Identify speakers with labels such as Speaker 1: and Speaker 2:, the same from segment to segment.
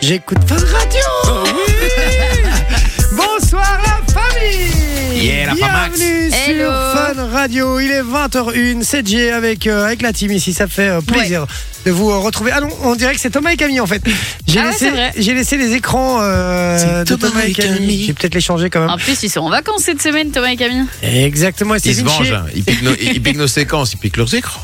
Speaker 1: J'écoute Fun Radio.
Speaker 2: Oh
Speaker 1: Bonsoir la famille.
Speaker 2: Yeah, la famax.
Speaker 1: Bienvenue
Speaker 3: Hello.
Speaker 1: sur Fun Radio. Il est 20h01. C'est Jay avec euh, avec la team ici. Ça fait euh, plaisir de vous euh, retrouver. Ah non, on dirait que c'est Thomas et Camille en fait. J'ai
Speaker 3: Ah ouais,
Speaker 1: laissé
Speaker 3: c'est vrai.
Speaker 1: j'ai laissé les écrans euh,
Speaker 2: C'est
Speaker 1: de Thomas et Camille. Je vais peut-être les changer quand même.
Speaker 3: En plus, ils sont en vacances cette semaine, Thomas et Camille.
Speaker 1: Exactement. et c'est
Speaker 2: Ils se
Speaker 1: Vinci.
Speaker 2: vengent, hein. ils piquent, nos, ils piquent nos séquences, ils piquent leurs écrans.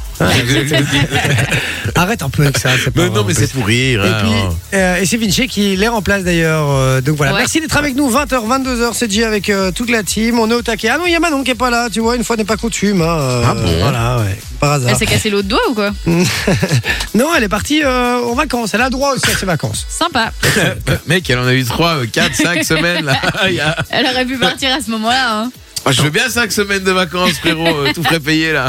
Speaker 1: Arrête un peu avec ça. c'est pas
Speaker 2: mais
Speaker 1: vrai,
Speaker 2: non,
Speaker 1: en
Speaker 2: mais
Speaker 1: plus.
Speaker 2: c'est pour rire.
Speaker 1: Et,
Speaker 2: hein.
Speaker 1: puis, euh, et c'est Vinci qui les remplace d'ailleurs. euh, donc voilà.
Speaker 3: Ouais.
Speaker 1: Merci d'être avec nous. 20h, 22h, c'est J avec euh, toute la team. On est au taquet. Ah non, il y a Manon qui est pas là, tu vois, une fois n'est pas coutume. hein, euh,
Speaker 2: Ah bon
Speaker 1: Voilà, ouais. Par hasard.
Speaker 3: Elle s'est cassé l'autre doigt ou quoi
Speaker 1: non, elle est partie euh, en vacances. Elle a droit aussi à ses vacances.
Speaker 3: Sympa.
Speaker 2: Mec, elle en a eu 3, 4, 5 semaines. Là. Ah, Il y a-
Speaker 3: Elle aurait pu partir à ce moment-là. hein.
Speaker 2: Ah, Je veux bien 5 semaines de vacances, frérot, euh, tout frais payé là.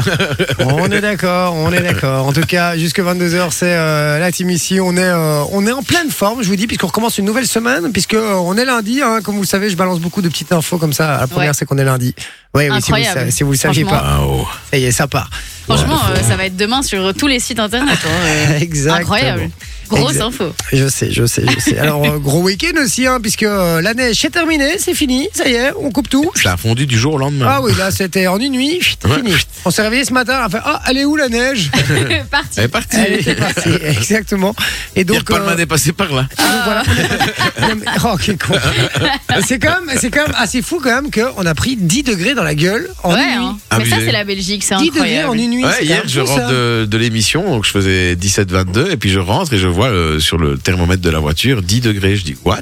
Speaker 1: On est d'accord, on est d'accord. En tout cas, jusque 22h, c'est euh, la team ici. On est, euh, on est en pleine forme, je vous dis, puisqu'on recommence une nouvelle semaine, puisque euh, on est lundi. hein. comme vous le savez, je balance beaucoup de petites infos comme ça. La première,
Speaker 3: Ouais.
Speaker 1: c'est qu'on est lundi. Oui, oui, si vous, le
Speaker 3: Incroyable.
Speaker 1: sa- si vous le saviez
Speaker 3: Franchement.
Speaker 1: pas,
Speaker 2: Ah, oh.
Speaker 1: ça y est, ça part.
Speaker 3: Franchement, euh, ça va être demain sur tous les sites internet. hein, euh,
Speaker 1: Exactement.
Speaker 3: Incroyable. Grosse
Speaker 1: Exact.
Speaker 3: info.
Speaker 1: Je sais, je sais, je sais. Alors, euh, gros week-end aussi, hein, puisque euh, la neige c'est terminé, c'est fini, ça y est, on coupe tout.
Speaker 2: Ça a fondu du jour au lendemain.
Speaker 1: Ah oui, là c'était en une nuit, chut,
Speaker 2: Ouais.
Speaker 1: fini. On s'est réveillé ce matin, on a fait Ah, elle est où la neige
Speaker 3: Parti.
Speaker 2: Elle est partie.
Speaker 1: Elle était partie, exactement. Et
Speaker 2: Il y a
Speaker 1: donc.
Speaker 2: pas le
Speaker 1: euh,
Speaker 2: main dépassé par là.
Speaker 1: et donc, voilà, on est- non, mais- oh, quel con. C'est quand, même- c'est quand même assez fou quand même qu'on a pris 10 degrés dans la gueule en
Speaker 3: Ouais,
Speaker 1: une nuit. Ah,
Speaker 3: hein. Mais
Speaker 2: Abusé.
Speaker 3: ça, c'est la Belgique, c'est
Speaker 1: 10 degrés en
Speaker 3: incroyable.
Speaker 1: une nuit.
Speaker 2: Ouais,
Speaker 1: c'est quand
Speaker 2: hier,
Speaker 1: même
Speaker 2: je
Speaker 1: fou, ça.
Speaker 2: rentre de, de l'émission, donc je faisais 17-22, et puis je rentre et je vois euh, sur le thermomètre de la voiture 10 degrés. Je dis, what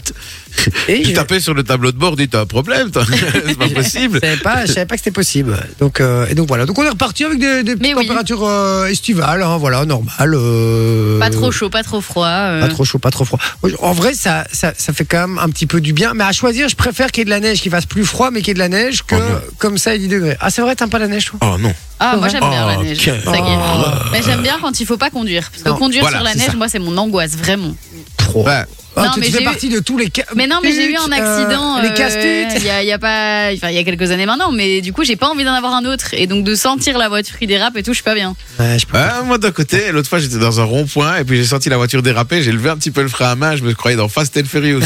Speaker 1: Et
Speaker 2: Je
Speaker 1: je-
Speaker 2: tapais sur le tableau de bord, dis, t'as un problème, toi c'est pas possible.
Speaker 1: Je savais pas, je savais pas que c'était possible. Donc, euh, et donc voilà. Donc on est reparti avec des, des
Speaker 3: Mais
Speaker 1: petites
Speaker 3: oui.
Speaker 1: températures euh, estivales, hein, voilà, normales. euh,
Speaker 3: Pas trop chaud, pas trop froid. euh.
Speaker 1: Pas trop chaud, pas trop froid. En vrai, ça, ça, ça fait quand même un petit peu du bien. Mais à choisir, je préfère qu'il y ait de la neige, qu'il fasse plus froid, mais qu'il y ait de la neige que
Speaker 2: Oh non.
Speaker 1: comme ça, à 10 degrés. Ah, c'est vrai, t'aimes pas la neige, toi
Speaker 2: Oh non.
Speaker 3: Ah, moi
Speaker 1: Ouais.
Speaker 3: j'aime bien la
Speaker 2: Oh,
Speaker 3: neige.
Speaker 2: quel
Speaker 3: Ça guette. Mais j'aime bien quand il faut pas conduire. Parce que
Speaker 1: Non,
Speaker 3: conduire
Speaker 2: voilà,
Speaker 3: sur la
Speaker 2: c'est
Speaker 3: neige,
Speaker 2: ça.
Speaker 3: moi, c'est mon angoisse, vraiment.
Speaker 2: Ouais.
Speaker 1: Ah,
Speaker 3: Non,
Speaker 1: tu
Speaker 3: mais
Speaker 1: tu fais
Speaker 3: j'ai eu-
Speaker 1: partie de tous les cas.
Speaker 3: Mais non, mais j'ai eu un accident.
Speaker 1: Les
Speaker 3: euh,
Speaker 1: casse-tutes.
Speaker 3: Il y a, il y a pas, enfin, il y a quelques années maintenant, mais du coup, j'ai pas envie d'en avoir un autre. Et donc, de sentir la voiture qui dérape et tout, je suis pas bien.
Speaker 1: Ouais, je peux pas.
Speaker 2: Ah, moi d'un côté, l'autre fois j'étais dans un rond-point et puis j'ai senti la voiture déraper, j'ai levé un petit peu le frein à main, je me croyais dans Fast and Furious.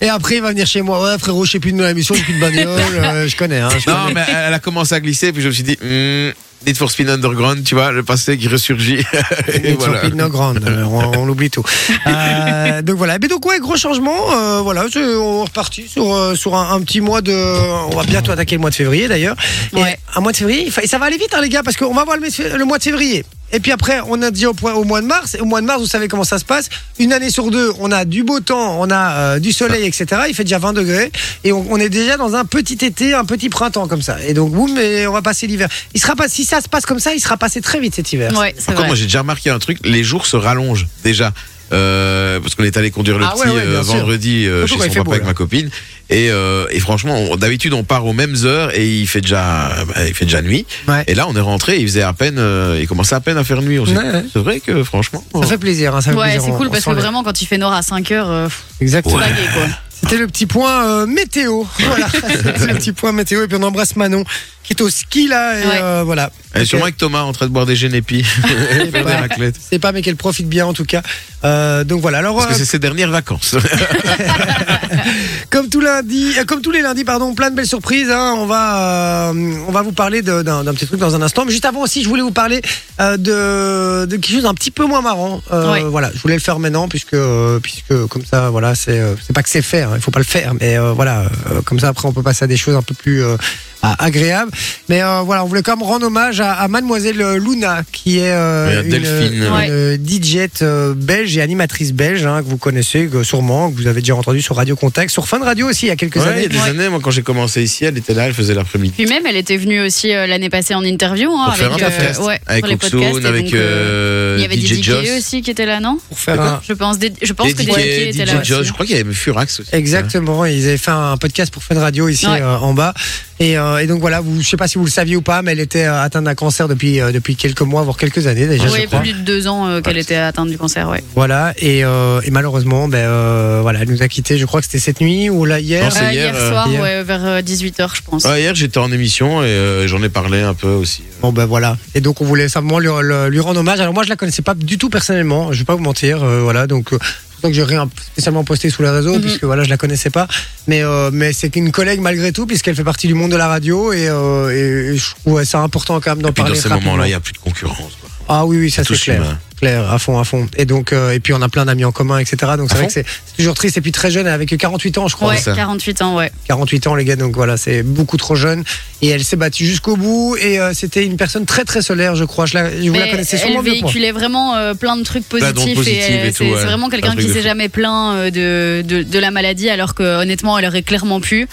Speaker 1: Et après, il va venir chez moi. Ouais, frérot, je sais plus de la mission, j'ai plus de bagnole. euh, je connais, hein, je connais.
Speaker 2: non mais elle a commencé à glisser puis je me suis dit, hmm, Need for Speed Underground, tu vois, le passé qui ressurgit. et
Speaker 1: Et
Speaker 2: voilà.
Speaker 1: Turpin, no Grand, euh, on, on l'oublie tout. Euh, donc voilà. Mais donc ouais, gros changement. euh, voilà, c'est- on est reparti sur euh, sur un, un petit mois de. On va bientôt attaquer le mois de février d'ailleurs. Et
Speaker 3: Ouais.
Speaker 1: Un mois de février. il fa- et ça va aller vite hein, les gars parce qu'on va voir le, mes- le mois de février. Et puis après, on a dit au, point- au mois de mars. Et au mois de mars, vous savez comment ça se passe. Une année sur deux, on a du beau temps, on a euh, du soleil, etc. Il fait déjà 20 degrés. Et on, on est déjà dans un petit été, un petit printemps comme ça. Et donc, boum, et on va passer l'hiver. Il sera pas, si ça se passe comme ça, il sera passé très vite cet hiver.
Speaker 3: Ouais,
Speaker 2: Par
Speaker 3: c'est
Speaker 2: contre,
Speaker 3: vrai.
Speaker 2: moi j'ai déjà remarqué un truc, les jours se rallongent déjà. Euh, parce qu'on est allé conduire le
Speaker 1: Ah ouais,
Speaker 2: petit
Speaker 1: ouais, bien
Speaker 2: euh,
Speaker 1: sûr.
Speaker 2: vendredi euh,
Speaker 1: Surtout
Speaker 2: chez
Speaker 1: quand il
Speaker 2: son
Speaker 1: fait
Speaker 2: papa
Speaker 1: beau,
Speaker 2: avec
Speaker 1: là.
Speaker 2: ma copine et, euh, et franchement on- d'habitude on part aux mêmes heures et il fait déjà bah, il fait déjà nuit
Speaker 1: Ouais.
Speaker 2: et là on est rentré il faisait à peine euh, il commençait à peine à faire nuit on s'est dit,
Speaker 1: Ouais, ouais.
Speaker 2: c'est vrai que franchement euh,
Speaker 1: Ça fait plaisir. Hein, ça fait
Speaker 3: Ouais,
Speaker 1: plaisir,
Speaker 3: c'est
Speaker 1: on-
Speaker 3: cool
Speaker 1: on
Speaker 3: parce que
Speaker 1: s'enlève.
Speaker 3: vraiment, quand il fait noir à 5 heures, euh, pff,
Speaker 1: Exactement.
Speaker 3: c'est bagué, quoi.
Speaker 1: C'était le petit point euh, météo. Voilà, C'était le petit point météo. Et puis on embrasse Manon qui est au ski là. Et
Speaker 3: Ouais.
Speaker 1: euh, voilà.
Speaker 2: Elle est
Speaker 1: Ok.
Speaker 2: sûrement avec Thomas en train de boire des génépis.
Speaker 1: Elle est
Speaker 2: Faire des
Speaker 1: pas-
Speaker 2: raclettes.
Speaker 1: C'est pas, mais qu'elle profite bien en tout cas. Euh, donc voilà. Alors,
Speaker 2: Parce que
Speaker 1: euh,
Speaker 2: c'est ses dernières vacances.
Speaker 1: comme, tout lundi, euh, comme tous les lundis, pardon, plein de belles surprises. hein. on, va, euh, on va vous parler de- d'un d'un petit truc dans un instant. Mais juste avant aussi, je voulais vous parler euh, de, de quelque chose d'un petit peu moins marrant. Euh,
Speaker 3: Ouais.
Speaker 1: Voilà, je voulais le faire maintenant, puisque, euh, puisque comme ça, voilà, c'est euh, c'est pas que c'est faire, hein, il faut pas le faire. Mais euh, voilà, euh, comme ça, après, on peut passer à des choses un peu plus. euh, à- agréables. mais euh, voilà on voulait quand même rendre hommage à, à mademoiselle Luna qui est euh,
Speaker 2: Oui, à Delphine.
Speaker 1: une,
Speaker 3: Ouais.
Speaker 1: euh, DJ euh, belge et animatrice belge hein, que vous connaissez que sûrement, que vous avez déjà entendu sur Radio Contact, sur Fun Radio aussi il y a quelques
Speaker 2: Ouais, il y
Speaker 1: années.
Speaker 2: a des
Speaker 3: Ouais.
Speaker 2: années, moi quand j'ai commencé ici, elle était là, elle faisait l'après-midi.
Speaker 3: Puis même, elle était venue aussi euh, l'année passée en interview. Hein,
Speaker 2: Pour faire un
Speaker 3: avec, euh,
Speaker 2: podcast.
Speaker 3: ouais,
Speaker 2: avec
Speaker 3: pour les
Speaker 2: Oxone,
Speaker 3: podcasts. et
Speaker 2: avec
Speaker 3: donc, euh,
Speaker 2: euh,
Speaker 3: il y avait
Speaker 2: DJ
Speaker 3: Didier
Speaker 2: Joss.
Speaker 3: aussi qui était là, non
Speaker 1: Pour faire
Speaker 2: D'accord.
Speaker 1: un-
Speaker 3: Je pense, des- je pense que
Speaker 2: Dédié,
Speaker 3: Didier était
Speaker 2: DJ
Speaker 3: là.
Speaker 2: Joss,
Speaker 3: aussi.
Speaker 2: je crois qu'il y avait Furax aussi. hein.
Speaker 1: Exactement, ils avaient fait un podcast pour Fun Radio ici
Speaker 3: Ouais.
Speaker 1: euh, en bas. Et, euh, et donc voilà, vous, je sais pas si vous le saviez ou pas, mais elle était euh, atteinte d'un cancer depuis, euh, depuis quelques mois, voire quelques années déjà, je
Speaker 3: Oui,
Speaker 1: crois.
Speaker 3: plus de deux ans euh, qu'elle était atteinte du cancer, ouais.
Speaker 1: Voilà, et, euh, et malheureusement, ben, euh, voilà, elle nous a quittés, je crois que c'était cette nuit ou là hier.
Speaker 2: Non, c'est-
Speaker 3: Euh,
Speaker 2: hier,
Speaker 3: hier,
Speaker 2: euh,
Speaker 3: soir,
Speaker 1: hier.
Speaker 3: ouais, vers 18h, je pense.
Speaker 2: Ouais, hier j'étais en émission et euh, j'en ai parlé un peu aussi.
Speaker 1: Bon ben voilà. Et donc on voulait simplement lui, le- lui rendre hommage. Alors moi je la connaissais pas du tout personnellement, je vais pas vous mentir, euh, voilà. Donc euh, Donc j'ai rien spécialement posté sous les réseaux
Speaker 3: Mhm.
Speaker 1: puisque voilà je la connaissais pas, mais euh, mais c'est une collègue malgré tout puisqu'elle fait partie du monde de la radio et, euh, et- et je trouve ça important quand même d'en
Speaker 2: Et puis
Speaker 1: parler.
Speaker 2: dans ces
Speaker 1: rapidement.
Speaker 2: moments-là, il n'y a plus de concurrence. quoi.
Speaker 1: Ah oui oui ça
Speaker 2: Tous
Speaker 1: c'est clair.
Speaker 2: humains.
Speaker 1: Claire, à fond, à fond. Et donc, euh, et puis on a plein d'amis en commun, etc. Donc
Speaker 2: À
Speaker 1: c'est vrai
Speaker 2: fond
Speaker 1: que c'est c'est toujours triste. Et puis très jeune, avec 48 ans, je crois.
Speaker 3: Ouais,
Speaker 2: ça.
Speaker 3: 48 ans, ouais.
Speaker 1: 48 ans, les gars. Donc voilà, c'est beaucoup trop jeune. Et elle s'est battue jusqu'au bout. Et euh, c'était une personne très très solaire, je crois. Je la, je vous la
Speaker 3: Mais
Speaker 1: connaissez
Speaker 3: elle
Speaker 1: sûrement mieux que moi.
Speaker 3: véhiculait vraiment euh, plein de trucs
Speaker 2: Plein de
Speaker 3: positifs.
Speaker 2: trucs positifs
Speaker 3: et, euh,
Speaker 2: et tout,
Speaker 3: c'est
Speaker 2: ouais.
Speaker 3: c'est vraiment
Speaker 2: Un
Speaker 3: quelqu'un
Speaker 2: truc
Speaker 3: qui
Speaker 2: de
Speaker 3: s'est
Speaker 2: fou.
Speaker 3: jamais plaint euh, de, de, de la maladie, alors que honnêtement, elle aurait clairement pu.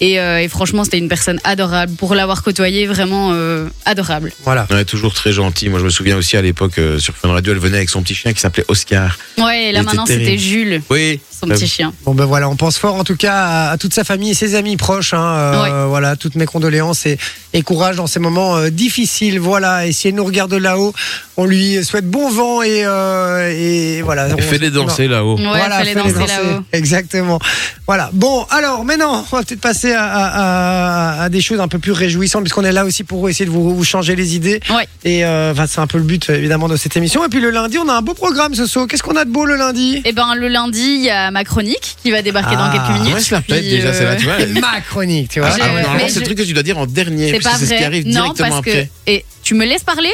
Speaker 3: Et, euh, et franchement, c'était une personne adorable. Pour l'avoir côtoyée, vraiment euh, adorable.
Speaker 1: Voilà.
Speaker 2: Ouais, toujours très gentil. Moi, je me souviens aussi à l'époque euh, sur Fun Radio, elle venait avec son petit chien qui s'appelait Oscar.
Speaker 3: Ouais, et là
Speaker 2: était
Speaker 3: maintenant, c'était
Speaker 2: terrible.
Speaker 3: Jules,
Speaker 2: Oui.
Speaker 3: son
Speaker 2: Euh,
Speaker 3: petit chien.
Speaker 1: Bon ben voilà, on pense fort en tout cas à, à toute sa famille et ses amis proches. Hein, Euh, Voilà, toutes mes condoléances et, et courage dans ces moments euh, difficiles. Voilà, et si elle nous regarde de là-haut, on lui souhaite bon vent et, euh, et voilà.
Speaker 2: elle
Speaker 1: On-
Speaker 2: fait les danser là-haut.
Speaker 3: Ouais,
Speaker 1: Voilà,
Speaker 3: fallait
Speaker 1: fais-les
Speaker 3: danser
Speaker 1: danser.
Speaker 3: là-haut.
Speaker 1: Exactement. Voilà. Bon, alors maintenant, on va peut-être passer à, à- à- à des choses un peu plus réjouissantes, puisqu'on est là aussi pour essayer de vous, vous changer les idées.
Speaker 3: Ouais.
Speaker 1: Et euh, enfin, c'est un peu le but, évidemment, de cette émission. Et puis le lundi, on a un beau programme, ce soir. Qu'est-ce qu'on a de beau le lundi
Speaker 3: Et ben le lundi, il y a ma chronique qui va débarquer
Speaker 1: Ah,
Speaker 3: dans quelques minutes.
Speaker 2: Ouais, je la
Speaker 3: Puis,
Speaker 2: pète déjà,
Speaker 3: euh,
Speaker 2: celle-là, tu vois. elle-
Speaker 1: Ma chronique, tu vois.
Speaker 2: Ah,
Speaker 3: J'ai-
Speaker 2: ah ouais, normalement,
Speaker 3: mais
Speaker 2: c'est le
Speaker 3: je-
Speaker 2: truc que tu dois dire en dernier.
Speaker 3: C'est
Speaker 2: puisque
Speaker 3: pas
Speaker 2: C'est ce qui
Speaker 3: vrai.
Speaker 2: arrive
Speaker 3: Non,
Speaker 2: directement
Speaker 3: parce que.
Speaker 2: après.
Speaker 3: Et tu me laisses parler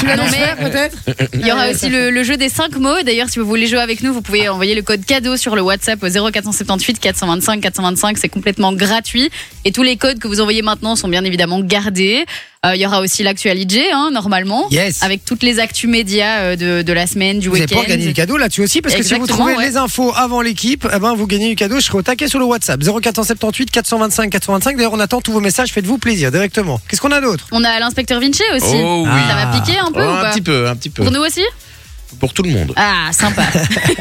Speaker 1: Tu la
Speaker 3: Non,
Speaker 1: laisses
Speaker 3: mais-
Speaker 1: faire, peut-être
Speaker 3: Il y aura aussi le, le jeu des 5 mots. D'ailleurs, si vous voulez jouer avec nous, vous pouvez envoyer le code cadeau sur le WhatsApp au 0478 425 425. C'est complètement gratuit. Et tous les codes que vous envoyez maintenant sont bien évidemment gardés. Euh, il y aura aussi l'actualité, hein, normalement,
Speaker 1: Yes.
Speaker 3: avec toutes les actus médias euh, de, de la semaine, du
Speaker 1: Vous n'avez
Speaker 3: week-end.
Speaker 1: pas gagné du cadeau là-dessus aussi, parce que si vous
Speaker 3: Exactement,
Speaker 1: trouvez
Speaker 3: ouais.
Speaker 1: les infos avant l'équipe, eh ben, vous gagnez du cadeau. Je serai au taquet sur le WhatsApp 0478 425 425. D'ailleurs, on attend tous vos messages. Faites-vous plaisir directement. Qu'est-ce qu'on a d'autre
Speaker 3: On a l'inspecteur Vinci aussi.
Speaker 2: Oh oui.
Speaker 3: Ça va piquer un peu
Speaker 2: Oh,
Speaker 3: ou
Speaker 2: un
Speaker 3: pas
Speaker 2: petit peu, un petit peu.
Speaker 3: Pour nous aussi
Speaker 2: Pour tout le monde.
Speaker 3: Ah, sympa.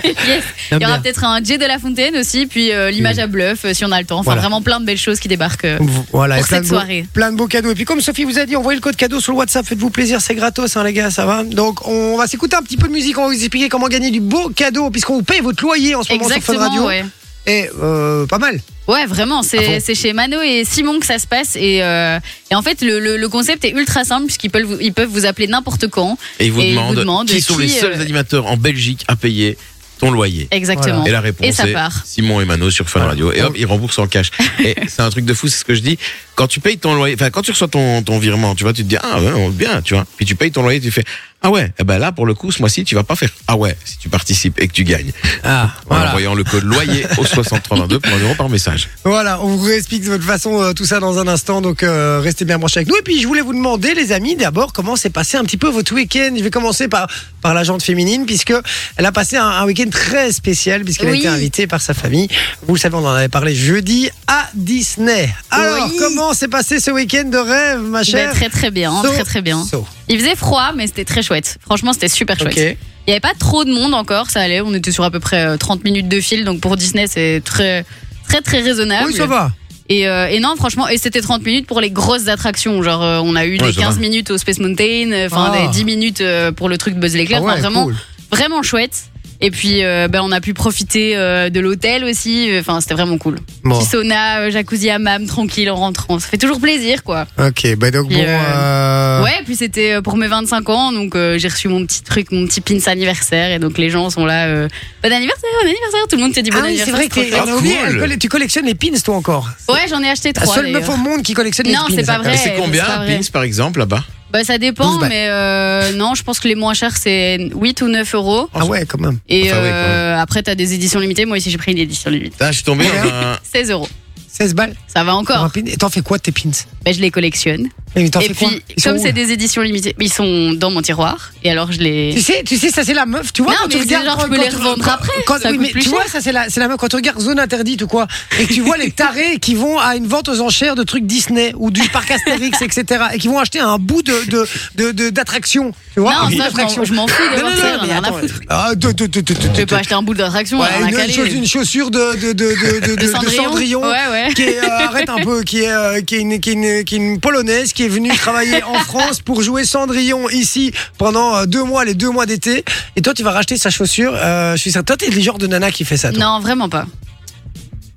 Speaker 3: Yes. Il y aura
Speaker 1: Bien.
Speaker 3: peut-être un J de la Fontaine aussi, puis euh, l'image à bluff euh, si on a le temps. Enfin,
Speaker 1: Voilà.
Speaker 3: vraiment plein de belles choses qui débarquent. euh.
Speaker 1: Voilà,
Speaker 3: pour
Speaker 1: et plein,
Speaker 3: cette
Speaker 1: de beaux,
Speaker 3: soirée.
Speaker 1: plein de beaux cadeaux. Et puis comme Sophie vous a dit, envoyez le code cadeau sur le WhatsApp, faites-vous plaisir, c'est gratos hein, les gars, ça va. Donc on va s'écouter un petit peu de musique, on va vous expliquer comment gagner du beau cadeau, puisqu'on vous paye votre loyer en ce moment sur Fun Radio.
Speaker 3: Exactement, ouais.
Speaker 1: Et euh, pas mal.
Speaker 3: Ouais, vraiment,
Speaker 1: Ah
Speaker 3: c'est
Speaker 1: bon
Speaker 3: c'est chez Mano et Simon que ça se passe. Et, euh, et en fait, le, le- le concept est ultra simple puisqu'ils peuvent, vous- ils peuvent vous appeler n'importe quand.
Speaker 2: Et ils vous
Speaker 3: Et ils vous
Speaker 2: demandent
Speaker 3: demandent
Speaker 2: qui sont les
Speaker 3: qui, euh,
Speaker 2: seuls animateurs en Belgique à payer ton loyer.
Speaker 3: Exactement.
Speaker 2: Et la réponse
Speaker 3: Et ça
Speaker 2: est
Speaker 3: part. Oh.
Speaker 2: Simon et Mano sur Fun
Speaker 1: Voilà.
Speaker 2: Radio. Et hop, ils remboursent en cash. et c'est un truc de fou, c'est ce que je dis. Quand tu payes ton loyer, enfin, quand tu reçois ton, ton virement, tu vois, tu te dis, ah ouais, on- bien, tu vois. Puis tu payes ton loyer, tu fais, ah ouais, eh ben là, pour le coup, ce mois-ci, tu vas pas faire, ah ouais, si tu participes et que tu gagnes.
Speaker 1: Ah,
Speaker 2: En envoyant le code loyer au 6322 pour un euro par message.
Speaker 1: Voilà, on vous réexplique de votre façon euh, tout ça dans un instant, donc euh, restez bien branchés avec nous. Et puis je voulais vous demander, les amis, d'abord comment s'est passé un petit peu votre week-end. Je vais commencer par par la gente féminine puisque elle a passé un, un week-end très spécial puisqu'elle a
Speaker 3: Oui.
Speaker 1: été invitée par sa famille. Vous le savez, on en avait parlé jeudi à Disney. Alors
Speaker 3: Oui.
Speaker 1: comment s'est passé ce week-end de rêve, ma
Speaker 3: Ben,
Speaker 1: chère
Speaker 3: très très bien,
Speaker 1: So-
Speaker 3: très très bien.
Speaker 1: So.
Speaker 3: Il faisait froid, mais c'était très chouette. Franchement, c'était super chouette.
Speaker 1: Ok.
Speaker 3: Il n'y avait pas trop de monde encore, ça allait. On était sur à peu près euh, 30 minutes de fil, donc pour Disney, c'est très très très raisonnable.
Speaker 1: Oui, ça va.
Speaker 3: Et, euh, et non, franchement, et c'était 30 minutes pour les grosses attractions. Genre, euh, on a eu
Speaker 2: Ouais,
Speaker 3: des
Speaker 2: ça va.
Speaker 3: 15 minutes au Space Mountain, euh, enfin
Speaker 1: Ah.
Speaker 3: des 10 minutes euh, pour le truc Buzz l'éclair.
Speaker 1: Ah ouais,
Speaker 3: Enfin, vraiment,
Speaker 1: cool.
Speaker 3: vraiment chouette. Et puis, euh, ben, on a pu profiter euh, de l'hôtel aussi. Enfin, c'était vraiment cool.
Speaker 1: Bon.
Speaker 3: Petit sauna, euh, jacuzzi à mam, tranquille en rentrant. Ça fait toujours plaisir, quoi.
Speaker 1: Ok, bah donc
Speaker 3: Puis,
Speaker 1: bon.
Speaker 3: euh,
Speaker 1: euh,
Speaker 3: Ouais, puis c'était euh, pour mes 25 ans, donc euh, j'ai reçu mon petit truc, mon petit pins anniversaire. Et donc les gens sont là, euh, bon anniversaire, bon anniversaire. Tout le monde te dit bon
Speaker 1: Ah oui, c'est
Speaker 3: anniversaire.
Speaker 1: vrai que
Speaker 3: c'est trop
Speaker 1: t'es-
Speaker 2: Ah,
Speaker 1: on a oublié,
Speaker 2: cool.
Speaker 1: elle colle- tu collectionnes les pins toi encore.
Speaker 3: chouette. Ouais, j'en ai acheté
Speaker 1: La
Speaker 3: trois.
Speaker 1: seule meuf
Speaker 3: d'ailleurs.
Speaker 1: au monde qui collectionne
Speaker 3: Non,
Speaker 1: les pins.
Speaker 3: c'est pas
Speaker 1: ça, quand
Speaker 3: vrai.
Speaker 1: même.
Speaker 2: Et c'est
Speaker 3: mais
Speaker 2: combien
Speaker 3: c'est pas
Speaker 2: un
Speaker 3: Eh, vrai.
Speaker 2: pins, par exemple, là-bas
Speaker 3: Bah ça
Speaker 1: 12
Speaker 3: dépend,
Speaker 1: balles.
Speaker 3: mais euh, non, je pense que les moins chers c'est 8 ou 9 euros.
Speaker 1: Ah ouais, quand même.
Speaker 3: Et
Speaker 2: Enfin, oui, quand
Speaker 3: euh, après, t'as des éditions limitées. Moi ici, j'ai pris une édition limitée.
Speaker 2: Putain, Ah, Je suis tombé dans un-
Speaker 3: 16 euros.
Speaker 1: 16 balles
Speaker 3: Ça va
Speaker 1: pour
Speaker 3: encore.
Speaker 1: un pin. Et t'en fais quoi de tes pins
Speaker 3: Ben, je les collectionne.
Speaker 1: Mais t'en
Speaker 3: Et
Speaker 1: fais quoi
Speaker 3: puis,
Speaker 1: Ils sont
Speaker 3: comme
Speaker 1: où,
Speaker 3: c'est
Speaker 1: là
Speaker 3: des éditions limitées, ils sont dans mon tiroir. Et alors, je les.
Speaker 1: Tu sais, tu sais, ça c'est la meuf, tu vois.
Speaker 3: Non,
Speaker 1: quand tu
Speaker 3: mais c'est
Speaker 1: regardes,
Speaker 3: genre,
Speaker 1: quand-
Speaker 3: je peux les
Speaker 1: quand-
Speaker 3: revendre
Speaker 1: quand-
Speaker 3: après,
Speaker 1: quand-
Speaker 3: ça
Speaker 1: oui,
Speaker 3: coûte
Speaker 1: mais
Speaker 3: plus
Speaker 1: tu
Speaker 3: cher.
Speaker 1: vois, ça c'est la, c'est la meuf quand tu regardes zone interdite ou quoi, et que tu vois les tarés qui vont à une vente aux enchères de trucs Disney ou du parc Astérix, etc., et qui vont acheter un bout de de de- de- d'attraction, tu vois, un
Speaker 3: Non,
Speaker 1: bout
Speaker 3: ça, je
Speaker 1: d'attraction.
Speaker 3: m'en- je m'en fous. de
Speaker 1: Non,
Speaker 3: voir
Speaker 1: non,
Speaker 3: ça,
Speaker 1: non,
Speaker 3: j'en ai
Speaker 1: mais
Speaker 3: rien à
Speaker 1: attends,
Speaker 3: foutre.
Speaker 1: ah, de- de- de- de- de-
Speaker 3: Je vais
Speaker 1: de-
Speaker 3: pas acheter un bout d'attraction.
Speaker 1: Ouais,
Speaker 3: on en a
Speaker 1: une,
Speaker 3: calé.
Speaker 1: chose- une chaussure de de de de de,
Speaker 3: de
Speaker 1: de
Speaker 3: Cendrillon. Ouais, ouais.
Speaker 1: qui est, euh, arrête un peu, qui est, euh, qui, est une, qui, est une, qui est une polonaise qui est venue travailler en France pour jouer Cendrillon ici pendant euh, deux mois, les deux mois d'été. Et toi, tu vas racheter sa chaussure. euh, je suis certain, toi, t'es le genre de nana qui fait ça. Toi.
Speaker 3: Non, vraiment pas.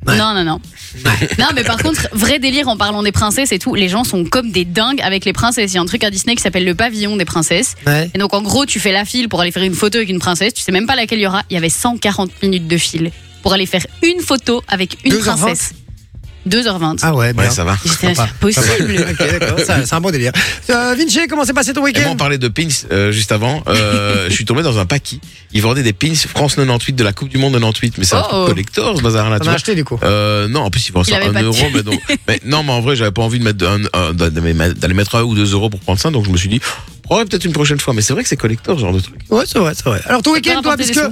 Speaker 3: Non, non, non. non, mais par contre, vrai délire en parlant des princesses et tout, les gens sont comme des dingues avec les princesses. Il y a un truc à Disney qui s'appelle le pavillon des princesses.
Speaker 1: Ouais.
Speaker 3: Et donc, en gros, tu fais la file pour aller faire une photo avec une princesse, tu sais même pas laquelle il y aura. Il y avait 140 minutes de file pour aller faire une photo avec une
Speaker 1: 2h20.
Speaker 3: princesse. 2h20.
Speaker 1: Ah ouais, bien.
Speaker 2: Ouais, ça va.
Speaker 3: J'étais là,
Speaker 1: sympa.
Speaker 3: c'est possible.
Speaker 1: Ok, d'accord, ça- c'est un bon délire. Euh, Vinci, comment s'est passé ton
Speaker 2: Et moi,
Speaker 1: week-end
Speaker 2: on parlait de pins euh, juste avant. Euh, je suis tombé dans un paquet. Ils vendaient des pins France 98 de la Coupe du Monde 98. Mais c'est un
Speaker 3: Oh.
Speaker 2: truc collector, ce bazar-là. tu
Speaker 1: On a
Speaker 2: vois.
Speaker 1: acheté du coup.
Speaker 2: Euh, non, en plus, ils vendent
Speaker 3: Il
Speaker 2: ça
Speaker 3: avait
Speaker 2: 1
Speaker 3: pas de
Speaker 2: euro.
Speaker 3: thune.
Speaker 2: Mais non. mais non, mais en vrai, j'avais pas envie de mettre un- un- d'aller mettre- d'aller mettre un ou deux euros pour prendre ça. Donc, je me suis dit, ouais, peut-être une prochaine fois. Mais c'est vrai que c'est collector, ce genre de truc.
Speaker 1: Ouais, c'est vrai, c'est vrai. Alors ton week-end, toi,
Speaker 3: rapporter des
Speaker 1: puisque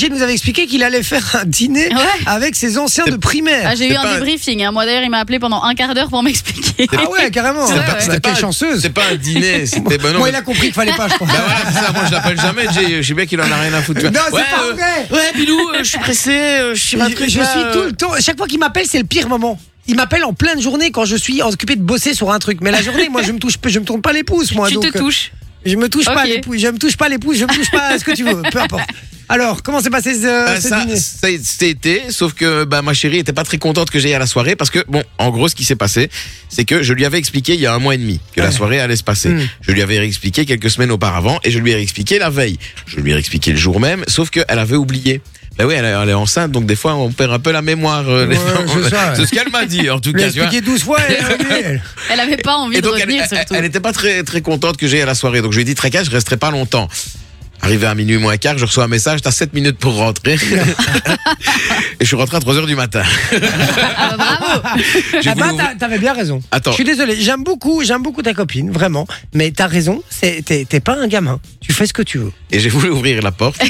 Speaker 1: Vinci nous avait expliqué qu'il allait faire un dîner
Speaker 3: Ouais.
Speaker 1: avec ses anciens de primaire.
Speaker 3: Ah, j'ai
Speaker 2: C'est
Speaker 3: eu un
Speaker 2: pas-
Speaker 3: débriefing. hein. Moi, d'ailleurs, il m'a appelé pendant un quart d'heure pour m'expliquer.
Speaker 1: Ah ouais, carrément.
Speaker 3: C'est
Speaker 1: Ah,
Speaker 3: pas-
Speaker 1: bah,
Speaker 3: c'est
Speaker 1: quelle
Speaker 2: pas-
Speaker 1: chanceuse.
Speaker 2: C'est pas un dîner. C'était, ben non,
Speaker 1: Moi,
Speaker 2: mais-
Speaker 1: il a compris qu'il fallait pas, je crois.
Speaker 2: Bah voilà, c'est ça, moi je l'appelle jamais, Jay, je sais bien qu'il en a rien à foutre. tu vois.
Speaker 1: Non, c'est
Speaker 2: Ouais,
Speaker 1: pas
Speaker 2: euh,
Speaker 1: vrai.
Speaker 2: Ouais, Bilou, euh, je suis pressé, euh, je suis pas
Speaker 1: Je, je suis tout le temps. Chaque fois qu'il m'appelle, c'est le pire moment. Il m'appelle en pleine journée quand je suis occupé de bosser sur un truc. Mais la journée, moi, je me touche, je me tourne pas les pouces, moi.
Speaker 3: tu
Speaker 1: donc,
Speaker 3: te
Speaker 1: euh,
Speaker 3: touches.
Speaker 1: Je me touche pas
Speaker 3: Ok.
Speaker 1: les pouces. Je me touche pas les pouces. Je me touche pas à ce que tu veux. Peu importe. Alors, comment s'est passé ce,
Speaker 2: Bah,
Speaker 1: ce
Speaker 2: ça,
Speaker 1: Euh, dîner
Speaker 2: ça, c'était été, sauf que bah, ma chérie était pas très contente que j'aille à la soirée parce que, bon, en gros, ce qui s'est passé, c'est que je lui avais expliqué il y a un mois et demi que la soirée allait se passer.
Speaker 1: Mm.
Speaker 2: Je lui avais expliqué quelques semaines auparavant et je lui ai expliqué la veille. Je lui ai expliqué le jour même, sauf qu'elle avait oublié. Bah oui, elle, elle est enceinte, donc des fois on perd un peu la mémoire. euh,
Speaker 1: Ouais,
Speaker 2: les-
Speaker 1: c'est ça, ouais.
Speaker 2: C'est ce qu'elle m'a dit, en tout
Speaker 1: Je l'ai
Speaker 2: cas. tu vois.
Speaker 1: expliqué 12 fois. Et, elle
Speaker 3: Elle avait pas envie
Speaker 2: Et
Speaker 3: de
Speaker 2: donc, elle,
Speaker 3: revenir,
Speaker 2: elle-
Speaker 3: surtout.
Speaker 2: elle était pas très, très contente que j'aille à la soirée. Donc, je lui ai dit, très calme, je resterai pas longtemps. Arrivé à minuit moins quart, je reçois un message, t'as 7 minutes pour rentrer. et je suis rentré à 3 heures du matin.
Speaker 3: Ah, bah, bravo.
Speaker 2: J'ai
Speaker 1: Ah bah,
Speaker 2: voulu ouvrir-
Speaker 1: t'as- t'avais bien raison.
Speaker 2: Attends.
Speaker 1: Je suis désolé. J'aime beaucoup, j'aime beaucoup ta copine, vraiment. Mais t'as raison. c'est- T'es t'es pas un gamin. Tu fais ce que tu veux.
Speaker 2: Et j'ai voulu ouvrir la porte.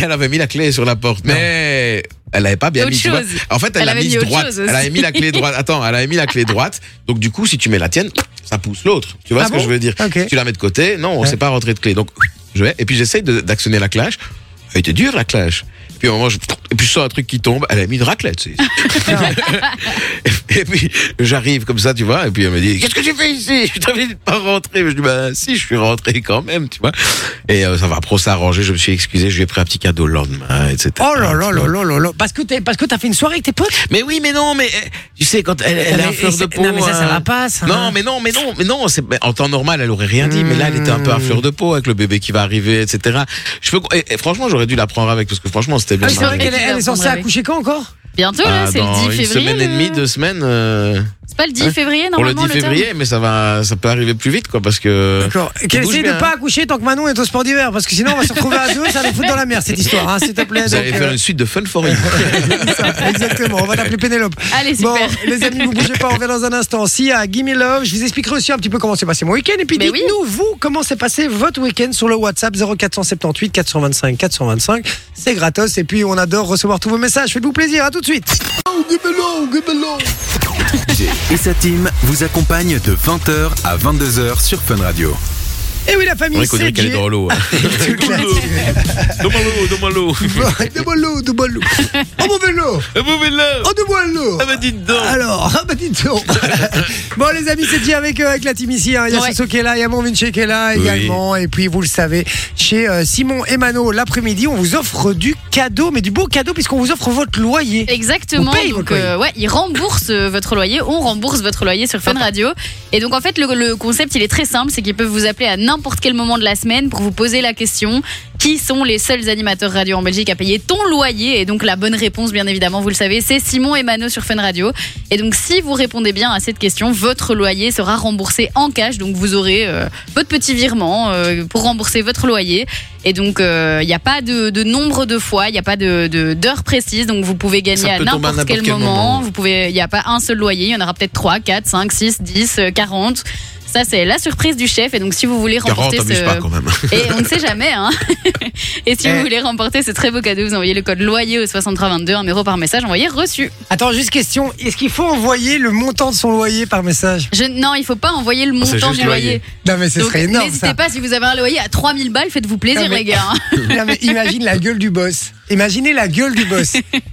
Speaker 2: elle avait mis la clé sur la porte, mais elle avait pas bien
Speaker 3: Autre
Speaker 2: mis. tu vois.
Speaker 3: chose.
Speaker 2: En fait, elle
Speaker 3: Elle
Speaker 2: l'a
Speaker 3: avait
Speaker 2: mise
Speaker 3: mis autre
Speaker 2: droite.
Speaker 3: chose
Speaker 2: Elle avait
Speaker 3: aussi.
Speaker 2: mis la clé droite. Attends, elle avait mis la clé droite. Donc, du coup, si tu mets la tienne, ça pousse l'autre. Tu vois
Speaker 1: Ah
Speaker 2: ce
Speaker 1: bon
Speaker 2: que je veux dire
Speaker 1: Ok.
Speaker 2: Tu la mets de côté. Non, on
Speaker 1: Ouais.
Speaker 2: sait pas rentrer de clé. Donc, je vais. Et puis, j'essaye de- d'actionner la clash. Elle était dure, la clash. Puis, au moment, je, et puis, je sens un truc qui tombe. Elle a mis une raclette. c'est- et puis, j'arrive comme ça, tu vois. Et puis, elle me dit, qu'est-ce que tu fais ici? Je t'avais dit de pas rentrer. Mais je dis, bah, si, je suis rentré quand même, tu vois. Et euh, ça va, pro, ça a arrangé. Je me suis excusé. Je lui ai pris un petit cadeau le lendemain, etc.
Speaker 1: Oh là là là là là là. Parce que t'es- parce que t'as fait une soirée avec tes potes.
Speaker 2: Mais oui, mais non, mais euh, tu sais, quand elle, elle
Speaker 1: Mais-
Speaker 2: est à fleur
Speaker 1: et
Speaker 2: de
Speaker 1: c'est-
Speaker 2: peau.
Speaker 1: non, mais ça, ça
Speaker 2: euh,
Speaker 1: va pas, ça.
Speaker 2: Non, mais non, mais non, mais non. c'est- mais En temps normal, elle aurait rien dit. Mais là, elle était un peu à fleur de peau avec le bébé qui va arriver, etc. Je peux, et- et franchement, j'aurais dû la prendre avec parce que franchement, c'était bien.
Speaker 1: Ah, c'est vrai
Speaker 2: marré.
Speaker 1: qu'elle est- elle est censée
Speaker 3: Avec.
Speaker 1: accoucher quand encore
Speaker 3: Bientôt,
Speaker 2: Ah,
Speaker 3: là, c'est
Speaker 2: dans
Speaker 3: le 10
Speaker 2: une
Speaker 3: février.
Speaker 2: semaine et demie,
Speaker 3: le-
Speaker 2: deux semaines, euh,
Speaker 3: C'est pas le 10
Speaker 2: Hein
Speaker 3: février,
Speaker 2: pour le
Speaker 3: normalement,
Speaker 2: 10
Speaker 3: le, terme
Speaker 2: février, mais ça va, ça peut arriver plus vite, quoi, parce que.
Speaker 1: D'accord.
Speaker 2: Tu
Speaker 1: Qu'elle
Speaker 2: bouges
Speaker 1: essaye de
Speaker 2: Euh, bien,
Speaker 1: pas
Speaker 2: hein.
Speaker 1: accoucher tant que Manon est au sport d'hiver, parce que sinon on va se retrouver à deux, ça nous fout dans la mer cette histoire, hein, s'il te plaît.
Speaker 2: Vous
Speaker 1: Donc,
Speaker 2: allez faire
Speaker 1: euh,
Speaker 2: une suite de Fun for You.
Speaker 1: ça, Exactement, on va l'appeler Pénélope.
Speaker 3: Allez,
Speaker 1: Bon,
Speaker 3: super.
Speaker 1: les amis, vous bougez pas, on revient dans un instant. Si à Gimme Love, je vous expliquerai aussi un petit peu comment s'est passé mon week-end. Et puis
Speaker 3: Mais
Speaker 1: dites-nous, vous, comment s'est passé votre week-end sur le WhatsApp 0478 425 425. C'est gratos et puis on adore recevoir tous vos messages. Faites-vous plaisir, à tout de suite.
Speaker 4: Jay et sa team vous accompagnent de 20h à 22h sur Fun Radio.
Speaker 1: Et oui, la famille,
Speaker 2: On qu'on dirait
Speaker 1: c'est
Speaker 2: qu'elle est
Speaker 1: Jay.
Speaker 2: dans l'eau. hein.
Speaker 1: Tu le claques.
Speaker 2: Donne-moi l'eau, donne-moi l'eau.
Speaker 1: Donne-moi l'eau, donne-moi l'eau. Oh mon vélo,
Speaker 2: Mouvez-le.
Speaker 1: oh donne-moi l'eau.
Speaker 2: Ah, bah, dites donc.
Speaker 1: Alors, ah bah dites donc. bon les amis, c'est dit avec, euh, avec la team ici. hein. Il y a
Speaker 3: Ouais.
Speaker 1: Soso qui est là, il y a mon Vinci qui est là
Speaker 2: Oui.
Speaker 1: également. Et puis vous le savez, chez euh, Simon et Mano, l'après-midi, on vous offre du cadeau, mais du beau cadeau puisqu'on vous offre votre loyer.
Speaker 3: Exactement.
Speaker 1: Vous payez
Speaker 3: donc,
Speaker 1: votre
Speaker 3: euh, ouais, ils remboursent euh, votre loyer. On rembourse votre loyer sur Fun Radio. Et donc, en fait, le, le concept, il est très simple. C'est qu'ils peuvent vous appeler à n'importe quel moment de la semaine pour vous poser la question qui sont les seuls animateurs radio en Belgique à payer ton loyer Et donc, la bonne réponse, bien évidemment, vous le savez, c'est Simon et Mano sur Fun Radio. Et donc, si vous répondez bien à cette question, votre loyer sera remboursé en cash. Donc, vous aurez euh, votre petit virement euh, pour rembourser votre loyer. Et donc, euh, il n'y a pas de, de nombre de fois, il n'y a pas de de- d'heure précise. Donc, vous pouvez gagner
Speaker 2: Ça
Speaker 3: à
Speaker 2: peut tomber à
Speaker 3: n'importe quel,
Speaker 2: n'importe quel
Speaker 3: moment.
Speaker 2: moment.
Speaker 3: Vous pouvez, il n'y a pas un seul loyer. Il y en aura peut-être 3, 4, 5, 6, 10, euh, 40. Ça, c'est la surprise du chef. Et donc, si vous voulez
Speaker 2: 40,
Speaker 3: remporter
Speaker 2: t'abuses
Speaker 3: ce.
Speaker 2: pas quand même.
Speaker 3: Et on ne sait jamais, hein. Et si
Speaker 1: Eh.
Speaker 3: vous voulez remporter ce très beau cadeau, vous envoyez le code loyer au 6322, 1 euro par message, envoyé reçu.
Speaker 1: Attends, juste question, est-ce qu'il faut envoyer le montant de son loyer par message
Speaker 3: Je, non, il faut pas envoyer
Speaker 1: Ah,
Speaker 3: le
Speaker 2: c'est
Speaker 3: montant
Speaker 2: juste
Speaker 3: du loyer.
Speaker 1: Non mais ce
Speaker 3: Donc,
Speaker 1: serait énorme
Speaker 3: N'hésitez
Speaker 1: ça.
Speaker 3: pas, si vous avez un loyer à 3000 balles, faites-vous plaisir,
Speaker 1: Non, mais-
Speaker 3: les gars. hein.
Speaker 1: Non, mais imagine la gueule du boss. Imaginez la gueule du boss.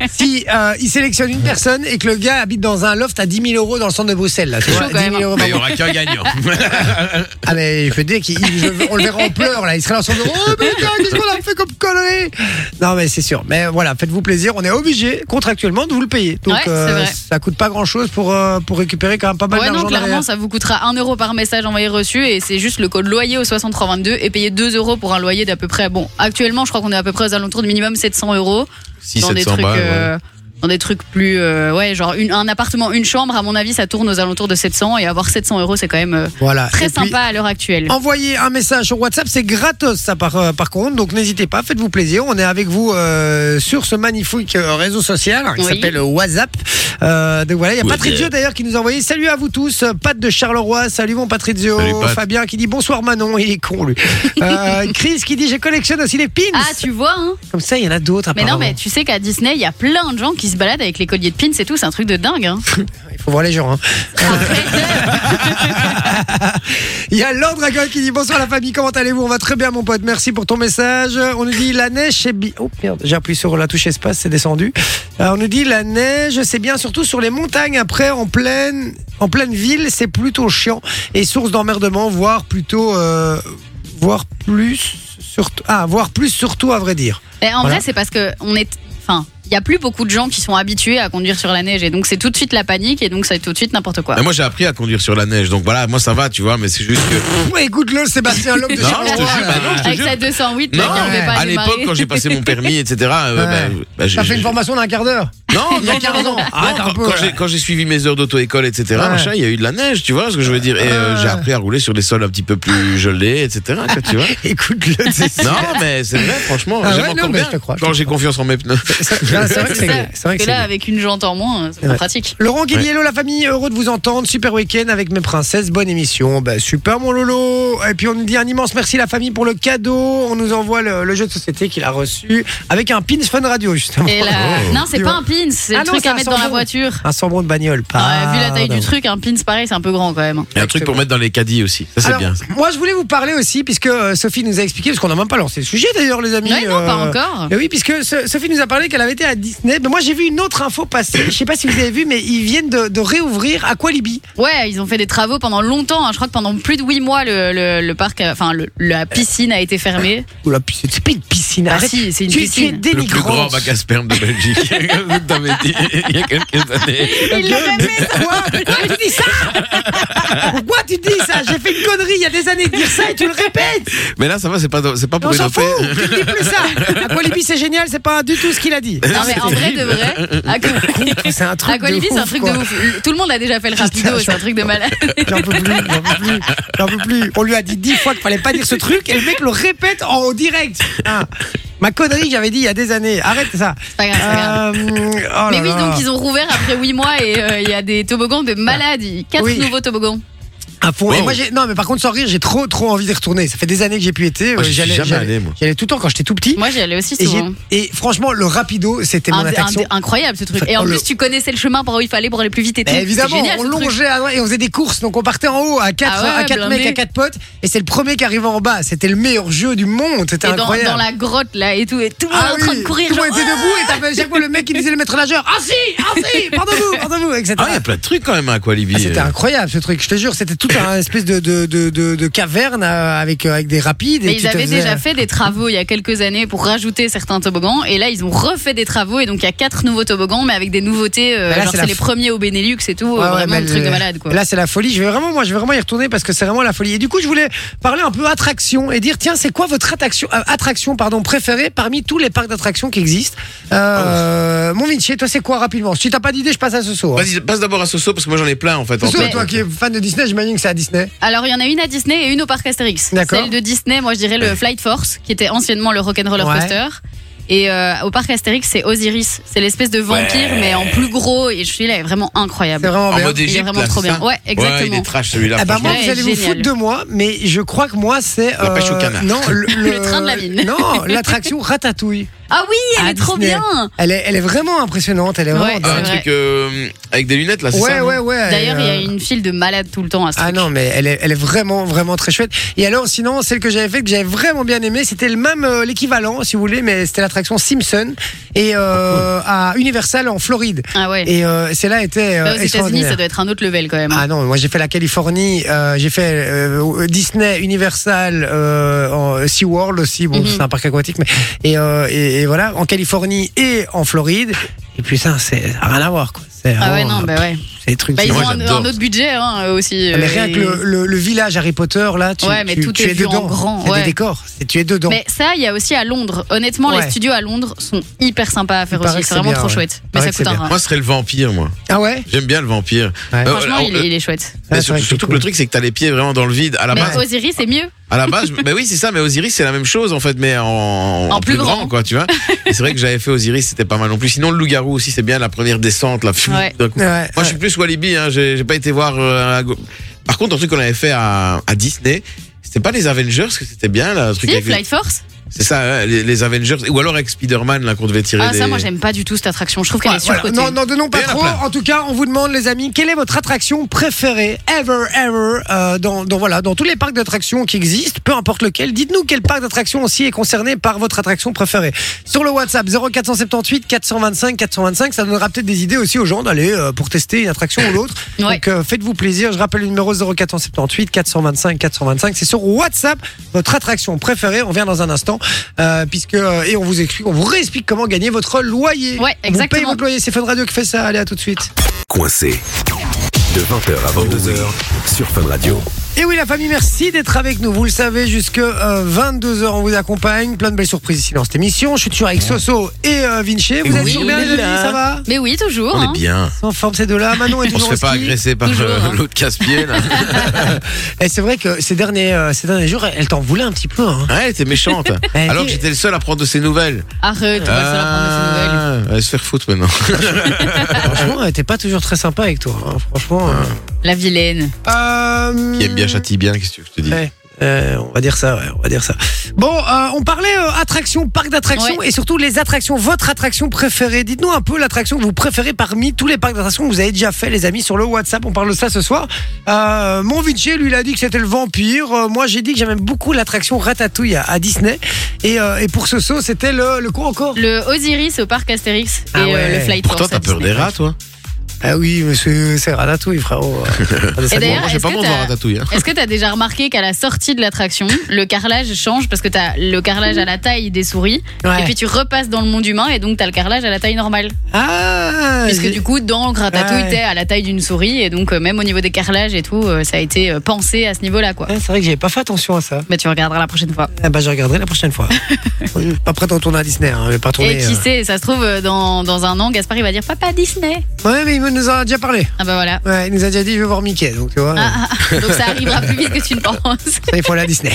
Speaker 1: Si euh, il sélectionne une personne et que le gars habite dans un loft à 10 000 euros dans le centre de Bruxelles, là, tu vois,
Speaker 3: chaud quand
Speaker 1: 10 000
Speaker 3: même. hein.
Speaker 1: euros par
Speaker 2: Mais il y aura qu'un gagnant.
Speaker 1: Ah mais je peux te dire qu'on le verra en pleurs là, il serait là en train de dire, Oh putain, qu'est-ce qu'on a fait comme connerie Non mais c'est sûr, mais voilà, faites-vous plaisir, on est obligé contractuellement de vous le payer. Donc euh,
Speaker 3: Ouais, c'est vrai.
Speaker 1: ça coûte pas grand-chose pour, euh, pour récupérer quand même pas mal
Speaker 3: Ouais, non,
Speaker 1: d'argent
Speaker 3: clairement,
Speaker 1: derrière.
Speaker 3: ça vous coûtera 1 euro par message envoyé reçu et c'est juste le code loyer au 6322 et payer 2 euros pour un loyer d'à peu près. Bon, actuellement, je crois qu'on est à peu près aux alentours de minimum 700 euros.
Speaker 2: 6
Speaker 3: dans des
Speaker 2: 700
Speaker 3: trucs,
Speaker 2: balles. ouais.
Speaker 3: euh, dans des trucs plus, euh, ouais, genre une- un appartement, une chambre. À mon avis, ça tourne aux alentours de 700 et avoir 700 euros, c'est quand même euh,
Speaker 1: Voilà.
Speaker 3: très
Speaker 1: Et puis,
Speaker 3: sympa à l'heure actuelle.
Speaker 1: Envoyez un message sur WhatsApp, c'est gratos ça par, euh, par contre, donc n'hésitez pas, faites-vous plaisir. On est avec vous euh, sur ce magnifique euh, réseau social hein, qui
Speaker 3: Oui.
Speaker 1: s'appelle WhatsApp. Euh, donc voilà, il y a
Speaker 2: Ouais.
Speaker 1: Patrizio d'ailleurs qui nous a envoyé salut à vous tous, euh, Pat de Charleroi, salut mon Patrizio,
Speaker 2: Salut, Pat.
Speaker 1: Fabien qui dit bonsoir Manon, il est con lui. Euh, Chris qui dit je collectionne aussi les pins.
Speaker 3: Ah, tu vois, hein
Speaker 1: Comme ça, il y en a d'autres
Speaker 3: Mais non,
Speaker 1: apparemment.
Speaker 3: mais tu sais qu'à Disney, il y a plein de gens qui se baladent avec les colliers de pins et tout, c'est un truc de dingue. Hein.
Speaker 1: Il faut voir les gens. hein. Il y a Lord Dragon qui dit bonsoir la famille, comment allez-vous On va très bien mon pote, merci pour ton message. On nous dit la neige c'est bien. Oh merde, j'ai appuyé sur la touche espace, c'est descendu. Euh, on nous dit la neige c'est bien, surtout sur les montagnes. Après en pleine, en pleine ville, c'est plutôt chiant et source d'emmerdement, voire plutôt, euh, voire plus surtout, ah, voire plus surtout à vrai dire.
Speaker 3: Mais en
Speaker 1: Voilà.
Speaker 3: vrai, c'est parce que on est, enfin, il y a plus beaucoup de gens qui sont habitués à conduire sur la neige et donc c'est tout de suite la panique et donc c'est tout de suite n'importe quoi.
Speaker 2: Mais moi j'ai appris à conduire sur la neige, donc voilà, moi ça va, tu vois, mais c'est juste que.
Speaker 1: Ouais, écoute-le, Sébastien Loeb de
Speaker 2: Non,
Speaker 1: Charleroi,
Speaker 2: je te jure,
Speaker 1: là.
Speaker 2: bah non, je te
Speaker 3: avec
Speaker 2: jure.
Speaker 3: sa 208, là,
Speaker 2: Non,
Speaker 3: qui arrivait pas à,
Speaker 2: à l'époque,
Speaker 3: démarrer.
Speaker 2: quand j'ai passé mon permis, etc., euh,
Speaker 1: Ouais.
Speaker 2: bah, bah, j'ai-
Speaker 1: T'as fait une
Speaker 2: j'ai-
Speaker 1: formation d'un quart d'heure
Speaker 2: Non,
Speaker 1: Il y a
Speaker 2: non,
Speaker 1: 15 ans.
Speaker 2: non, non.
Speaker 1: Arrête un
Speaker 2: quand-
Speaker 1: peu,
Speaker 2: quand
Speaker 1: ouais.
Speaker 2: j'ai- Quand j'ai suivi mes heures d'auto-école, etc.,
Speaker 1: Ouais. Ah.
Speaker 2: machin, il y a eu de la neige, tu vois ce que je veux dire. Et euh,
Speaker 1: Ouais.
Speaker 2: j'ai appris à rouler sur des sols un petit peu plus gelés, etc., quoi, tu vois.
Speaker 1: Écoute-le, c'est
Speaker 2: Non, mais c'est vrai, franchement,
Speaker 1: Ah
Speaker 2: j'aime
Speaker 1: ouais, non,
Speaker 2: encore
Speaker 1: mais
Speaker 2: bien
Speaker 1: je te crois, je
Speaker 2: quand
Speaker 1: te
Speaker 2: j'ai confiance en mes pneus.
Speaker 1: c'est vrai que
Speaker 3: Ouais,
Speaker 1: c'est
Speaker 3: c'est
Speaker 1: gay,
Speaker 3: ça.
Speaker 1: c'est vrai que
Speaker 3: Parce
Speaker 1: c'est
Speaker 3: que là,
Speaker 1: gay.
Speaker 3: avec une jante en moins, c'est pas
Speaker 1: Ouais.
Speaker 3: pratique.
Speaker 1: Laurent Guilliello, la famille, euh, heureux de vous entendre. Super week-end avec mes princesses. Bonne émission. Bah, super, mon Lolo. Et puis, on nous dit un immense merci, la famille, pour le cadeau. On nous envoie le, le jeu de société qu'il a reçu avec un pins fun radio, justement.
Speaker 3: Et là,
Speaker 2: Oh.
Speaker 3: non, c'est
Speaker 1: Oh. Tu
Speaker 3: pas
Speaker 1: vois.
Speaker 3: un pin, c'est
Speaker 1: Ah
Speaker 3: le
Speaker 1: non,
Speaker 3: truc
Speaker 1: c'est
Speaker 3: à
Speaker 1: un
Speaker 3: mettre dans la
Speaker 1: sambon.
Speaker 3: voiture.
Speaker 1: Un sambon de bagnole, pas.
Speaker 3: Ouais, vu la taille du truc, un pin pareil, c'est un peu grand quand même.
Speaker 2: Et un truc pour mettre dans les caddies aussi. Ça, c'est
Speaker 1: Alors,
Speaker 2: bien.
Speaker 1: moi, je voulais vous parler aussi, puisque euh, Sophie nous a expliqué, parce qu'on n'a même pas lancé le sujet d'ailleurs, les amis.
Speaker 3: Ouais, non, pas
Speaker 1: euh,
Speaker 3: encore.
Speaker 1: Et oui, puisque So- Sophie nous a parlé qu'elle avait été à Disney. Mais moi, j'ai vu une autre info passer. Je sais pas si vous avez vu, mais ils viennent de, de réouvrir Aqualibi.
Speaker 3: Ouais, ils ont fait des travaux pendant longtemps. hein. Je crois que pendant plus de 8 mois, le, le- le parc, a- enfin, le-
Speaker 1: Euh.
Speaker 3: la piscine a été fermée.
Speaker 1: Oula, puis c'est c'est pas une piscine.
Speaker 3: Ah
Speaker 1: arrête.
Speaker 3: si, c'est une
Speaker 1: tu,
Speaker 3: piscine.
Speaker 1: Tu es
Speaker 3: Le
Speaker 2: Oh Le plus grand
Speaker 1: dénigrante.
Speaker 2: bac à sperme de Belgique. Vous t'avez dit il y a quelques années.
Speaker 3: Ils l'ont
Speaker 1: Gueule.
Speaker 3: fait.
Speaker 1: Pourquoi Pourquoi tu dis ça Pourquoi tu dis ça J'ai fait une connerie il y a des années de dire ça et tu le répètes.
Speaker 2: Mais là, ça va, c'est pas, c'est pas
Speaker 1: On
Speaker 2: pour une
Speaker 1: s'en fout.
Speaker 2: opé.
Speaker 1: Tu ne dis plus ça. Aqualibi c'est génial, c'est pas du tout ce qu'il a dit.
Speaker 3: Non, mais en vrai, de vrai, Aqu-
Speaker 1: C'est un truc
Speaker 3: Aqualibi,
Speaker 1: de
Speaker 3: c'est un truc de
Speaker 1: quoi.
Speaker 3: ouf. Tout le monde a déjà fait le rapido,
Speaker 1: Putain, Oh
Speaker 3: c'est un truc de malade.
Speaker 1: J'en peux plus, j'en peux plus, j'en peux plus. On lui a dit dix fois qu'il fallait pas dire ce truc et le mec le répète en direct. Hein. Ma connerie que j'avais dit il y a des années. Arrête ça.
Speaker 3: Pas grave, pas grave.
Speaker 1: Euh, oh
Speaker 3: Mais
Speaker 1: là
Speaker 3: oui,
Speaker 1: là.
Speaker 3: donc ils ont rouvert après 8 mois et euh, il y a des toboggans de malades. Quatre
Speaker 1: Ah. Oui.
Speaker 3: nouveaux toboggans.
Speaker 1: À fond. Et
Speaker 2: Wow.
Speaker 1: moi, j'ai- non, mais par contre, sans rire, j'ai trop, trop envie d'y retourner. Ça fait des années que j'ai pu été. Euh,
Speaker 2: Moi, Ah, j'y suis
Speaker 1: J'allais,
Speaker 2: jamais
Speaker 1: j'allais-
Speaker 2: allé, moi.
Speaker 1: j'y allais tout le temps quand j'étais tout petit.
Speaker 3: Moi, j'y allais aussi
Speaker 1: et, j'ai-
Speaker 3: souvent.
Speaker 1: et franchement, le rapido, c'était mon
Speaker 3: Un- un-
Speaker 1: attraction.
Speaker 3: incroyable ce truc.
Speaker 1: Enfin,
Speaker 3: Et en
Speaker 1: le-
Speaker 3: plus, tu connaissais le chemin par où il fallait pour aller plus vite et tout.
Speaker 1: Mais
Speaker 3: C'est
Speaker 1: évidemment,
Speaker 3: génial,
Speaker 1: on
Speaker 3: ce truc.
Speaker 1: longeait à droite et on faisait des courses. Donc on partait en haut à quatre,
Speaker 3: Ah ouais,
Speaker 1: à quatre
Speaker 3: blindé.
Speaker 1: mecs, à quatre potes. Et c'est le premier qui arrivait en bas. C'était le meilleur jeu du monde. C'était
Speaker 3: Et dans,
Speaker 1: incroyable.
Speaker 3: dans la grotte là et tout, et tout le monde
Speaker 1: Ah
Speaker 3: en train
Speaker 1: oui,
Speaker 3: de courir.
Speaker 1: tout le monde
Speaker 3: genre,
Speaker 1: était debout et t'avais chaque fois le mec qui disait le maître nageur. Ah si, ah si, pardon-vous, pardon-vous, etc.
Speaker 2: Ah, euh, il y a plein de trucs quand même à Aqualibi.
Speaker 1: Ah, c'était incroyable ce truc, je te jure, c'était tout un espèce de, de, de, de, de caverne euh, avec, euh, avec des rapides. et
Speaker 3: Mais
Speaker 1: tu
Speaker 3: ils
Speaker 1: te
Speaker 3: avaient
Speaker 1: faisais-
Speaker 3: déjà fait des travaux il y a quelques années pour rajouter certains toboggans. Et là, ils ont refait des travaux. Et donc, il y a quatre nouveaux toboggans, mais avec des nouveautés. euh,
Speaker 1: Bah là, c'est
Speaker 3: genre, c'est
Speaker 1: la
Speaker 3: les
Speaker 1: f-
Speaker 3: premiers au Benelux et tout. euh,
Speaker 1: Ouais, ouais,
Speaker 3: vraiment,
Speaker 1: mais
Speaker 3: le truc
Speaker 1: le-
Speaker 3: de malade, quoi.
Speaker 1: Là, c'est la folie. Je vais vraiment, moi, je vais vraiment y retourner parce que c'est vraiment la folie. Et du coup, je voulais parler un peu attraction et dire, tiens, c'est quoi votre attraction, euh, attraction, pardon, préférée parmi tous les parcs d'attractions qui existent euh, Mon Vinci, toi, c'est quoi rapidement Si t'as pas d'idée, je passe à Soso. hein.
Speaker 2: Ah, Euh, Vas-y, passe d'abord à Soso parce que moi j'en ai plein en fait. en
Speaker 1: Soso,
Speaker 2: tête.
Speaker 1: toi qui es fan de Disney, j'imagine que c'est à Disney.
Speaker 3: Alors, il y en a une à Disney et une au parc Astérix.
Speaker 1: D'accord.
Speaker 3: Celle de Disney, moi, je dirais le Flight Force, qui était anciennement le Rock'n'Roller
Speaker 1: Ouais.
Speaker 3: Coaster. Et euh, au parc Astérix, c'est Osiris. C'est l'espèce de vampire, mais en plus gros. Et je suis là, est vraiment
Speaker 1: C'est
Speaker 3: incroyable.
Speaker 1: vraiment
Speaker 2: En
Speaker 1: bien.
Speaker 2: mode Égypte,
Speaker 3: vraiment
Speaker 2: là,
Speaker 3: trop
Speaker 2: c'est
Speaker 3: bien.
Speaker 2: ça
Speaker 3: Ouais,
Speaker 2: Ouais, il
Speaker 3: exactement.
Speaker 2: est trash celui-là.
Speaker 1: Ah bah moi,
Speaker 2: franchement.
Speaker 1: vous
Speaker 3: Ouais,
Speaker 1: allez vous
Speaker 3: génial.
Speaker 1: foutre de moi, mais je crois que moi, c'est. euh,
Speaker 2: La pêche au canard.
Speaker 1: Non, le,
Speaker 3: Le train de la mine.
Speaker 1: Non, l'attraction Ratatouille.
Speaker 3: Ah oui, elle
Speaker 1: à
Speaker 3: est trop
Speaker 1: Disney.
Speaker 3: bien
Speaker 1: Elle est, elle est vraiment impressionnante. Elle est
Speaker 3: Ah. Ouais,
Speaker 1: vraiment.
Speaker 2: Ah,
Speaker 3: c'est
Speaker 2: un
Speaker 3: vrai.
Speaker 2: truc euh, avec des lunettes là, c'est
Speaker 1: ouais,
Speaker 2: ça non
Speaker 1: ouais, ouais.
Speaker 3: D'ailleurs,
Speaker 1: elle,
Speaker 3: il y a
Speaker 1: euh,
Speaker 3: une file de malade tout le temps à ce
Speaker 1: Ah
Speaker 3: truc.
Speaker 1: non, mais elle est, elle est vraiment, vraiment très chouette. Et alors, sinon, celle que j'avais faite, que j'avais vraiment bien aimée, c'était le même, euh, l'équivalent, si vous voulez, mais c'était l'attraction Simpson et euh, à Universal en Floride.
Speaker 3: Ah ouais.
Speaker 1: Et euh, celle-là était euh,
Speaker 3: Là, aux États-Unis,
Speaker 1: extraordinaire.
Speaker 3: ça doit être un autre level quand même. hein.
Speaker 1: Ah non, moi j'ai fait la Californie, euh, j'ai fait euh, Disney, Universal, euh, en SeaWorld aussi, bon
Speaker 3: Mhm.
Speaker 1: c'est un parc aquatique, mais et, euh, et, et voilà, en Californie et en Floride. Et puis ça, c'est ça a rien à voir quoi. C'est
Speaker 3: Ah ouais,
Speaker 1: vraiment,
Speaker 3: non, bah ouais.
Speaker 1: c'est des trucs.
Speaker 3: Bah, ils
Speaker 2: Moi,
Speaker 3: ont un,
Speaker 2: j'adore.
Speaker 3: un autre budget hein, eux aussi.
Speaker 1: Ah, mais
Speaker 3: euh,
Speaker 1: rien
Speaker 3: et-
Speaker 1: que le, le- le village Harry Potter là, tu,
Speaker 3: Ouais, mais
Speaker 1: tu-
Speaker 3: tout
Speaker 1: tu
Speaker 3: est
Speaker 1: es
Speaker 3: vu en
Speaker 1: dedans.
Speaker 3: grand,
Speaker 1: C'est
Speaker 3: ouais.
Speaker 1: des décors, c'est- tu es dedans.
Speaker 3: Mais ça, il y a aussi à Londres. Honnêtement,
Speaker 1: Ouais.
Speaker 3: les studios à Londres sont hyper sympas à faire
Speaker 1: Il paraît
Speaker 3: aussi.
Speaker 1: que
Speaker 3: C'est
Speaker 1: c'est
Speaker 3: vraiment
Speaker 1: bien,
Speaker 3: trop
Speaker 1: ouais.
Speaker 3: chouette.
Speaker 1: Il
Speaker 3: Mais
Speaker 1: paraît
Speaker 3: ça
Speaker 1: que
Speaker 3: coûte
Speaker 1: c'est
Speaker 3: un
Speaker 1: bien.
Speaker 3: rein.
Speaker 2: Moi, ce serait le vampire, moi.
Speaker 1: Ah ouais.
Speaker 2: J'aime bien le vampire.
Speaker 1: Ouais.
Speaker 2: Euh,
Speaker 3: Franchement,
Speaker 2: alors,
Speaker 3: il,
Speaker 2: euh,
Speaker 3: est, il est chouette.
Speaker 2: mais
Speaker 1: Ah, c'est
Speaker 2: sur-
Speaker 1: vrai que c'est
Speaker 2: surtout que
Speaker 1: cool.
Speaker 2: le truc, c'est que t'as les pieds vraiment dans le vide. À la
Speaker 3: Mais
Speaker 2: base,
Speaker 3: Osiris, c'est mieux.
Speaker 2: à la base, je- bah oui, c'est ça, mais Osiris, c'est la même chose, en fait, mais en, en
Speaker 3: plus grand.
Speaker 2: quoi, tu vois. Et c'est vrai que j'avais fait Osiris, c'était pas mal non plus. Sinon, le loup-garou aussi, c'est bien la première descente, là. pfiou,
Speaker 3: Ouais.
Speaker 2: d'un coup.
Speaker 1: Ouais,
Speaker 2: Moi, je suis plus Walibi, hein, j'ai j'ai pas été voir. euh, à go- Par contre, un truc qu'on avait fait à, à Disney, c'était pas les Avengers, que c'était bien, là, un truc
Speaker 3: Si,
Speaker 2: avec les-
Speaker 3: Flight Force
Speaker 2: C'est ça, hein, les, les Avengers, ou alors avec Spider-Man, là, qu'on devait tirer
Speaker 3: Ah, ça,
Speaker 2: des-
Speaker 3: moi, j'aime pas du tout cette attraction. Je trouve qu'elle
Speaker 1: Ouais,
Speaker 3: est
Speaker 1: voilà.
Speaker 3: surcotée.
Speaker 1: Non, non, donnons pas
Speaker 2: Il y en a
Speaker 1: trop.
Speaker 2: plein.
Speaker 1: En tout cas, on vous demande, les amis, quelle est votre attraction préférée ever, ever euh, dans, dans, voilà, dans tous les parcs d'attractions qui existent, peu importe lequel. Dites-nous quel parc d'attractions aussi est concerné par votre attraction préférée. Sur le WhatsApp 0478 425 425, ça donnera peut-être des idées aussi aux gens d'aller euh, pour tester une attraction ou l'autre.
Speaker 3: Ouais.
Speaker 1: Donc euh, faites-vous plaisir. Je rappelle le numéro 0478 425 425. C'est sur WhatsApp votre attraction préférée. On vient dans un instant euh, puisque euh, et on vous explique, on vous réexplique comment gagner votre loyer.
Speaker 3: Ouais,
Speaker 1: Vous payez
Speaker 3: exactement.
Speaker 1: votre loyer. C'est Fun Radio qui fait ça. Allez à tout de suite.
Speaker 4: Coincé. De 20h à 22h sur Fun Radio.
Speaker 1: Et oui, la famille, merci d'être avec nous. Vous le savez, jusque 22h, on vous accompagne. Plein de belles surprises ici dans cette émission. Je suis toujours avec Soso et euh, Vinci. Vous
Speaker 2: Oui,
Speaker 1: êtes sur
Speaker 3: on
Speaker 1: bien,
Speaker 3: est
Speaker 1: les amis,
Speaker 3: là.
Speaker 1: Ça va
Speaker 3: Mais oui, toujours.
Speaker 2: On
Speaker 3: hein.
Speaker 2: est bien.
Speaker 1: C'est en forme ces deux-là. Manon est
Speaker 2: On se
Speaker 1: toujours
Speaker 2: fait
Speaker 1: en
Speaker 2: pas
Speaker 1: ski.
Speaker 2: agresser par
Speaker 3: Toujours,
Speaker 2: euh,
Speaker 3: hein.
Speaker 2: l'autre casse-pied, là.
Speaker 1: Et c'est vrai que ces derniers, euh, ces derniers jours, elle t'en voulait un petit peu. Hein.
Speaker 2: Ouais, elle était méchante.
Speaker 1: Elle
Speaker 2: Alors que
Speaker 1: était-
Speaker 2: j'étais le seul à prendre de ses nouvelles.
Speaker 3: Arrête, on va se la prendre de ces nouvelles.
Speaker 2: Ah, elle va se faire foutre maintenant.
Speaker 1: Franchement, elle était pas toujours très sympa avec toi. hein. Franchement.
Speaker 3: La vilaine.
Speaker 1: euh, euh,
Speaker 2: Qui aime bien châtie bien, qu'est-ce que tu veux que je te dis
Speaker 1: Ouais, euh, on va dire ça, ouais, on va dire ça. Bon, euh, on parlait euh, attraction, parc d'attractions et surtout les attractions, votre attraction préférée. Dites-nous un peu l'attraction que vous préférez parmi tous les parcs d'attractions que vous avez déjà fait, les amis, sur le WhatsApp. On parle de ça ce soir. Euh, mon Vinci, lui, il a dit que c'était le vampire. Euh, moi, j'ai dit que j'aimais beaucoup l'attraction Ratatouille à, à Disney. Et, euh, et pour ce saut, c'était le, le quoi encore
Speaker 3: Le Osiris au parc Astérix et
Speaker 1: Ah ouais.
Speaker 3: euh, le Flight
Speaker 2: Pourtant,
Speaker 3: Force. à
Speaker 2: t'as peur
Speaker 3: Disney.
Speaker 2: des rats, toi
Speaker 1: Ah oui, monsieur, c'est Ratatouille, frérot. Euh,
Speaker 3: Et d'ailleurs,
Speaker 2: Moi, j'ai
Speaker 3: est-ce
Speaker 2: pas
Speaker 3: que
Speaker 2: mon
Speaker 3: t'as-
Speaker 2: voir ratatouille. Hein.
Speaker 3: Est-ce que t'as déjà remarqué qu'à la sortie de l'attraction, le carrelage change parce que t'as le carrelage à la taille des souris
Speaker 1: Ouais.
Speaker 3: et puis tu repasses dans le monde humain et donc t'as le carrelage à la taille normale.
Speaker 1: Ah
Speaker 3: Puisque du coup, dans Gratatouille,
Speaker 1: Ouais.
Speaker 3: t'es à la taille d'une souris et donc euh, même au niveau des carrelages et tout, euh, ça a été euh, pensé à ce niveau-là quoi.
Speaker 1: Ouais, Ah, C'est vrai que j'avais pas fait attention à ça.
Speaker 3: Mais tu regarderas la prochaine fois.
Speaker 1: Ah bah je regarderai la prochaine fois. Oui, pas prêt de retourner à Disney, hein, mais pas tourner.
Speaker 3: et qui sait, ça se trouve euh, dans, dans un an, Gaspard il va dire Papa Disney.
Speaker 1: euh. Ouais, mais il nous en a déjà parlé.
Speaker 3: Ah bah voilà.
Speaker 1: Ouais, il nous a déjà dit je veux voir Mickey, donc tu vois.
Speaker 3: Ah, ah, ah. donc ça arrivera plus vite que tu ne penses.
Speaker 1: Ça, il faut aller à Disney.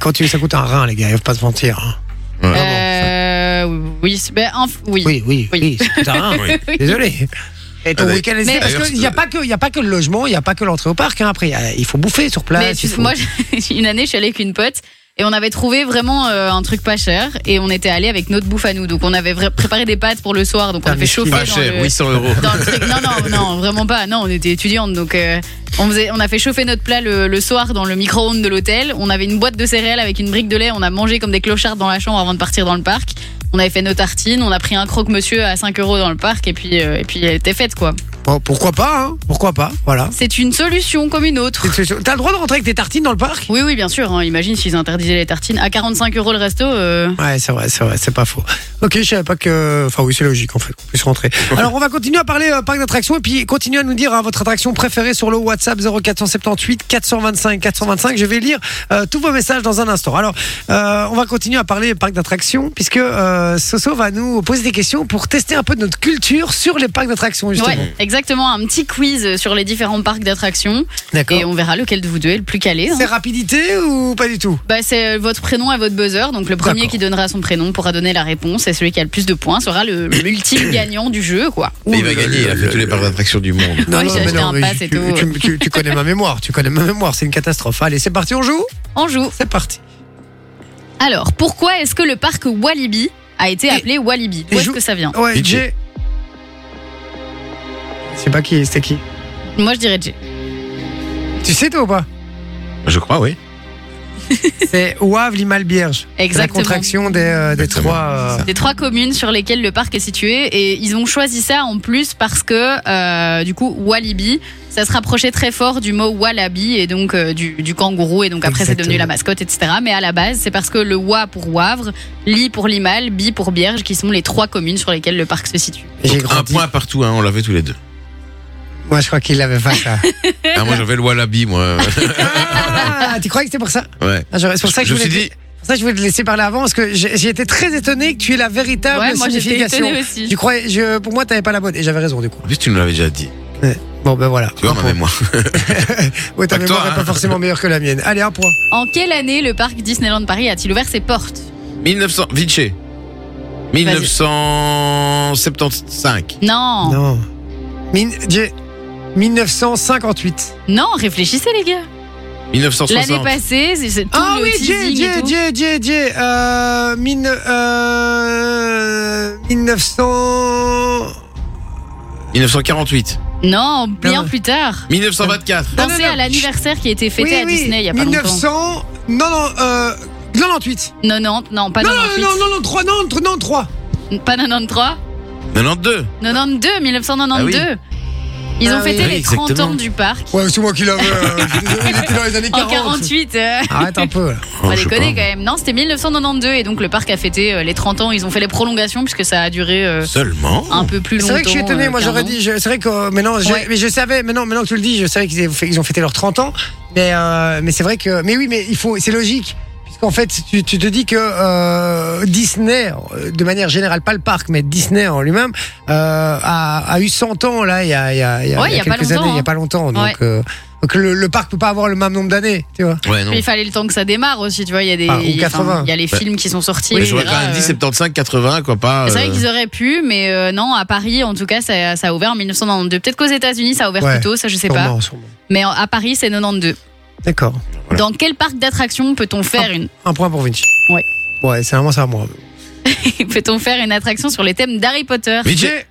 Speaker 1: Quand tu ça coûte un rein, les gars, il faut pas se mentir. hein.
Speaker 2: Ouais.
Speaker 3: Euh, oui, c'est- ben, enf- oui.
Speaker 1: Oui, oui, oui,
Speaker 3: Oui.
Speaker 1: ça coûte un rein.
Speaker 2: Oui.
Speaker 1: Désolé. Et ton
Speaker 2: Ah,
Speaker 1: week-end,
Speaker 3: mais-
Speaker 1: parce
Speaker 2: D'ailleurs,
Speaker 1: qu'il n'y a,
Speaker 2: c'est-
Speaker 1: pas que- y a pas que le logement, il n'y a pas que l'entrée au parc. hein, après, y a- il faut bouffer sur place.
Speaker 3: Mais tu
Speaker 1: il
Speaker 3: sais,
Speaker 1: faut-
Speaker 3: moi, j'ai- une année, je suis allée avec une pote et on avait trouvé vraiment euh, un truc pas cher et on était allé avec notre bouffe à nous. Donc on avait vra- préparé des pâtes pour le soir, donc
Speaker 1: Ah,
Speaker 3: on a fait
Speaker 1: mais
Speaker 3: chauffer
Speaker 2: Pas
Speaker 3: dans
Speaker 2: cher,
Speaker 3: le,
Speaker 2: 800 euros.
Speaker 3: dans le truc. Non, non, non, vraiment pas. Non, on était étudiantes, donc euh, on, faisait, on a fait chauffer notre plat le, le soir dans le micro-ondes de l'hôtel. On avait une boîte de céréales avec une brique de lait. On a mangé comme des clochards dans la chambre avant de partir dans le parc. On avait fait nos tartines, on a pris un croque-monsieur à 5 euros dans le parc et puis, euh, et puis elle était faite quoi.
Speaker 1: Bon, pourquoi pas, hein, pourquoi pas, voilà.
Speaker 3: C'est une solution comme une autre.
Speaker 1: T'as le droit de rentrer avec tes tartines dans le parc
Speaker 3: Oui, oui, bien sûr. hein. Imagine s'ils interdisaient les tartines. À 45 euros le resto. euh,
Speaker 1: Ouais, c'est vrai, c'est vrai, c'est pas faux. Ok, je savais pas que. Enfin, oui, c'est logique en fait qu'on puisse rentrer. Alors, on va continuer à parler euh, parc d'attractions et puis continuer à nous dire hein, votre attraction préférée sur le WhatsApp 0478 425 425. Je vais lire euh, tous vos messages dans un instant. Alors, euh, on va continuer à parler parc d'attractions puisque euh, Soso va nous poser des questions pour tester un peu notre culture sur les parcs d'attractions justement.
Speaker 3: Ouais, exactement. Un petit quiz sur les différents parcs d'attractions.
Speaker 1: D'accord.
Speaker 3: Et on verra lequel de vous deux est le plus calé. hein.
Speaker 1: C'est rapidité ou pas du tout
Speaker 3: Bah, c'est votre prénom et votre buzzer. Donc le premier
Speaker 1: D'accord.
Speaker 3: qui donnera son prénom pourra donner la réponse. Et celui qui a le plus de points sera le l'ultime gagnant du jeu, quoi.
Speaker 2: Mais il
Speaker 1: Ouh
Speaker 2: va
Speaker 1: là
Speaker 2: gagner,
Speaker 1: là
Speaker 2: il a fait
Speaker 1: là
Speaker 2: tous les
Speaker 1: là
Speaker 2: parcs d'attraction du monde.
Speaker 1: Non,
Speaker 3: Oui,
Speaker 1: non,
Speaker 3: j'ai
Speaker 1: mais
Speaker 3: acheté
Speaker 1: non,
Speaker 3: un
Speaker 1: mais
Speaker 3: pass
Speaker 1: tu-
Speaker 3: et tout.
Speaker 1: tu- tu- tu connais ma mémoire, tu connais ma mémoire, c'est une catastrophe. Allez, c'est parti, on joue
Speaker 3: On joue.
Speaker 1: C'est parti.
Speaker 3: Alors, pourquoi est-ce que le parc Walibi a été appelé Walibi.
Speaker 1: et
Speaker 3: D'où est-ce
Speaker 1: jou-
Speaker 3: que ça vient
Speaker 1: Ouais,
Speaker 2: DJ.
Speaker 1: Jay. Je sais pas qui, c'était qui.
Speaker 3: Moi, je dirais J.
Speaker 1: Tu sais toi ou pas
Speaker 2: Je crois, oui.
Speaker 1: C'est Wavre, Limal, Bierge. C'est La
Speaker 3: Exactement.
Speaker 1: contraction des, euh, des
Speaker 2: Exactement.
Speaker 1: trois. euh,
Speaker 3: Des trois communes sur lesquelles le parc est situé. Et ils ont choisi ça en plus parce que, euh, du coup, Walibi, ça se rapprochait très fort du mot Wallaby et donc euh, du, du kangourou. Et donc après, c'est devenu
Speaker 1: Exactement.
Speaker 3: la mascotte, etc. Mais à la base, c'est parce que le Wa pour Wavre, Li pour Limal, Bi pour Bierge, qui sont les trois communes sur lesquelles le parc se situe.
Speaker 1: J'ai
Speaker 2: Donc, un
Speaker 1: grandi.
Speaker 2: point partout, hein, on l'avait tous les deux.
Speaker 1: Moi, je crois qu'il l'avait pas, ça.
Speaker 2: Ah, moi, j'avais le Wallaby, moi.
Speaker 1: ah, tu croyais que c'était pour ça
Speaker 2: Ouais.
Speaker 1: Ah, j'aurais- C'est pour ça que je,
Speaker 2: me suis
Speaker 1: voulais.
Speaker 2: dit,
Speaker 1: c'est pour ça que je voulais te laisser parler avant parce que j'ai j'ai été très étonné que tu aies la véritable
Speaker 3: Ouais, moi,
Speaker 1: Ah,
Speaker 3: j'étais
Speaker 1: signification.
Speaker 3: étonnée aussi.
Speaker 1: Tu croyais, je, pour moi, t'avais pas la bonne et j'avais raison du coup.
Speaker 2: en plus, tu nous l'avais déjà dit.
Speaker 1: Bon, ben voilà.
Speaker 2: Tu vois, ma
Speaker 1: Un point.
Speaker 2: mémoire.
Speaker 1: Ouais, ta
Speaker 2: Pas que
Speaker 1: mémoire
Speaker 2: toi,
Speaker 1: est
Speaker 2: hein.
Speaker 1: pas forcément meilleure que la mienne. Allez, un point.
Speaker 3: En quelle année le parc Disneyland Paris a-t-il ouvert ses portes
Speaker 2: 1900. Vinci. 1975.
Speaker 3: Non, non,
Speaker 1: Non. Mine- j'ai- 1958.
Speaker 3: réfléchissez les gars.
Speaker 2: 1960.
Speaker 3: L'année passée, c'est- c'est tout
Speaker 1: Ah
Speaker 3: le
Speaker 1: oui, Jay,
Speaker 3: teasing et
Speaker 1: Jay,
Speaker 3: tout.
Speaker 1: Jay, Jay, Jay. Euh, mine- euh, 1900.
Speaker 2: 1948.
Speaker 3: Non, bien
Speaker 1: Non.
Speaker 3: plus tard.
Speaker 2: 1924.
Speaker 1: Non, non,
Speaker 3: Pensez
Speaker 1: non.
Speaker 3: à l'anniversaire qui a été fêté
Speaker 1: oui,
Speaker 3: à
Speaker 1: oui.
Speaker 3: Disney il y a pas longtemps.
Speaker 1: 1900. Non, non, euh, 98.
Speaker 3: Non, non, non, pas
Speaker 1: Non,
Speaker 3: 98.
Speaker 1: non, non, non, non, 3, non, 3, non, 3.
Speaker 3: Pas 93.
Speaker 2: 92.
Speaker 3: 92, 1992. Ils ont
Speaker 1: Ah oui.
Speaker 3: fêté
Speaker 2: Ah oui,
Speaker 3: les 30 ans
Speaker 2: exactement.
Speaker 3: du parc.
Speaker 1: Ouais, c'est moi qui l'avais. euh, je suis désolé, il était dans les années
Speaker 3: En 48, euh,
Speaker 1: Arrête un peu. là.
Speaker 2: Oh,
Speaker 3: on va
Speaker 2: je sais
Speaker 3: déconner quand
Speaker 2: pas.
Speaker 3: même. Non, c'était 1992 et donc le parc a fêté euh, les 30 ans. Ils ont fait les prolongations puisque ça a duré euh,
Speaker 2: Seulement.
Speaker 3: un peu plus
Speaker 1: C'est
Speaker 3: longtemps.
Speaker 1: vrai que je suis étonné,
Speaker 3: euh,
Speaker 1: moi
Speaker 3: qu'un
Speaker 1: j'aurais
Speaker 3: an.
Speaker 1: dit, je- c'est vrai que euh, maintenant, je,
Speaker 3: Ouais.
Speaker 1: mais je savais, maintenant, maintenant que tu le dis, je savais qu'ils avaient fait- ils ont fêté leurs 30 ans, mais, euh, mais c'est vrai que, mais oui, mais il faut, c'est logique. Puisqu'en fait, tu, tu te dis que euh, Disney, euh, de manière générale, pas le parc, mais Disney en lui-même, euh, a, a eu 100 ans là, il y a, il y a, il y a-
Speaker 3: Ouais,
Speaker 1: il y a
Speaker 3: il y a pas
Speaker 1: quelques
Speaker 3: longtemps,
Speaker 1: années, il y
Speaker 3: hein.
Speaker 1: a pas longtemps. Donc,
Speaker 3: Ouais.
Speaker 1: euh, donc le, le parc peut pas avoir le même nombre d'années, tu vois.
Speaker 2: Ouais, non.
Speaker 3: Mais il fallait le temps que ça démarre aussi, tu vois. Il y a des,
Speaker 1: Ah, ou
Speaker 3: il- enfin,
Speaker 1: 80.
Speaker 3: il y a les films qui sont sortis.
Speaker 2: Mais
Speaker 3: etc.,
Speaker 2: j'aurais quand même dit
Speaker 3: euh.
Speaker 2: 75, 80, quoi, pas.
Speaker 3: C'est vrai
Speaker 2: euh,
Speaker 3: qu'ils auraient pu, mais euh, non, à Paris, en tout cas, ça, ça a ouvert en 1992. Peut-être qu'aux États-Unis, ça a ouvert
Speaker 1: Ouais,
Speaker 3: plus tôt, ça je sais pas.
Speaker 1: Sûrement, sûrement.
Speaker 3: Mais en- à Paris, c'est 92.
Speaker 1: D'accord.
Speaker 3: Dans quel parc d'attractions peut-on faire une
Speaker 1: Un point pour Vinci.
Speaker 3: Ouais.
Speaker 1: Ouais, c'est vraiment ça, moi.
Speaker 3: peut-on faire une attraction sur les thèmes d'Harry Potter,
Speaker 2: Mais Jay-
Speaker 1: J'ai-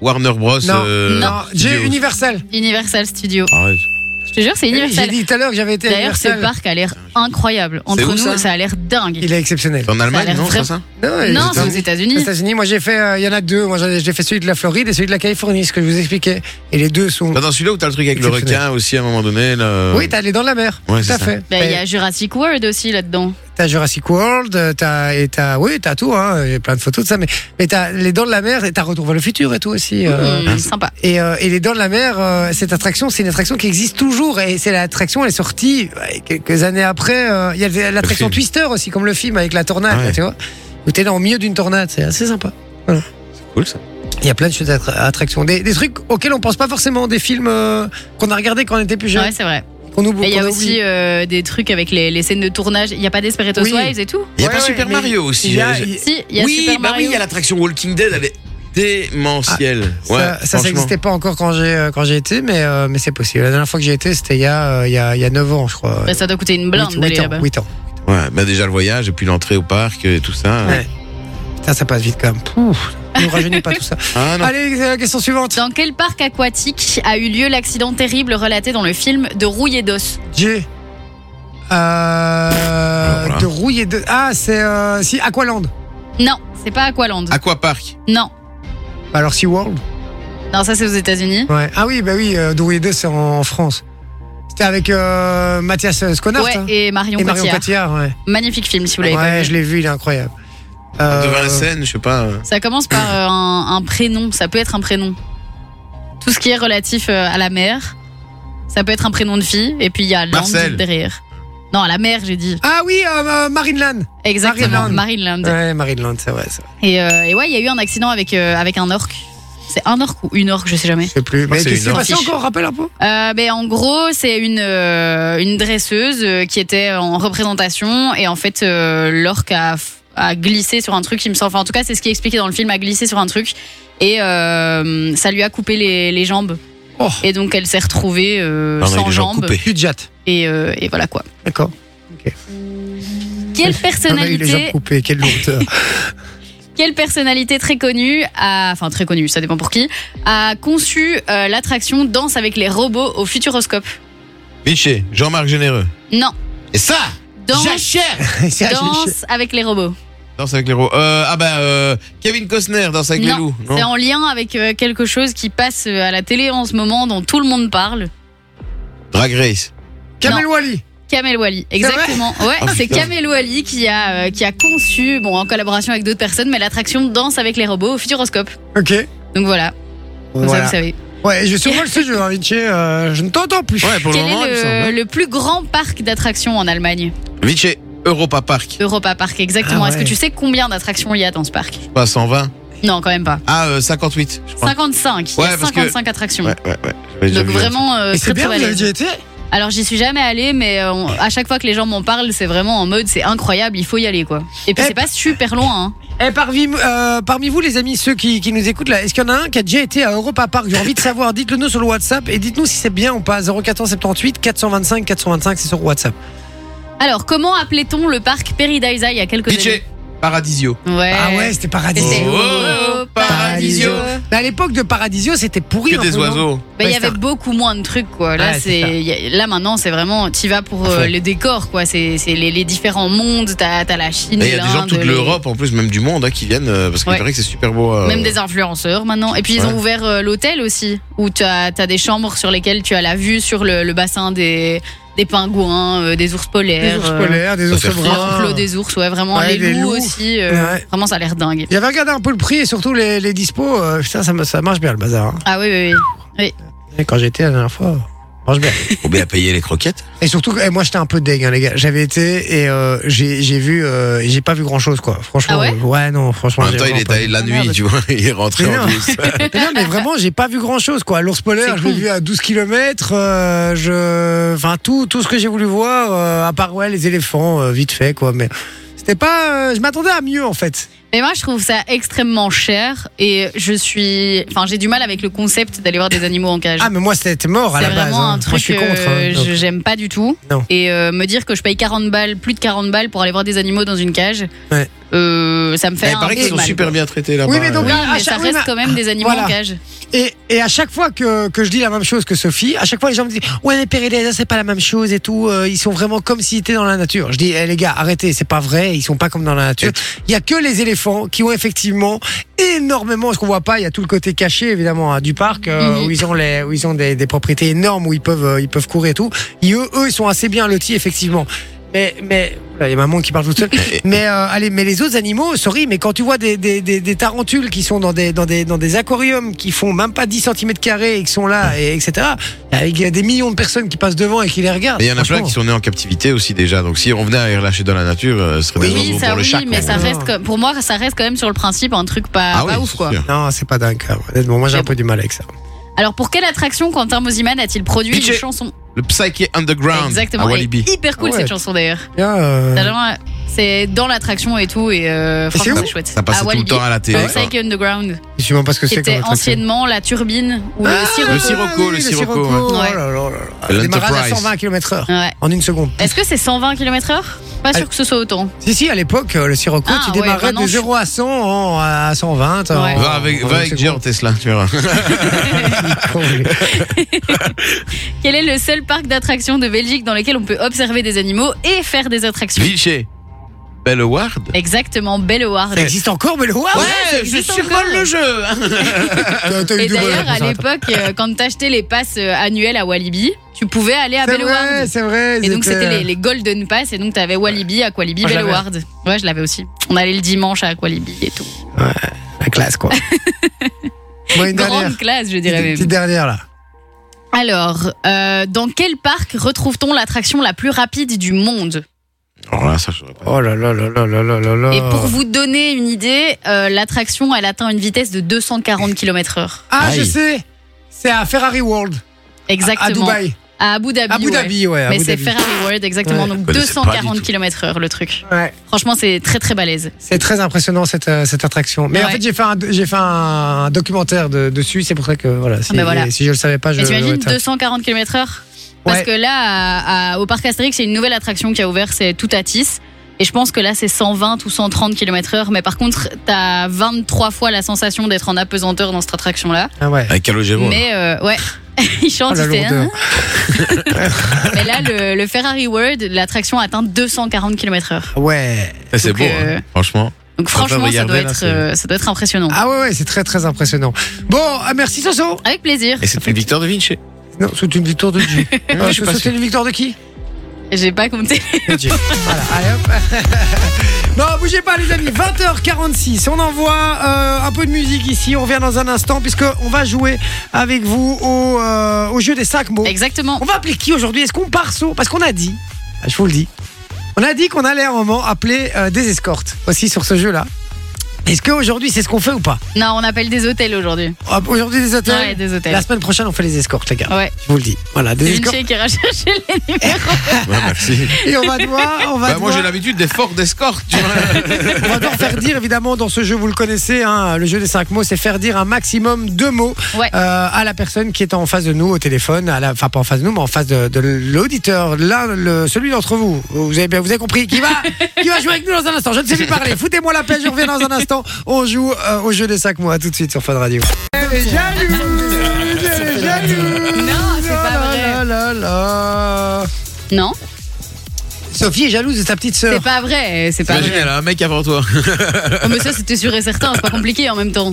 Speaker 2: Warner Bros.
Speaker 1: Non,
Speaker 2: euh,
Speaker 1: non, j'ai
Speaker 2: Studios.
Speaker 1: Universal.
Speaker 3: Universal Studios
Speaker 2: Arrête.
Speaker 3: Je te jure, c'est
Speaker 1: Eh, J'ai
Speaker 3: Universal.
Speaker 1: dit tout à l'heure que j'avais été à
Speaker 3: D'ailleurs, ce
Speaker 1: Universal.
Speaker 3: parc a l'air incroyable. Entre
Speaker 2: où,
Speaker 3: nous, ça,
Speaker 2: ça
Speaker 3: a l'air dingue.
Speaker 1: Il est exceptionnel.
Speaker 2: C'est en
Speaker 3: Ça a
Speaker 2: Allemagne,
Speaker 3: l'air
Speaker 2: non,
Speaker 3: vrai-
Speaker 2: c'est ça
Speaker 1: Non,
Speaker 3: Non, c'est aux
Speaker 1: États-Unis. Aux
Speaker 3: États-Unis.
Speaker 1: États-Unis, moi j'ai fait, euh, il y en a deux. Moi j'ai j'ai fait celui de la Floride et celui de la Californie, ce que je vous expliquais. Et les deux sont.
Speaker 2: Bah, Dans celui-là où t'as le truc avec le
Speaker 1: Exceptionnel.
Speaker 2: requin aussi à un moment donné. Là... euh,
Speaker 1: Oui, t'as les dents de la mer.
Speaker 2: Ouais,
Speaker 1: tout
Speaker 2: c'est
Speaker 1: à
Speaker 2: ça.
Speaker 1: fait.
Speaker 3: Bah, Il y a
Speaker 1: Et
Speaker 3: Jurassic World aussi là-dedans.
Speaker 1: T'as Jurassic World, euh, t'as et t'as oui, t'as tout. Hein, j'ai plein de photos de ça, mais mais t'as les dents de la mer et t'as Retour vers le futur et tout aussi. euh.
Speaker 3: Hum, sympa.
Speaker 1: Et, euh, et les dents de la mer, euh, cette attraction, c'est une attraction qui existe toujours et c'est l'attraction. Elle est sortie ouais, quelques années après. euh, Il y a l'attraction
Speaker 2: film.
Speaker 1: Twister aussi, comme le film avec la tornade,
Speaker 2: Ouais.
Speaker 1: là, tu vois, où t'es dans au milieu d'une tornade. C'est assez sympa.
Speaker 2: Cool, ça.
Speaker 1: Il y a plein de choses d'attra- attractions, des, des trucs auxquels on pense pas forcément, des films euh, qu'on a regardés quand on était plus jeune,
Speaker 3: Ouais, c'est vrai.
Speaker 1: qu'on oublie.
Speaker 3: Et il y a
Speaker 1: qu'on
Speaker 3: aussi euh, des trucs avec les, les scènes de tournage. Il n'y a pas Desperate
Speaker 1: Oui.
Speaker 3: Housewives et tout
Speaker 2: Il y a
Speaker 1: Ouais,
Speaker 2: pas
Speaker 1: ouais,
Speaker 2: Super
Speaker 1: mais
Speaker 2: Mario aussi. euh,
Speaker 1: il y a-
Speaker 2: j'ai-
Speaker 1: il-
Speaker 3: Si, il y a
Speaker 2: oui,
Speaker 3: Super
Speaker 2: bah
Speaker 3: Mario.
Speaker 2: oui, il y a l'attraction Walking Dead, elle est démentielle.
Speaker 1: Ça,
Speaker 2: ouais,
Speaker 1: ça, ça
Speaker 2: franchement.
Speaker 1: n'existait pas encore quand j'ai euh, quand j'ai été, mais euh, mais c'est possible. La dernière fois que j'ai été, c'était il y a euh, il y a il y a 9 ans, je crois.
Speaker 3: Bah, ça doit coûter une
Speaker 1: Huit-
Speaker 3: blinde
Speaker 1: huit
Speaker 3: d'aller
Speaker 1: ans,
Speaker 3: là-bas.
Speaker 1: huit ans.
Speaker 2: Ouais, bah déjà le voyage et puis l'entrée au parc euh, et tout ça.
Speaker 1: Ouais. Putain, ça passe vite quand même. Pouf, ne rajeunit pas tout ça.
Speaker 2: Ah non.
Speaker 1: Allez, c'est la question suivante.
Speaker 3: Dans quel parc aquatique a eu lieu l'accident terrible relaté dans le film de Rouillé d'os
Speaker 1: J'ai euh,
Speaker 2: voilà.
Speaker 1: de rouille et de ah c'est euh, si Aqualand.
Speaker 3: Non, c'est pas Aqualand.
Speaker 1: Ah.
Speaker 2: Aquapark.
Speaker 3: Non.
Speaker 1: Bah, alors Sea World.
Speaker 3: Non, ça c'est aux États-Unis.
Speaker 1: Ouais. Ah oui, bah oui, euh, Doué 2, c'est en, en France. C'était avec euh, Mathias Sconard
Speaker 3: Ouais, et Marion
Speaker 1: et Marion
Speaker 3: Cotillard.
Speaker 1: Cotillard. Ouais,
Speaker 3: Magnifique film si vous l'avez pas
Speaker 1: ouais
Speaker 3: vu.
Speaker 1: je l'ai vu, il est incroyable.
Speaker 2: De
Speaker 1: Euh,
Speaker 2: Vincennes, je sais pas. euh,
Speaker 3: Ça commence par euh, un, un prénom, ça peut être un prénom. Tout ce qui est relatif euh, à la mer, ça peut être un prénom de fille, et puis il y a Land
Speaker 2: Marcel.
Speaker 3: derrière. Non, à la mer, j'ai dit.
Speaker 1: Ah oui, euh, euh, Marine Land.
Speaker 3: Exactement,
Speaker 1: Marineland.
Speaker 3: Marineland.
Speaker 1: Ouais, Marine Land, c'est vrai. ça.
Speaker 3: Et, euh, et ouais, il y a eu un accident avec, euh, avec un orque. C'est un orque ou une orque, je sais jamais.
Speaker 1: Je sais plus. Mais
Speaker 2: Ah, c'est
Speaker 1: qu'est-ce qui
Speaker 2: une
Speaker 1: s'est passé
Speaker 3: affiche.
Speaker 1: encore Rappelle un peu.
Speaker 3: Euh, ben, en gros, c'est une, euh, une dresseuse euh, qui était en représentation et en fait, euh, l'orque a, a glissé sur un truc, il me semble. Enfin, en tout cas, c'est ce qui est expliqué dans le film, a glissé sur un truc et euh, ça lui a coupé les, les jambes.
Speaker 1: Oh,
Speaker 3: Et donc, elle s'est retrouvée euh,
Speaker 1: Ah,
Speaker 2: pardon, il
Speaker 3: sans
Speaker 2: est genre
Speaker 3: jambes.
Speaker 2: coupé.
Speaker 1: du Jat.
Speaker 3: Et, euh, et voilà quoi.
Speaker 1: D'accord. On a
Speaker 3: Quelle
Speaker 1: eu Ah, les jambes
Speaker 3: personnalité,
Speaker 1: coupées, quelle lourdeur.
Speaker 3: Quelle personnalité très connue, a- enfin très connue, ça dépend pour qui, a conçu euh, l'attraction Danse avec les robots au Futuroscope
Speaker 2: Vinci, Jean-Marc Généreux.
Speaker 3: Non.
Speaker 2: Et ça
Speaker 3: Danse,
Speaker 2: J'achète
Speaker 1: Eh, C'est
Speaker 3: danse avec les robots.
Speaker 2: Danse avec les rois. Euh, ah bah, euh, Kevin Costner, Danse avec les
Speaker 3: Non,
Speaker 2: loups.
Speaker 3: c'est en lien avec euh, quelque chose qui passe euh, à la télé en ce moment, dont tout le monde parle.
Speaker 2: Drag Race.
Speaker 1: Kamel Wally.
Speaker 3: Kamel Wally,
Speaker 1: vrai
Speaker 3: exactement. Ouais,
Speaker 2: Ah,
Speaker 3: c'est
Speaker 2: putain.
Speaker 3: Kamel Wally qui a euh, qui a conçu, bon, en collaboration avec d'autres personnes, mais l'attraction Danse avec les robots au Futuroscope.
Speaker 1: Ok.
Speaker 3: Donc voilà, comme
Speaker 1: Voilà.
Speaker 3: ça vous savez.
Speaker 1: Ouais, je survole ce jeu, hein, Vinci. euh, je ne t'entends plus.
Speaker 2: Ouais, pour
Speaker 3: Quel
Speaker 2: le moment, il me
Speaker 3: est
Speaker 2: semble. hein.
Speaker 3: le, le plus grand parc d'attractions en Allemagne
Speaker 2: Vinci, Europa Park.
Speaker 3: Europa Park, exactement.
Speaker 1: Ah
Speaker 3: Est-ce que
Speaker 1: ouais.
Speaker 3: tu sais combien d'attractions il y a dans ce parc
Speaker 2: Pas 120.
Speaker 3: Non, quand même pas.
Speaker 2: Ah, euh, 58, je crois.
Speaker 3: 55. Il y
Speaker 2: Ouais,
Speaker 3: a
Speaker 2: parce que-
Speaker 3: 55 attractions.
Speaker 2: Ouais, ouais, ouais. J'avais déjà
Speaker 3: Donc
Speaker 2: vu ça.
Speaker 3: vraiment euh,
Speaker 1: Et
Speaker 3: très
Speaker 1: c'est bien,
Speaker 3: peu à
Speaker 1: vous avez
Speaker 3: l'aise.
Speaker 1: déjà été
Speaker 3: Alors j'y suis jamais allée, mais euh, on- à chaque fois que les gens m'en parlent, c'est vraiment en mode c'est incroyable, il faut y aller quoi. Et puis
Speaker 1: Eh,
Speaker 3: c'est pas super loin. hein.
Speaker 1: Eh, parmi, euh, parmi vous, les amis, ceux qui, qui nous écoutent là, est-ce qu'il y en a un qui a déjà été à Europa Park J'ai envie de savoir. Dites-le nous sur le WhatsApp et dites-nous si c'est bien ou pas. 0478 425 425, c'est sur WhatsApp.
Speaker 3: Alors comment appelait-on le parc Peridaisa il y a quelques
Speaker 2: Vinci, Paradisio.
Speaker 3: années Ouais.
Speaker 1: Ah ouais, c'était paradisio.
Speaker 3: C'était-
Speaker 2: Oh, oh, Paradisio.
Speaker 1: Mais à l'époque de Paradisio, c'était pourri.
Speaker 2: Que
Speaker 1: un
Speaker 2: des
Speaker 1: peu, hein. non
Speaker 2: oiseaux.
Speaker 3: Bah, il y
Speaker 1: Ouais, c'est
Speaker 3: avait beaucoup moins de trucs quoi. Là
Speaker 1: Ouais, c'est
Speaker 3: c'est
Speaker 1: ça.
Speaker 3: y a- là maintenant c'est vraiment t'y vas pour
Speaker 1: À
Speaker 3: euh,
Speaker 1: fond.
Speaker 3: le décor quoi. C'est c'est les, les différents mondes. T'as t'as la Chine.
Speaker 2: Et il y a des gens de
Speaker 3: l'Inde,
Speaker 2: toute
Speaker 3: les-
Speaker 2: l'Europe, en plus, même du monde, hein, qui viennent, euh, parce qu'il
Speaker 3: Ouais.
Speaker 2: paraît que c'est super beau. euh,
Speaker 3: Même des influenceurs maintenant. Et puis ils
Speaker 2: Ouais.
Speaker 3: ont ouvert euh, l'hôtel aussi, où tu as, t'as des chambres sur lesquelles tu as la vue sur le, le bassin des, des pingouins, euh, des ours
Speaker 1: Des
Speaker 3: polaires.
Speaker 1: ours
Speaker 3: euh,
Speaker 1: polaires, des
Speaker 2: Ça
Speaker 1: ours
Speaker 2: fait
Speaker 3: des enclos,
Speaker 1: bruns.
Speaker 3: des ours, ouais, vraiment.
Speaker 1: Ouais,
Speaker 3: les
Speaker 1: les
Speaker 3: loups,
Speaker 1: loups.
Speaker 3: aussi. euh,
Speaker 1: Ouais.
Speaker 3: Vraiment, ça a l'air dingue.
Speaker 1: J'avais regardé un peu le prix et surtout les, les dispos. euh, putain, ça, me- ça marche bien le bazar. hein.
Speaker 3: Ah oui, oui, oui.
Speaker 1: Et Quand j'étais la dernière fois, euh, ça marche bien.
Speaker 2: Faut bien payer les croquettes.
Speaker 1: Et surtout, eh, moi j'étais un peu deg, hein, les gars. J'avais été et euh, j'ai j'ai vu, euh, j'ai pas vu grand chose, quoi. Franchement,
Speaker 3: Ah ouais
Speaker 1: euh, non, franchement.
Speaker 2: En même
Speaker 1: j'ai
Speaker 2: temps, il
Speaker 1: vraiment
Speaker 2: est
Speaker 1: pas-
Speaker 2: allé la nuit,
Speaker 1: Merde.
Speaker 2: tu vois. Il est rentré
Speaker 1: Mais
Speaker 2: en
Speaker 1: non.
Speaker 2: douce.
Speaker 1: Mais non, mais vraiment, j'ai pas vu grand chose, quoi. L'ours polaire,
Speaker 3: C'est
Speaker 1: je l'ai
Speaker 3: con.
Speaker 1: vu à 12 km. je... Enfin, tout, tout ce que j'ai voulu voir, euh, à part ouais, les éléphants, euh, vite fait, quoi. Mais c'était pas. euh, je m'attendais à mieux, en fait.
Speaker 3: Mais moi, je trouve ça extrêmement cher et je suis. Enfin, j'ai du mal avec le concept d'aller voir des animaux en cage.
Speaker 1: Ah, mais moi, c'était mort à
Speaker 3: C'est
Speaker 1: la base.
Speaker 3: vraiment
Speaker 1: hein.
Speaker 3: un
Speaker 1: moi,
Speaker 3: truc
Speaker 1: je suis contre.
Speaker 3: euh,
Speaker 1: hein, donc.
Speaker 3: je- j'aime pas du tout.
Speaker 1: Non.
Speaker 3: Et euh, me dire que je paye 40 balles, plus de 40 balles pour aller voir des animaux dans une cage,
Speaker 1: Ouais.
Speaker 3: euh, ça me
Speaker 2: Eh,
Speaker 3: fait
Speaker 2: Il
Speaker 3: un
Speaker 2: paraît
Speaker 3: peu
Speaker 2: qu'ils sont
Speaker 3: mal.
Speaker 2: super bien traités là-bas. euh.
Speaker 1: Oui, mais donc-
Speaker 3: Oui,
Speaker 1: Ah,
Speaker 3: mais
Speaker 1: ça-
Speaker 3: ça
Speaker 1: oui,
Speaker 3: reste
Speaker 1: mais-
Speaker 3: quand même des animaux
Speaker 1: Voilà.
Speaker 3: en cage.
Speaker 1: Et, et à chaque fois que, que je dis la même chose que Sophie, à chaque fois les gens me disent Ouais, les Péridésiens, c'est pas la même chose et tout. euh, ils sont vraiment comme s'ils étaient dans la nature. Je dis Eh, les gars, arrêtez, c'est pas vrai, ils sont pas comme dans la nature. Il y a que les éléphants qui ont effectivement énormément, ce qu'on voit pas, il y a tout le côté caché évidemment hein, du parc euh,
Speaker 3: Mhm.
Speaker 1: où ils ont, les, où ils ont des, des propriétés énormes, où ils peuvent, euh, ils peuvent courir et tout. Et eux, eux, ils sont assez bien lotis effectivement. Mais, mais, Oula, il y a maman qui parle toute seule. Mais euh, allez, mais les autres animaux, sorry, mais quand tu vois des, des, des, des tarentules qui sont dans des, dans, des, dans des aquariums qui font même pas 10 cm et qui sont là, et, etc., avec euh, des millions de personnes qui passent devant et qui les regardent.
Speaker 2: Mais il y en a plein
Speaker 1: franchement.
Speaker 2: qui sont nés en captivité aussi déjà. Donc si on venait à les relâcher dans la nature, euh, ce serait des
Speaker 3: Oui,
Speaker 2: oiseaux
Speaker 3: ça
Speaker 2: pour le
Speaker 3: oui,
Speaker 2: chat.
Speaker 3: mais
Speaker 2: quoi.
Speaker 3: ça
Speaker 1: Ouais.
Speaker 3: reste comme- pour moi ça reste quand même sur le principe un truc pas,
Speaker 2: Ah
Speaker 3: pas
Speaker 2: oui,
Speaker 3: ouf
Speaker 2: c'est
Speaker 3: quoi.
Speaker 2: sûr.
Speaker 1: Non, c'est pas dingue. hein. Honnêtement, moi j'ai
Speaker 3: Mais
Speaker 1: un peu du mal avec ça.
Speaker 3: Alors pour quelle attraction Quentin Mosiman a-t-il produit une
Speaker 2: Pitcher.
Speaker 3: chanson
Speaker 2: Le Psyche Underground
Speaker 3: Exactement,
Speaker 2: à
Speaker 3: elle est
Speaker 2: Walibi.
Speaker 3: hyper cool
Speaker 1: Ah ouais.
Speaker 3: cette chanson d'ailleurs.
Speaker 1: Bien, euh,
Speaker 3: Ça, genre, C'est dans l'attraction et tout et euh,
Speaker 1: c'est
Speaker 3: franchement
Speaker 1: où
Speaker 3: c'est chouette.
Speaker 2: Ça passait
Speaker 3: À
Speaker 2: tout le
Speaker 3: Walibi,
Speaker 2: temps à la télé.
Speaker 3: au
Speaker 2: quoi.
Speaker 3: Psyche Underground,
Speaker 1: je sais même pas ce que
Speaker 3: qui
Speaker 1: c'est
Speaker 3: était
Speaker 1: comme attraction.
Speaker 3: anciennement la turbine ou
Speaker 1: Ah,
Speaker 3: le sirop.
Speaker 2: le Sirocco, le Sirocco,
Speaker 1: Sirocco,
Speaker 3: ouais.
Speaker 1: oh là là là là.
Speaker 2: Et
Speaker 1: Démarrage à
Speaker 2: l'Enterprise.
Speaker 1: 120 km/h
Speaker 3: Ouais.
Speaker 1: en une seconde.
Speaker 3: Est-ce que c'est 120 km/h Pas sûr que ce soit autant.
Speaker 1: Si, si, à l'époque, euh, le Sirocco,
Speaker 3: Ah,
Speaker 1: tu
Speaker 3: ouais,
Speaker 1: démarrais
Speaker 3: maintenant,
Speaker 1: de
Speaker 3: je-
Speaker 1: 0 à 100 en, à 120. en-
Speaker 3: Ouais.
Speaker 2: Va avec,
Speaker 1: en
Speaker 2: va
Speaker 1: une
Speaker 2: avec
Speaker 1: seconde.
Speaker 2: Jean Tesla, tu verras.
Speaker 3: Quel est le seul parc d'attractions de Belgique dans lequel on peut observer des animaux et faire des attractions
Speaker 2: Vichy. Belle Ward.
Speaker 3: Exactement, Belleward.
Speaker 1: Ça existe encore, mais le wow,
Speaker 3: ça existe encore.
Speaker 2: jeu. hein.
Speaker 1: t'as- t'as eu
Speaker 3: Et
Speaker 1: du bol,
Speaker 3: d'ailleurs, à
Speaker 1: ça,
Speaker 3: l'époque, euh, quand t'achetais les passes euh, annuelles à Walibi, tu pouvais aller à
Speaker 1: C'est vrai,
Speaker 3: Belleward.
Speaker 1: c'est vrai.
Speaker 3: Et
Speaker 1: ils
Speaker 3: donc,
Speaker 1: étaient-
Speaker 3: c'était les, les Golden Pass, et donc t'avais Walibi, Aqualibi,
Speaker 1: Moi, je l'avais.
Speaker 3: Belleward. Ouais, je l'avais aussi. On allait le dimanche à Aqualibi et tout.
Speaker 1: La classe, quoi. Moi, une dernière.
Speaker 3: Grande classe, je dirais
Speaker 1: Petite,
Speaker 3: même.
Speaker 1: petite dernière, là.
Speaker 3: Alors, euh, dans quel parc retrouve-t-on l'attraction la plus rapide du monde
Speaker 2: Alors là, ça, je saurais pas.
Speaker 1: Oh là là là là là là là là.
Speaker 3: Et pour vous donner une idée, euh, l'attraction, elle atteint une vitesse de 240 km/h.
Speaker 1: Ah, je
Speaker 2: Aïe.
Speaker 1: sais. C'est à Ferrari World.
Speaker 3: Exactement.
Speaker 1: À Dubaï.
Speaker 3: À Abu Dhabi.
Speaker 1: Abu
Speaker 3: ouais.
Speaker 1: Dhabi, ouais.
Speaker 3: Mais
Speaker 1: Abu
Speaker 3: c'est
Speaker 1: Dhabi.
Speaker 3: Ferrari World, exactement.
Speaker 1: Ouais.
Speaker 3: Donc
Speaker 2: Je connaissais pas du
Speaker 3: 240
Speaker 2: tout.
Speaker 3: km/h le truc.
Speaker 1: Ouais.
Speaker 3: Franchement, c'est très très balèze.
Speaker 1: C'est très impressionnant cette, euh, cette attraction. Mais en
Speaker 3: Ouais.
Speaker 1: fait, j'ai fait un, j'ai fait un documentaire de- dessus. C'est pour ça que voilà. Si,
Speaker 3: mais Ah bah voilà.
Speaker 1: si je le savais pas, je.
Speaker 3: Mais t'imagines
Speaker 1: j'aurais été-
Speaker 3: 240 km/h Parce
Speaker 1: Ouais.
Speaker 3: que là, à- à- au parc Astérix, il y a une nouvelle attraction qui a ouvert, c'est Toutatis. Et je pense que là, c'est 120 ou 130 km/h. Mais par contre, t'as 23 fois la sensation d'être en apesanteur dans cette attraction-là.
Speaker 1: Ah ouais.
Speaker 2: Avec Calogero. là.
Speaker 3: Mais euh, ouais. Il chante,
Speaker 1: Oh, la
Speaker 3: il fait,
Speaker 1: lourdeur.
Speaker 3: hein. Mais là, le, le Ferrari World, l'attraction atteint 240 km/h.
Speaker 1: Ouais.
Speaker 2: Ça, C'est
Speaker 3: donc,
Speaker 2: beau,
Speaker 3: euh,
Speaker 2: hein, franchement.
Speaker 3: Donc
Speaker 2: Faut pas
Speaker 3: franchement, ça
Speaker 2: regarder,
Speaker 3: doit,
Speaker 2: là,
Speaker 3: être,
Speaker 2: c'est-
Speaker 3: euh, ça doit être impressionnant.
Speaker 1: Ah ouais, ouais, c'est très très impressionnant. Bon, ah, merci Soso.
Speaker 3: Avec plaisir.
Speaker 2: Et c'est une victoire de Vinci.
Speaker 1: Non, c'est une victoire de Dieu.
Speaker 2: je
Speaker 1: Euh,
Speaker 2: suis pas
Speaker 1: Soso,
Speaker 2: sûr.
Speaker 1: c'est une victoire de qui
Speaker 3: J'ai pas compté.
Speaker 1: De Dieu. Voilà, allez hop. Non, bougez pas les amis, 20h46, on envoie euh, un peu de musique ici, on revient dans un instant puisqu'on va jouer avec vous au, euh, au jeu des 5 mots.
Speaker 3: Exactement.
Speaker 1: On va appeler qui aujourd'hui Est-ce qu'on part sur Parce qu'on a dit, ah, je vous le dis, on a dit qu'on allait à un moment appeler euh, des escortes aussi sur ce jeu-là. Est-ce qu'aujourd'hui c'est ce qu'on fait ou pas
Speaker 3: Non, on appelle des hôtels aujourd'hui.
Speaker 1: Hop, Aujourd'hui des hôtels
Speaker 3: Ouais, des hôtels.
Speaker 1: La semaine prochaine on fait les escortes les gars,
Speaker 3: Ouais.
Speaker 1: je vous le dis. Voilà, des
Speaker 3: C'est
Speaker 1: escortes.
Speaker 3: Vinci qui ira chercher les numéros.
Speaker 2: Ouais, merci.
Speaker 1: Et on va devoir, on va
Speaker 2: Bah, moi,
Speaker 1: devoir-
Speaker 2: j'ai l'habitude des forts d'escorte, tu vois.
Speaker 1: On va devoir faire dire, évidemment, dans ce jeu, vous le connaissez, hein, le jeu des cinq mots, c'est faire dire un maximum de mots
Speaker 3: Ouais.
Speaker 1: euh, à la personne qui est en face de nous au téléphone, à la, enfin pas en face de nous, mais en face de, de l'auditeur, l'un, le- celui d'entre vous. Vous avez, bien- vous avez compris qui va, qui va jouer avec nous dans un instant. Je ne sais plus parler. Foutez-moi la paix, je reviens dans un instant. On joue euh, au jeu des cinq mots. À tout de suite sur Fun Radio. Elle est Eh, jalouse, elle est jalouse.
Speaker 3: Non, c'est pas
Speaker 1: Oh
Speaker 3: vrai.
Speaker 1: là là là.
Speaker 3: Non,
Speaker 1: Sophie est jalouse de sa petite sœur.
Speaker 3: c'est pas vrai. eh, C'est pas
Speaker 2: Imagine,
Speaker 3: vrai.
Speaker 2: elle a un mec avant toi.
Speaker 3: Oh, mais ça, c'était sûr et certain. C'est pas compliqué en même temps.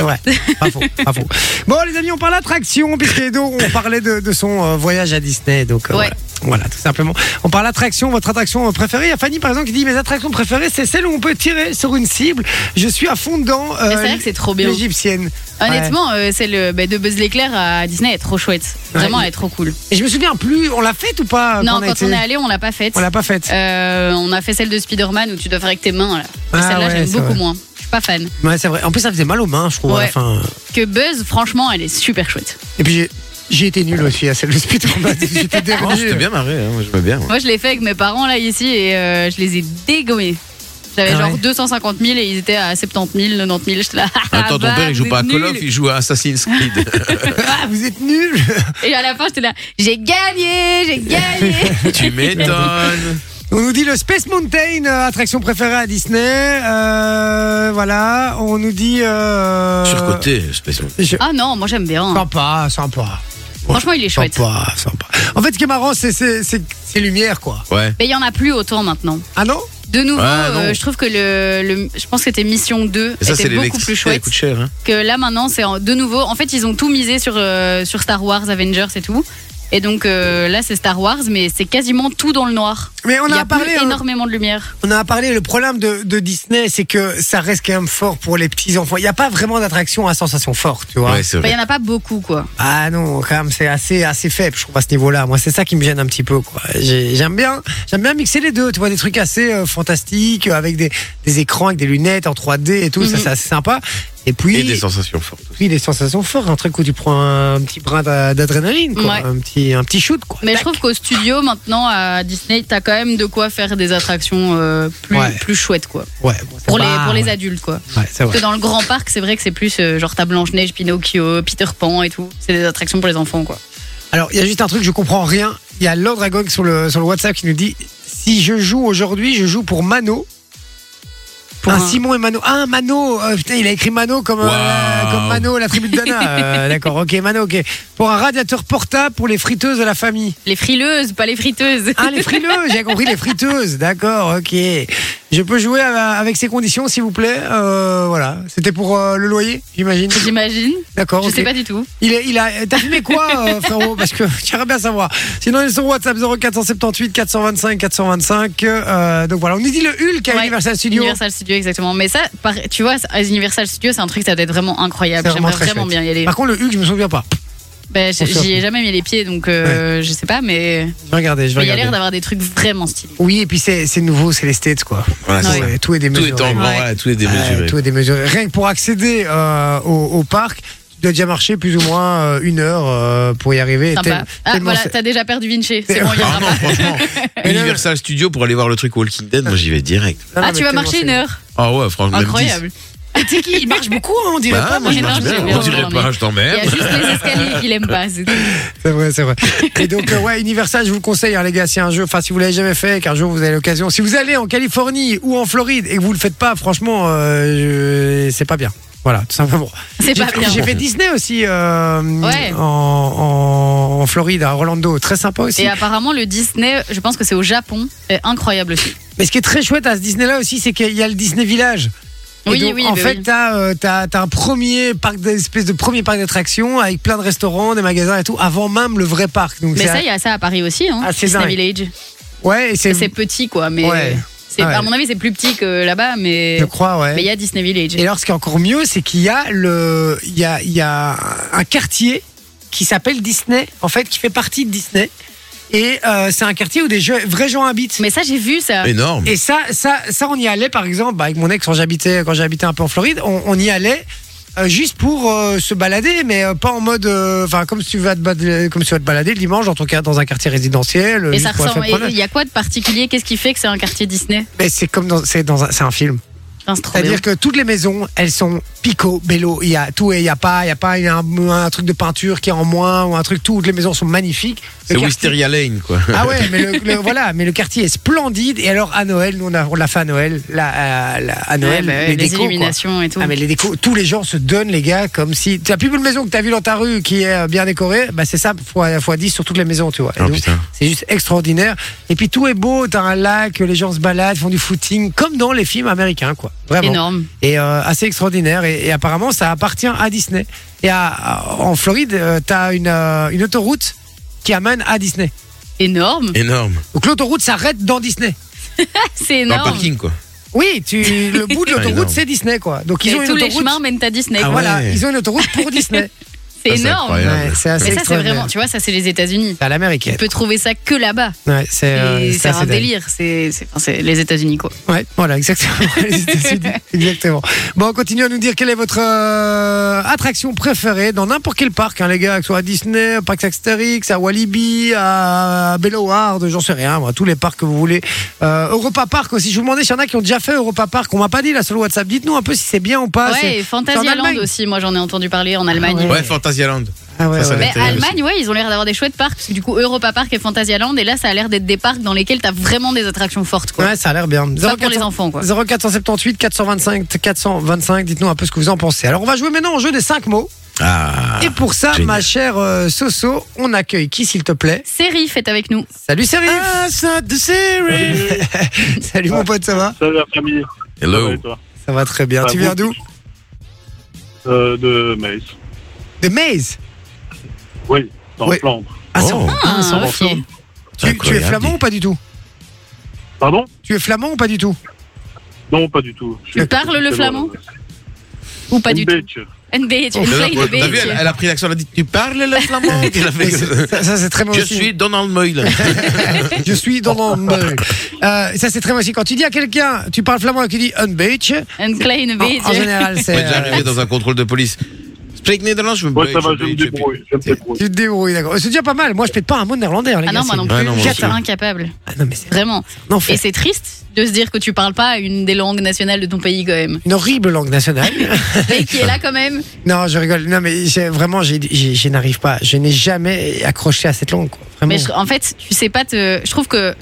Speaker 1: Ouais, pas faux, pas faux. Bon, les amis, on parle attraction, puisque Edo, on parlait de, de son euh, voyage à Disney. Donc, euh,
Speaker 3: Ouais.
Speaker 1: voilà. Voilà, tout simplement. On parle attraction, votre attraction euh, préférée. Il y a Fanny, par exemple, qui dit Mes attractions préférées, c'est celle où on peut tirer sur une cible. Je suis à fond dedans. euh,
Speaker 3: Mais c'est vrai que c'est trop bien.
Speaker 1: L'égyptienne.
Speaker 3: Honnêtement, euh, c'est le bah, de Buzz l'éclair à Disney. Elle est trop chouette. Vraiment,
Speaker 1: Ouais.
Speaker 3: elle est trop cool.
Speaker 1: Et je me souviens plus, on l'a faite ou pas
Speaker 3: non,
Speaker 1: on a
Speaker 3: quand
Speaker 1: été-
Speaker 3: on est allé, on l'a pas faite.
Speaker 1: On l'a pas faite.
Speaker 3: Euh, on a fait celle de Spider-Man où tu dois faire avec tes mains. Là. Mais
Speaker 1: Ah
Speaker 3: Celle-là,
Speaker 1: ouais,
Speaker 3: j'aime
Speaker 1: c'est
Speaker 3: beaucoup
Speaker 1: vrai.
Speaker 3: moins. Je suis pas fan.
Speaker 1: Ouais, c'est vrai. En plus, ça faisait mal aux mains, je trouve.
Speaker 3: Euh. Ouais.
Speaker 1: Enfin,
Speaker 3: Que Buzz, franchement, elle est super chouette.
Speaker 1: Et puis, j'ai- j'ai été nul aussi à celle de Spider-Man.
Speaker 3: Oh,
Speaker 1: J'étais
Speaker 2: Non,
Speaker 1: dérangé.
Speaker 2: J'étais bien marré, hein, moi, je vais bien. moi.
Speaker 3: Moi, je l'ai fait avec mes parents là ici et euh, je les ai dégommés. J'avais
Speaker 1: Ah
Speaker 3: genre
Speaker 1: ouais.
Speaker 3: 250 000 et ils étaient à 70 000, 90 000. J'étais là.
Speaker 2: Attends, ton
Speaker 3: bah,
Speaker 2: père, il joue
Speaker 3: vous
Speaker 2: pas à
Speaker 3: êtes
Speaker 2: Call of,
Speaker 3: nuls.
Speaker 2: il joue à Assassin's Creed.
Speaker 1: Ah, vous êtes nuls.
Speaker 3: Et à la fin, j'étais là. J'ai gagné, j'ai gagné.
Speaker 2: tu m'étonnes.
Speaker 1: On nous dit le Space Mountain, euh, attraction préférée à Disney. Euh, voilà, on nous dit. Euh,
Speaker 2: Surcoté, Space Mountain.
Speaker 1: je-
Speaker 3: ah non, moi j'aime bien. hein.
Speaker 1: Sympa, sympa.
Speaker 3: Franchement, il est chouette.
Speaker 1: Sympa, sympa. En fait, ce qui est marrant, c'est c'est- c'est- c'est lumière, quoi.
Speaker 2: Ouais.
Speaker 3: Mais il y en a plus autant maintenant.
Speaker 1: Ah non
Speaker 3: De nouveau,
Speaker 2: Ah, non.
Speaker 3: euh, je trouve que le, le- je pense que c'était Mission 2
Speaker 2: Et ça, c'est
Speaker 3: était beaucoup plus
Speaker 2: l'électricité, elle
Speaker 3: chouette.
Speaker 2: coûte cher. Hein.
Speaker 3: que là maintenant c'est en- de nouveau. En fait, ils ont tout misé sur, euh, sur Star Wars, Avengers et tout. Et donc euh, là, c'est Star Wars, mais c'est quasiment tout dans le noir.
Speaker 1: Mais on
Speaker 3: Il y
Speaker 1: a,
Speaker 3: a plus
Speaker 1: parlé. hein.
Speaker 3: énormément de lumière.
Speaker 1: On a parlé, le problème de, de Disney, c'est que ça reste quand même fort pour les petits enfants. Il n'y a pas vraiment d'attraction à sensation forte, tu vois.
Speaker 2: Ouais, c'est
Speaker 3: Enfin, Il
Speaker 2: vrai.
Speaker 3: y en a pas beaucoup, quoi.
Speaker 1: Ah non, quand même, c'est assez, assez faible, je trouve, à ce niveau-là. Moi, c'est ça qui me gêne un petit peu, quoi. J'ai- J'aime bien, j'aime bien mixer les deux. Tu vois, des trucs assez euh, fantastiques, euh, avec des, des écrans, avec des lunettes en 3D et tout. Ça,
Speaker 3: Mhm.
Speaker 1: c'est assez sympa. Et puis.
Speaker 2: Et des sensations fortes. aussi.
Speaker 1: puis des sensations fortes, un truc où tu prends un petit brin d'a- d'adrénaline, quoi.
Speaker 3: Ouais.
Speaker 1: un petit un petit shoot, quoi.
Speaker 3: Mais je
Speaker 1: Tac.
Speaker 3: trouve qu'au studio maintenant à Disney, t'as quand même de quoi faire des attractions euh, plus,
Speaker 1: Ouais.
Speaker 3: plus chouettes, quoi.
Speaker 1: ouais, bon, ça
Speaker 3: Pour les,
Speaker 1: va,
Speaker 3: pour les
Speaker 1: ouais.
Speaker 3: adultes, quoi.
Speaker 1: Ouais, c'est vrai.
Speaker 3: Parce que dans le grand parc, c'est vrai que c'est plus euh, genre t'as Blanche Neige, Pinocchio, Peter Pan et tout. C'est des attractions pour les enfants, quoi.
Speaker 1: Alors, il y a juste un truc, je comprends rien. Il y a Lord Dragon sur le sur le WhatsApp qui nous dit si je joue aujourd'hui, je joue pour Mano.
Speaker 3: Pour
Speaker 1: un,
Speaker 3: un-
Speaker 1: Simon et Mano. Ah, Mano euh, Putain, il a écrit Mano comme, euh,
Speaker 2: Waouh.
Speaker 1: comme Mano, la tribu de Dana. Euh, D'accord, ok, Mano, ok. Pour un radiateur portable pour les friteuses de la famille.
Speaker 3: Les frileuses, pas les friteuses.
Speaker 1: Ah, les frileuses, j'ai compris, les friteuses. D'accord, ok. Je peux jouer à- avec ces conditions, s'il vous plaît. Euh, voilà. C'était pour euh, le loyer, j'imagine.
Speaker 3: J'imagine.
Speaker 1: D'accord,
Speaker 3: Je
Speaker 1: Ah, ok.
Speaker 3: sais pas du tout.
Speaker 1: Il, est- il a. T'as fumé quoi, euh, frérot Parce que j'aimerais bien savoir. Sinon, ils sont WhatsApp 0478 425 425. Euh, donc voilà, on nous dit le Hulk à
Speaker 3: Ouais,
Speaker 1: Universal Studios.
Speaker 3: Universal Studio, exactement. Mais ça, par- tu vois, à Universal Studio, c'est un truc, ça doit être vraiment incroyable.
Speaker 1: C'est vraiment
Speaker 3: J'aimerais
Speaker 1: très
Speaker 3: vraiment
Speaker 1: chouette.
Speaker 3: bien y aller.
Speaker 1: Par contre, le Hulk, je me souviens pas.
Speaker 3: Ben, j-
Speaker 1: on se
Speaker 3: J'y ai jamais mis les pieds, donc euh, je sais pas, mais
Speaker 1: Je vais regarder, je vais
Speaker 3: mais il y a
Speaker 1: regarder.
Speaker 3: l'air d'avoir des trucs vraiment stylés.
Speaker 1: Oui, et puis c'est c'est nouveau, c'est les States, quoi.
Speaker 2: Voilà,
Speaker 3: Ouais.
Speaker 2: c'est
Speaker 1: Tout, est-
Speaker 2: ça.
Speaker 1: tout est
Speaker 2: Tout est
Speaker 1: démesuré.
Speaker 2: en grand,
Speaker 3: Ouais.
Speaker 2: ouais, tout est
Speaker 1: Ouais,
Speaker 2: démesuré.
Speaker 1: tout est démesuré. Rien que pour accéder euh, au, au parc, tu dois déjà marcher plus ou moins euh, une heure euh, pour y arriver.
Speaker 3: Sympa.
Speaker 1: Tel-
Speaker 3: Ah,
Speaker 1: tellement
Speaker 3: voilà,
Speaker 1: c'est-
Speaker 3: t'as déjà perdu Vinci. C'est bon, il y
Speaker 2: Ah
Speaker 3: aura
Speaker 2: non,
Speaker 3: pas.
Speaker 2: franchement, Universal Studio pour aller voir le truc Walking Dead, moi j'y vais direct.
Speaker 1: Non, non,
Speaker 3: Ah,
Speaker 1: mais
Speaker 3: tu vas
Speaker 1: tellement
Speaker 3: marcher
Speaker 1: c'est-
Speaker 3: une heure.
Speaker 2: Ah ouais, franchement, même
Speaker 3: Incroyable.
Speaker 1: C'est qui Il marche beaucoup, hein, on dirait
Speaker 2: Bah,
Speaker 1: pas.
Speaker 2: moi,
Speaker 1: moi.
Speaker 2: je marche
Speaker 3: j'aime
Speaker 2: bien.
Speaker 3: bien
Speaker 2: On dirait
Speaker 3: dormir.
Speaker 2: pas, je
Speaker 3: Il y a
Speaker 2: t'emmerde.
Speaker 3: juste les escaliers qu'il aime pas. c'est tout.
Speaker 1: C'est vrai, c'est vrai. Et donc, euh, ouais, Universal, je vous le conseille, hein, les gars, si un jeu, enfin, si vous l'avez jamais fait, qu'un jour vous avez l'occasion. Si vous allez en Californie ou en Floride et que vous le faites pas, franchement, euh, je- c'est pas bien. Voilà, tout simplement.
Speaker 3: C'est
Speaker 1: J'ai
Speaker 3: pas bien.
Speaker 1: fait, j'ai fait Disney aussi euh,
Speaker 3: Ouais.
Speaker 1: en, en- en Floride, à Orlando. Très sympa aussi.
Speaker 3: Et apparemment, le Disney, je pense que c'est au Japon, est incroyable aussi.
Speaker 1: Mais ce qui est très chouette à ce Disney-là aussi, c'est qu'il y a le Disney Village. Et
Speaker 3: Oui,
Speaker 1: donc,
Speaker 3: oui,
Speaker 1: en
Speaker 3: bah
Speaker 1: fait,
Speaker 3: oui.
Speaker 1: t'as, euh, t'as, t'as un premier parc, d'- espèce de premier parc d'attractions avec plein de restaurants, des magasins et tout, avant même le vrai parc. Donc,
Speaker 3: Mais
Speaker 1: c'est-
Speaker 3: ça, il y a ça à Paris aussi, hein,
Speaker 1: Ah, c'est
Speaker 3: Disney
Speaker 1: dingue.
Speaker 3: Village.
Speaker 1: ouais, et c'est,
Speaker 3: C'est petit, quoi, mais
Speaker 1: Ouais.
Speaker 3: c'est-
Speaker 1: Ouais.
Speaker 3: à mon avis, c'est plus petit que là-bas, mais
Speaker 1: je crois, ouais.
Speaker 3: mais il y a Disney Village.
Speaker 1: Et alors, ce qui est encore mieux, c'est qu'il y a le, il y a, il y a un quartier qui s'appelle Disney, en fait, qui fait partie de Disney. Et euh, c'est un quartier où des jeux- vrais gens habitent.
Speaker 3: Mais ça, j'ai vu ça.
Speaker 2: Énorme.
Speaker 1: Et ça, ça, ça, on y allait par exemple bah, avec mon ex quand j'habitais, quand j'habitais un peu en Floride, on, on y allait. euh, juste pour euh, se balader, mais euh, pas en mode, euh, enfin comme si tu vas te balader, comme si tu vas te balader le dimanche, en tout cas dans un quartier résidentiel. euh,
Speaker 3: Et
Speaker 1: juste
Speaker 3: ça
Speaker 1: pour la
Speaker 3: ressemble.
Speaker 1: faire promener.
Speaker 3: Il y a quoi de particulier Qu'est-ce qui fait que c'est un quartier Disney
Speaker 1: Mais c'est comme dans, c'est dans un, c'est un film.
Speaker 3: Putain, c'est trop bien.
Speaker 1: C'est-à-dire que toutes les maisons, elles sont pico, bello. Il y a tout et il y a pas, il y a pas il y a un, un truc de peinture qui est en moins ou un truc. Toutes les maisons sont magnifiques. Le
Speaker 2: C'est
Speaker 1: quartier-
Speaker 2: Wisteria Lane, quoi.
Speaker 1: Ah ouais, mais le, le- voilà, mais le quartier est splendide. Et alors à Noël, nous on a- on l'a fait à Noël, là, à, la- à Noël,
Speaker 3: Ouais, bah ouais,
Speaker 1: les,
Speaker 3: les,
Speaker 1: décos, quoi.
Speaker 3: illuminations et tout.
Speaker 1: Ah mais les décos, tous les gens se donnent les gars comme si tu as plus une maison que tu as vue dans ta rue qui est euh, bien décorée, bah c'est ça fois, fois 10 sur toutes les maisons, tu vois. Et
Speaker 2: Oh,
Speaker 1: donc,
Speaker 2: putain.
Speaker 1: c'est juste extraordinaire et puis tout est beau, tu as un lac, les gens se baladent, font du footing comme dans les films américains quoi. Vraiment.
Speaker 3: Énorme.
Speaker 1: Et euh, assez extraordinaire et, et apparemment ça appartient à Disney. Et à- à- en Floride, tu as une, euh, une autoroute qui amène à Disney.
Speaker 3: Énorme.
Speaker 2: Énorme.
Speaker 1: Donc l'autoroute s'arrête dans Disney.
Speaker 3: C'est
Speaker 2: Dans le
Speaker 3: énorme.
Speaker 2: parking, quoi.
Speaker 1: Oui, tu, le bout de l'autoroute
Speaker 2: Énorme.
Speaker 1: c'est Disney quoi. Donc ils
Speaker 3: Et
Speaker 1: ont une
Speaker 3: tous les
Speaker 1: autoroute.
Speaker 3: chemins mènent à Disney.
Speaker 2: Ah
Speaker 3: quoi.
Speaker 2: ouais.
Speaker 1: Voilà, ils ont une autoroute pour Disney.
Speaker 3: C'est
Speaker 2: Ah, c'est
Speaker 3: énorme.
Speaker 2: incroyable.
Speaker 1: Ouais, c'est assez
Speaker 3: Mais ça, c'est
Speaker 1: extraordinaire.
Speaker 3: vraiment. Tu vois, ça, c'est les États-Unis.
Speaker 1: C'est à l'américaine.
Speaker 3: Tu peux trouver ça que là-bas.
Speaker 1: Ouais, c'est euh,
Speaker 3: Et
Speaker 1: c'est
Speaker 3: C'est
Speaker 1: assez
Speaker 3: un
Speaker 1: dingue.
Speaker 3: délire. C'est c'est- enfin, c'est les États-Unis, quoi.
Speaker 1: Ouais, voilà, exactement. Les États-Unis, exactement. Bon, on continue à nous dire quelle est votre euh, attraction préférée dans n'imporort quel parc, hein, les gars, que ce soit à Disney, au Parc Astérix, à Walibi, à Belloward, j'en sais rien, moi, tous les parcs que vous voulez. Euh, Europa Park aussi, je vous demandais s'il y en a qui ont déjà fait Europa Park. On m'a pas dit là sur le WhatsApp. Dites-nous un peu si c'est bien ou pas.
Speaker 3: Ouais,
Speaker 1: Ah, c'est-
Speaker 3: et
Speaker 1: c'est en Allemagne.
Speaker 3: Fantasyland aussi. Moi, j'en ai entendu parler en
Speaker 1: Ah
Speaker 3: Allemagne.
Speaker 1: Ouais.
Speaker 2: Ouais, Fantasyland.
Speaker 1: Ah ouais, ouais.
Speaker 2: Ça, hein. ça va
Speaker 3: Mais
Speaker 2: être- Intérieur
Speaker 3: Allemagne, ouais, ils ont l'air d'avoir des chouettes parcs. parce que Du coup, Europa Park et Fantasyland, et là, ça a l'air d'être des parcs dans lesquels t'as vraiment des attractions fortes, quoi.
Speaker 1: Ouais, ça a l'air bien.
Speaker 3: Pas pour les
Speaker 1: 0400
Speaker 3: enfants, quoi.
Speaker 1: 0478 425 425, dites-nous un peu ce que vous en pensez. Alors on va jouer maintenant au jeu des 5 mots.
Speaker 2: Ah.
Speaker 1: Et pour ça,
Speaker 2: génial.
Speaker 1: ma chère euh, Soso, on accueille qui s'il te plaît
Speaker 3: Serif est avec nous.
Speaker 1: Salut Serif
Speaker 2: ça de série.
Speaker 1: Salut mon pote, ça va
Speaker 5: Salut la famille. Ça va
Speaker 2: Hello.
Speaker 5: et toi
Speaker 1: Ça va très bien.
Speaker 5: Ah
Speaker 1: tu
Speaker 5: bon
Speaker 1: viens d'où
Speaker 5: Euh, de Maïs.
Speaker 1: De Maze
Speaker 5: Oui, dans
Speaker 1: Oui.
Speaker 5: le Flandre.
Speaker 1: Ah, c'est-
Speaker 2: Oh.
Speaker 1: ah, c'est
Speaker 3: Ah,
Speaker 1: bon.
Speaker 3: ok.
Speaker 1: tu, tu es
Speaker 2: Incroyable.
Speaker 1: flamand ou pas du tout
Speaker 5: Pardon
Speaker 1: Tu es flamand ou pas du tout
Speaker 5: Non, pas du tout. Je suis-
Speaker 3: Tu parles le
Speaker 5: c'est
Speaker 3: flamand
Speaker 5: bon.
Speaker 3: Ou pas du tout.
Speaker 5: Bitch.
Speaker 3: NBH, une
Speaker 2: T'as
Speaker 3: blague de
Speaker 2: vu, elle,
Speaker 3: BH.
Speaker 2: elle a pris l'accent, elle a dit Tu parles le flamand Elle a fait-
Speaker 1: Mais c'est- Ça, ça, c'est très bon
Speaker 2: Je
Speaker 1: aussi.
Speaker 2: suis Donald Moyle.
Speaker 1: Je suis dans mon meuble. Euh, Ça c'est très bon aussi. Quand tu dis à quelqu'un, tu parles flamand et qu'il dit un beach,
Speaker 3: Une kleine
Speaker 1: en,
Speaker 3: BH.
Speaker 1: en général c'est...
Speaker 2: On est déjà
Speaker 1: euh,
Speaker 2: arrivé dans un contrôle de police. Spreek Nederlands, je me
Speaker 5: Ouais, ça va,
Speaker 2: je
Speaker 5: je me
Speaker 2: me- je-
Speaker 5: débrouille. Je me débrouille.
Speaker 1: Tu te débrouilles, d'accord. C'est déjà pas mal. Moi, je pète pas un mot de néerlandais, hein, les
Speaker 3: Ah
Speaker 1: gars.
Speaker 3: non, moi
Speaker 1: c'est-
Speaker 3: non
Speaker 2: Ah non,
Speaker 3: plus.
Speaker 2: moi
Speaker 3: Je
Speaker 2: non
Speaker 3: suis
Speaker 2: plus.
Speaker 3: incapable.
Speaker 1: Ah non, mais c'est
Speaker 3: Vraiment.
Speaker 1: un
Speaker 3: Et
Speaker 1: enfer.
Speaker 3: c'est triste de se dire que tu parles pas une des langues nationales de ton pays, quand même.
Speaker 1: Une horrible langue nationale.
Speaker 3: Mais qui est là, quand même.
Speaker 1: non, je rigole. Non, mais j'ai- vraiment, j'ai- j'ai- je n'arrive pas. Je n'ai jamais accroché à cette langue. quoi. Vraiment.
Speaker 3: Mais je- en fait, tu sais pas te. Je trouve que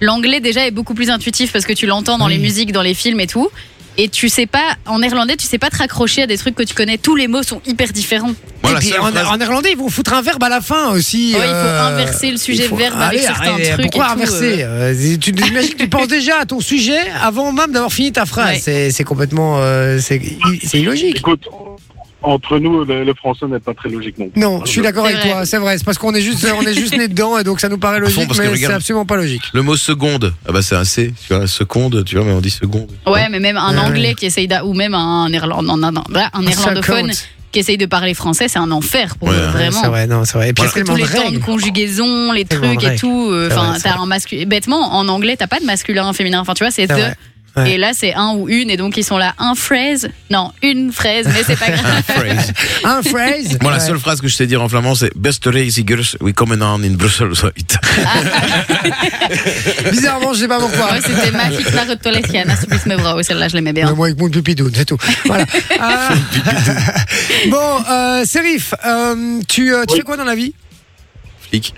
Speaker 3: l'anglais déjà est beaucoup plus intuitif parce que tu l'entends dans les
Speaker 1: Oui.
Speaker 3: musiques, dans les films et tout. Et tu sais pas, en néerlandais, tu sais pas te raccrocher à des trucs que tu connais. Tous les mots sont hyper différents.
Speaker 2: Moi,
Speaker 1: Et
Speaker 2: la
Speaker 1: puis,
Speaker 2: seule
Speaker 1: en,
Speaker 2: phrase-
Speaker 1: en néerlandais, ils vont foutre un verbe à la fin aussi.
Speaker 3: Ouais, il faut
Speaker 1: euh,
Speaker 3: inverser le sujet
Speaker 1: il faut-
Speaker 3: verbe avec
Speaker 1: Allez,
Speaker 3: certains
Speaker 1: arrête,
Speaker 3: trucs et
Speaker 1: Pourquoi
Speaker 3: tout,
Speaker 1: inverser Euh, Tu imagines que tu penses déjà à ton sujet avant même d'avoir fini ta phrase.
Speaker 3: Ouais.
Speaker 1: C'est- C'est complètement. euh, c'est c'est illogique.
Speaker 5: Écoute, entre nous, le, le français n'est pas très logique non plus.
Speaker 1: Non, je suis d'accord
Speaker 3: C'est
Speaker 1: avec
Speaker 3: vrai.
Speaker 1: toi, c'est vrai. C'est parce qu'on est juste, on est juste né dedans et donc ça nous paraît
Speaker 2: fond,
Speaker 1: logique,
Speaker 2: parce que
Speaker 1: mais c'est
Speaker 2: regarde-
Speaker 1: absolument pas logique.
Speaker 2: Le mot seconde, ah bah c'est un C, tu vois, seconde, tu vois, mais on dit seconde.
Speaker 3: euh. Ouais, mais même un
Speaker 1: Ah Ouais. Ah,
Speaker 3: anglais qui essaye d'a- ou même un, Irland- non, non, non, là, un néerlandophone
Speaker 1: Ça compte.
Speaker 3: qui essaye de parler français, c'est un enfer pour
Speaker 2: Ouais,
Speaker 3: eux,
Speaker 2: ouais,
Speaker 1: Ouais,
Speaker 3: vraiment.
Speaker 1: C'est vrai, non, c'est vrai. Et puis
Speaker 2: Voilà.
Speaker 1: c'est
Speaker 3: Tous
Speaker 1: tellement
Speaker 3: les
Speaker 1: de
Speaker 3: temps de
Speaker 1: règles.
Speaker 3: conjugaison, les
Speaker 1: Tellement de
Speaker 3: trucs et
Speaker 1: règles.
Speaker 3: tout. euh,
Speaker 1: C'est
Speaker 3: Enfin,
Speaker 1: vrai, c'est
Speaker 3: t'as un masculin. Bêtement, en anglais, t'as pas de masculin, féminin. Enfin, tu vois, c'est
Speaker 1: C'est
Speaker 3: the.
Speaker 1: vrai. Ouais.
Speaker 3: Et là, c'est un ou une. Et donc, ils sont là, un fraise. Non, une fraise, mais c'est pas grave.
Speaker 2: Un phrase.
Speaker 1: Un phrase.
Speaker 2: Moi, la
Speaker 1: Ouais.
Speaker 2: seule phrase que je sais dire en flamand, c'est Beste reizigers, we komen aan in Brussel ooit.
Speaker 1: Bizarrement, je sais pas pourquoi.
Speaker 3: Ouais, Oh, c'était ma Ah, fixe de toilette qui a Oh, Celle-là, je l'aimais
Speaker 1: Mais
Speaker 3: bien.
Speaker 1: moi avec mon pipidoune, c'est tout. Voilà. Ah. bon, euh, Serif, euh, tu, euh, tu
Speaker 5: Oui.
Speaker 1: fais quoi dans la vie
Speaker 2: Flic.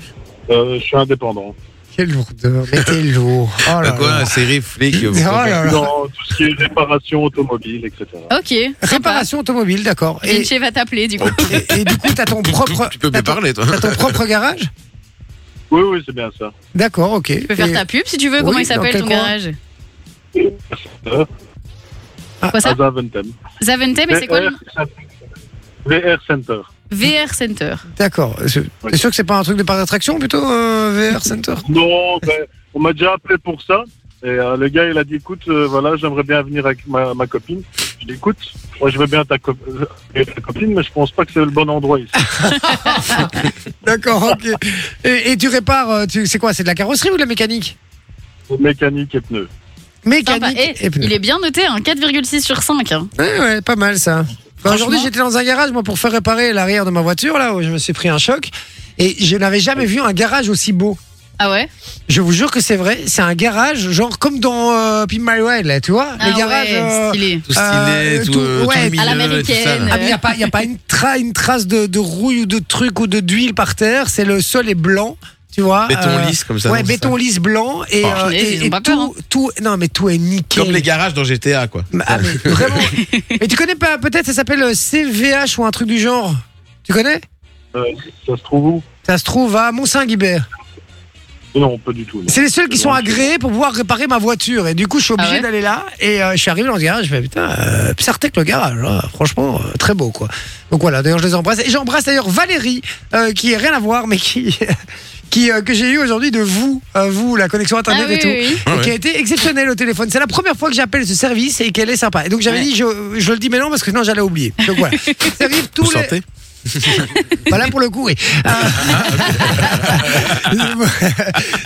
Speaker 5: Euh, je suis indépendant.
Speaker 1: Quel lourdeur, mais t'es lourd. Oh là
Speaker 2: Euh, Quoi, série, flic.
Speaker 1: là.
Speaker 2: vous
Speaker 1: Oh là là.
Speaker 5: Dans tout ce qui est réparation automobile, etc.
Speaker 3: Ok. sympa.
Speaker 1: Réparation automobile, d'accord. Et,
Speaker 3: Vinci va t'appeler, du coup.
Speaker 1: et- et du coup, t'as ton propre.
Speaker 2: comprenez Tu peux
Speaker 1: t'as
Speaker 2: plus
Speaker 1: ton-
Speaker 2: parler, toi.
Speaker 1: T'as ton propre garage
Speaker 5: Oui, oui, c'est bien ça.
Speaker 1: D'accord, ok.
Speaker 3: Tu peux faire
Speaker 1: Et-
Speaker 3: ta pub si tu veux. Comment
Speaker 1: Oui,
Speaker 3: il s'appelle
Speaker 1: dans
Speaker 3: ton
Speaker 1: quel coin
Speaker 3: garage
Speaker 5: Euh,
Speaker 1: Ah,
Speaker 3: Quoi ça
Speaker 5: Asa Ventem.
Speaker 3: Zaventem, mais c'est quoi
Speaker 5: Euh,
Speaker 3: le nom
Speaker 5: VR Center.
Speaker 3: VR Center.
Speaker 1: D'accord. C'est t'es sûr que c'est pas un truc de parc d'attraction plutôt, euh, VR Center
Speaker 5: Non, ben, on m'a déjà appelé pour ça. Et euh, le gars, il a dit, écoute, euh, voilà, j'aimerais bien venir avec ma, ma copine. Je dis, écoute, moi, je veux bien ta, co- euh, avec ta copine, mais je pense pas que c'est le bon endroit ici.
Speaker 1: Ah. D'accord, ok. Et, et tu répares, euh, tu, c'est quoi C'est de la carrosserie ou de la mécanique
Speaker 5: Mécanique et pneus.
Speaker 3: Sympa.
Speaker 1: Mécanique
Speaker 3: Eh,
Speaker 1: et pneus.
Speaker 3: il est bien noté, hein, 4,6 sur 5. hein.
Speaker 1: Ouais, ouais, pas mal ça. Enfin,
Speaker 3: Franchement.
Speaker 1: Aujourd'hui, j'étais dans un garage, moi, pour faire réparer l'arrière de ma voiture, là, où je me suis pris un choc. Et je n'avais jamais vu un garage aussi beau.
Speaker 3: Ah ouais
Speaker 1: Je vous jure que c'est vrai. C'est un garage, genre comme dans euh, Pimp My Ride, là, tu vois.
Speaker 3: Ah
Speaker 1: les garages.
Speaker 3: ouais,
Speaker 1: euh,
Speaker 3: stylé.
Speaker 2: Tout
Speaker 1: Euh,
Speaker 2: stylé, tout,
Speaker 1: tout-
Speaker 2: euh, tout
Speaker 1: ouais,
Speaker 2: lumineux,
Speaker 3: à
Speaker 2: tout ça,
Speaker 3: l'américaine.
Speaker 2: là.
Speaker 1: ah, mais il n'y a pas, y a pas une, tra- une trace de, de rouille ou de truc ou de d'huile par terre. C'est le sol est blanc, tu vois.
Speaker 2: Béton
Speaker 1: Euh,
Speaker 2: lisse, comme ça.
Speaker 1: Ouais,
Speaker 2: non,
Speaker 1: béton lisse blanc et,
Speaker 2: Oh,
Speaker 1: euh,
Speaker 3: punaise,
Speaker 1: et-
Speaker 3: ils ont
Speaker 1: et
Speaker 3: pas peur, hein.
Speaker 1: tout, tout- non mais tout est
Speaker 2: c'est ça.
Speaker 1: nickel.
Speaker 2: Comme les garages dans GTA, quoi.
Speaker 1: Ah, mais vraiment. mais tu connais pas, peut-être ça s'appelle euh, CVH ou un truc du genre. Tu connais
Speaker 5: Euh, ça se trouve où
Speaker 1: Ça se trouve à Mont-Saint-Guibert.
Speaker 5: Non, pas du tout. non.
Speaker 1: C'est les seuls qui sont agréés pour pouvoir réparer ma voiture. Et du coup, je suis obligé
Speaker 3: Ah ouais
Speaker 1: d'aller là. Et euh, je suis arrivé dans le garage. Je fais putain, euh, Psartec le garage. hein. franchement, euh, très beau quoi. Donc voilà, d'ailleurs, je les embrasse. Et j'embrasse d'ailleurs Valérie, euh, qui est rien à voir, mais qui. Qui, euh, que j'ai eu aujourd'hui de vous, euh, vous, la connexion
Speaker 3: Ah
Speaker 1: internet
Speaker 3: oui,
Speaker 1: et tout.
Speaker 3: oui, oui.
Speaker 2: Ah
Speaker 1: et
Speaker 2: ouais.
Speaker 1: qui a été exceptionnelle au téléphone. C'est la première fois que j'appelle ce service et qu'elle est sympa. Et donc j'avais
Speaker 3: Ouais.
Speaker 1: dit, je, je le dis maintenant parce que sinon j'allais oublier. Donc voilà. Ça arrive tous
Speaker 2: Vous
Speaker 1: les.
Speaker 2: sentez
Speaker 1: Voilà pour le coup, oui.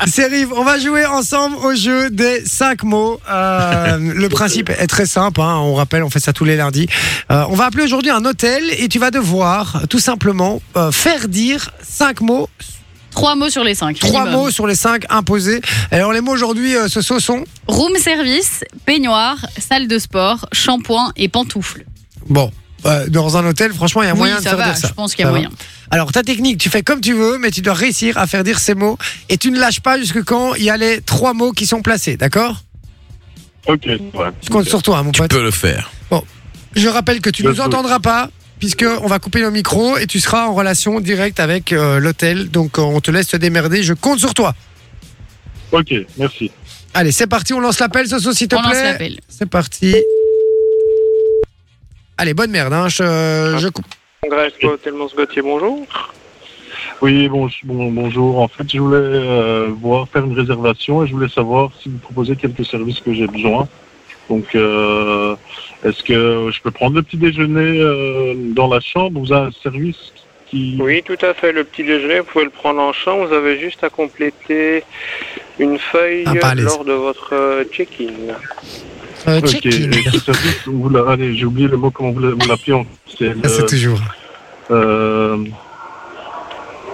Speaker 1: C'est Rive, on va jouer ensemble au jeu des 5 mots. Euh, le principe est très simple, hein. on rappelle, on fait ça tous les lundis. Euh, on va appeler aujourd'hui un hôtel et tu vas devoir tout simplement euh, faire dire 5 mots,
Speaker 3: Trois mots sur les cinq.
Speaker 1: 3
Speaker 3: minimum.
Speaker 1: mots sur les 5 imposés. Alors les mots aujourd'hui, euh, ce sont...
Speaker 3: Room service, peignoir, salle de sport, shampoing et pantoufles.
Speaker 1: Bon, euh, dans un hôtel, franchement, il y a
Speaker 3: Oui,
Speaker 1: moyen de
Speaker 3: ça
Speaker 1: faire
Speaker 3: va,
Speaker 1: dire ça.
Speaker 3: je pense qu'il y
Speaker 1: Ça
Speaker 3: a
Speaker 1: va.
Speaker 3: moyen.
Speaker 1: Alors ta technique, tu fais comme tu veux, mais tu dois réussir à faire dire ces mots et tu ne lâches pas jusque quand il y a les trois mots qui sont placés, d'accord
Speaker 5: Ok, ouais.
Speaker 1: Je compte sur toi, hein, mon
Speaker 2: Tu
Speaker 1: pote.
Speaker 2: peux le faire.
Speaker 1: Je rappelle que tu
Speaker 5: Je
Speaker 1: nous
Speaker 5: peux.
Speaker 1: entendras pas puisque on va couper le micro et tu seras en relation directe avec euh, l'hôtel. Donc euh, on te laisse te démerder. Je compte sur toi.
Speaker 5: Ok, merci.
Speaker 1: Allez, c'est parti. On lance l'appel, Soso, s'il te
Speaker 3: On lance
Speaker 1: plaît.
Speaker 3: l'appel.
Speaker 1: C'est parti. Allez, bonne merde. Hein. Je,
Speaker 5: Ah.
Speaker 1: je coupe.
Speaker 6: Congrès, quoi, tellement ce Gauthier, bonjour.
Speaker 5: Oui, bon, bon- bonjour. En fait, je voulais euh, voir, faire une réservation et je voulais savoir si vous proposez quelques services que j'ai besoin. Donc, euh, est-ce que je peux prendre le petit déjeuner euh, dans la chambre Vous avez un service qui...
Speaker 6: Oui, tout à fait. Le petit déjeuner, vous pouvez le prendre en chambre. Vous avez juste à compléter une feuille
Speaker 1: Ah, pas à l'aise.
Speaker 6: lors de votre euh, check-in.
Speaker 1: Euh,
Speaker 5: Ok,
Speaker 1: check.
Speaker 5: et ce service, vous l'a- allez, j'ai oublié le mot, comment vous l'a- vous l'appelez en c'est
Speaker 1: Ah, C'est
Speaker 5: le,
Speaker 1: toujours.
Speaker 5: euh,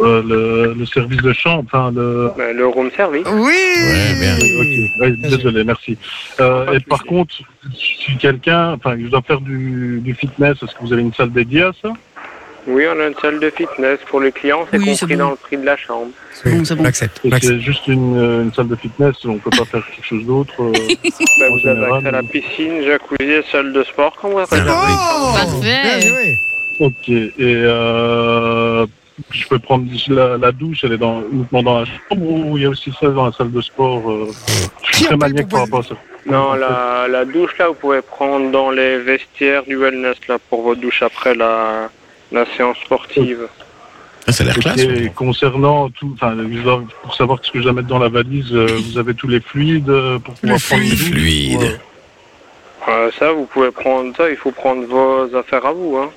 Speaker 5: euh, le, le service de chambre, enfin, le...
Speaker 6: Ben, Le room service.
Speaker 1: Oui.
Speaker 2: Ouais, bien.
Speaker 5: Oui, ok. Oui, désolé, merci. Euh, et par contre, si quelqu'un, enfin, je dois faire du, du fitness, est-ce que vous avez une salle dédiée à ça
Speaker 6: Oui, on a une salle de fitness pour les clients. C'est
Speaker 3: Oui, c'est
Speaker 6: compris
Speaker 3: bon.
Speaker 6: dans le prix de la chambre. Ben,
Speaker 1: Oui,
Speaker 3: Bon, c'est bon.
Speaker 1: On l'accepte. on
Speaker 5: Parce que
Speaker 1: l'accepte.
Speaker 5: C'est juste une, euh, une salle de fitness, on peut pas faire quelque chose d'autre. euh, en
Speaker 6: Ben, vous avez
Speaker 5: général,
Speaker 6: accès à la
Speaker 5: donc.
Speaker 6: piscine, jacuzzi et salle de sport. Quand vous
Speaker 2: C'est
Speaker 6: avez
Speaker 2: bon.
Speaker 1: Oh Bien
Speaker 3: Parfait.
Speaker 1: joué.
Speaker 5: Ok. Et euh, je peux prendre la, la douche, elle est dans, uniquement dans la chambre ou il y a aussi ça dans la salle de sport. euh, je
Speaker 1: Qui
Speaker 5: suis très
Speaker 1: appelle
Speaker 5: maniaque
Speaker 1: pour
Speaker 5: par rapport à ça.
Speaker 6: Non, la, la douche, là, vous pouvez prendre dans les vestiaires du wellness, là, pour votre douche après la, la séance sportive.
Speaker 2: Ah, Ça a l'air
Speaker 5: Ok,
Speaker 2: classe. ouais.
Speaker 5: concernant tout, enfin, je dois- pour savoir ce que je dois mettre dans la valise, euh, vous avez tous les fluides euh, pour pouvoir prendre une
Speaker 2: Les
Speaker 5: douche
Speaker 2: fluides.
Speaker 5: Ouais.
Speaker 6: Euh, ça, vous pouvez prendre ça, il faut prendre vos affaires à vous. Hein.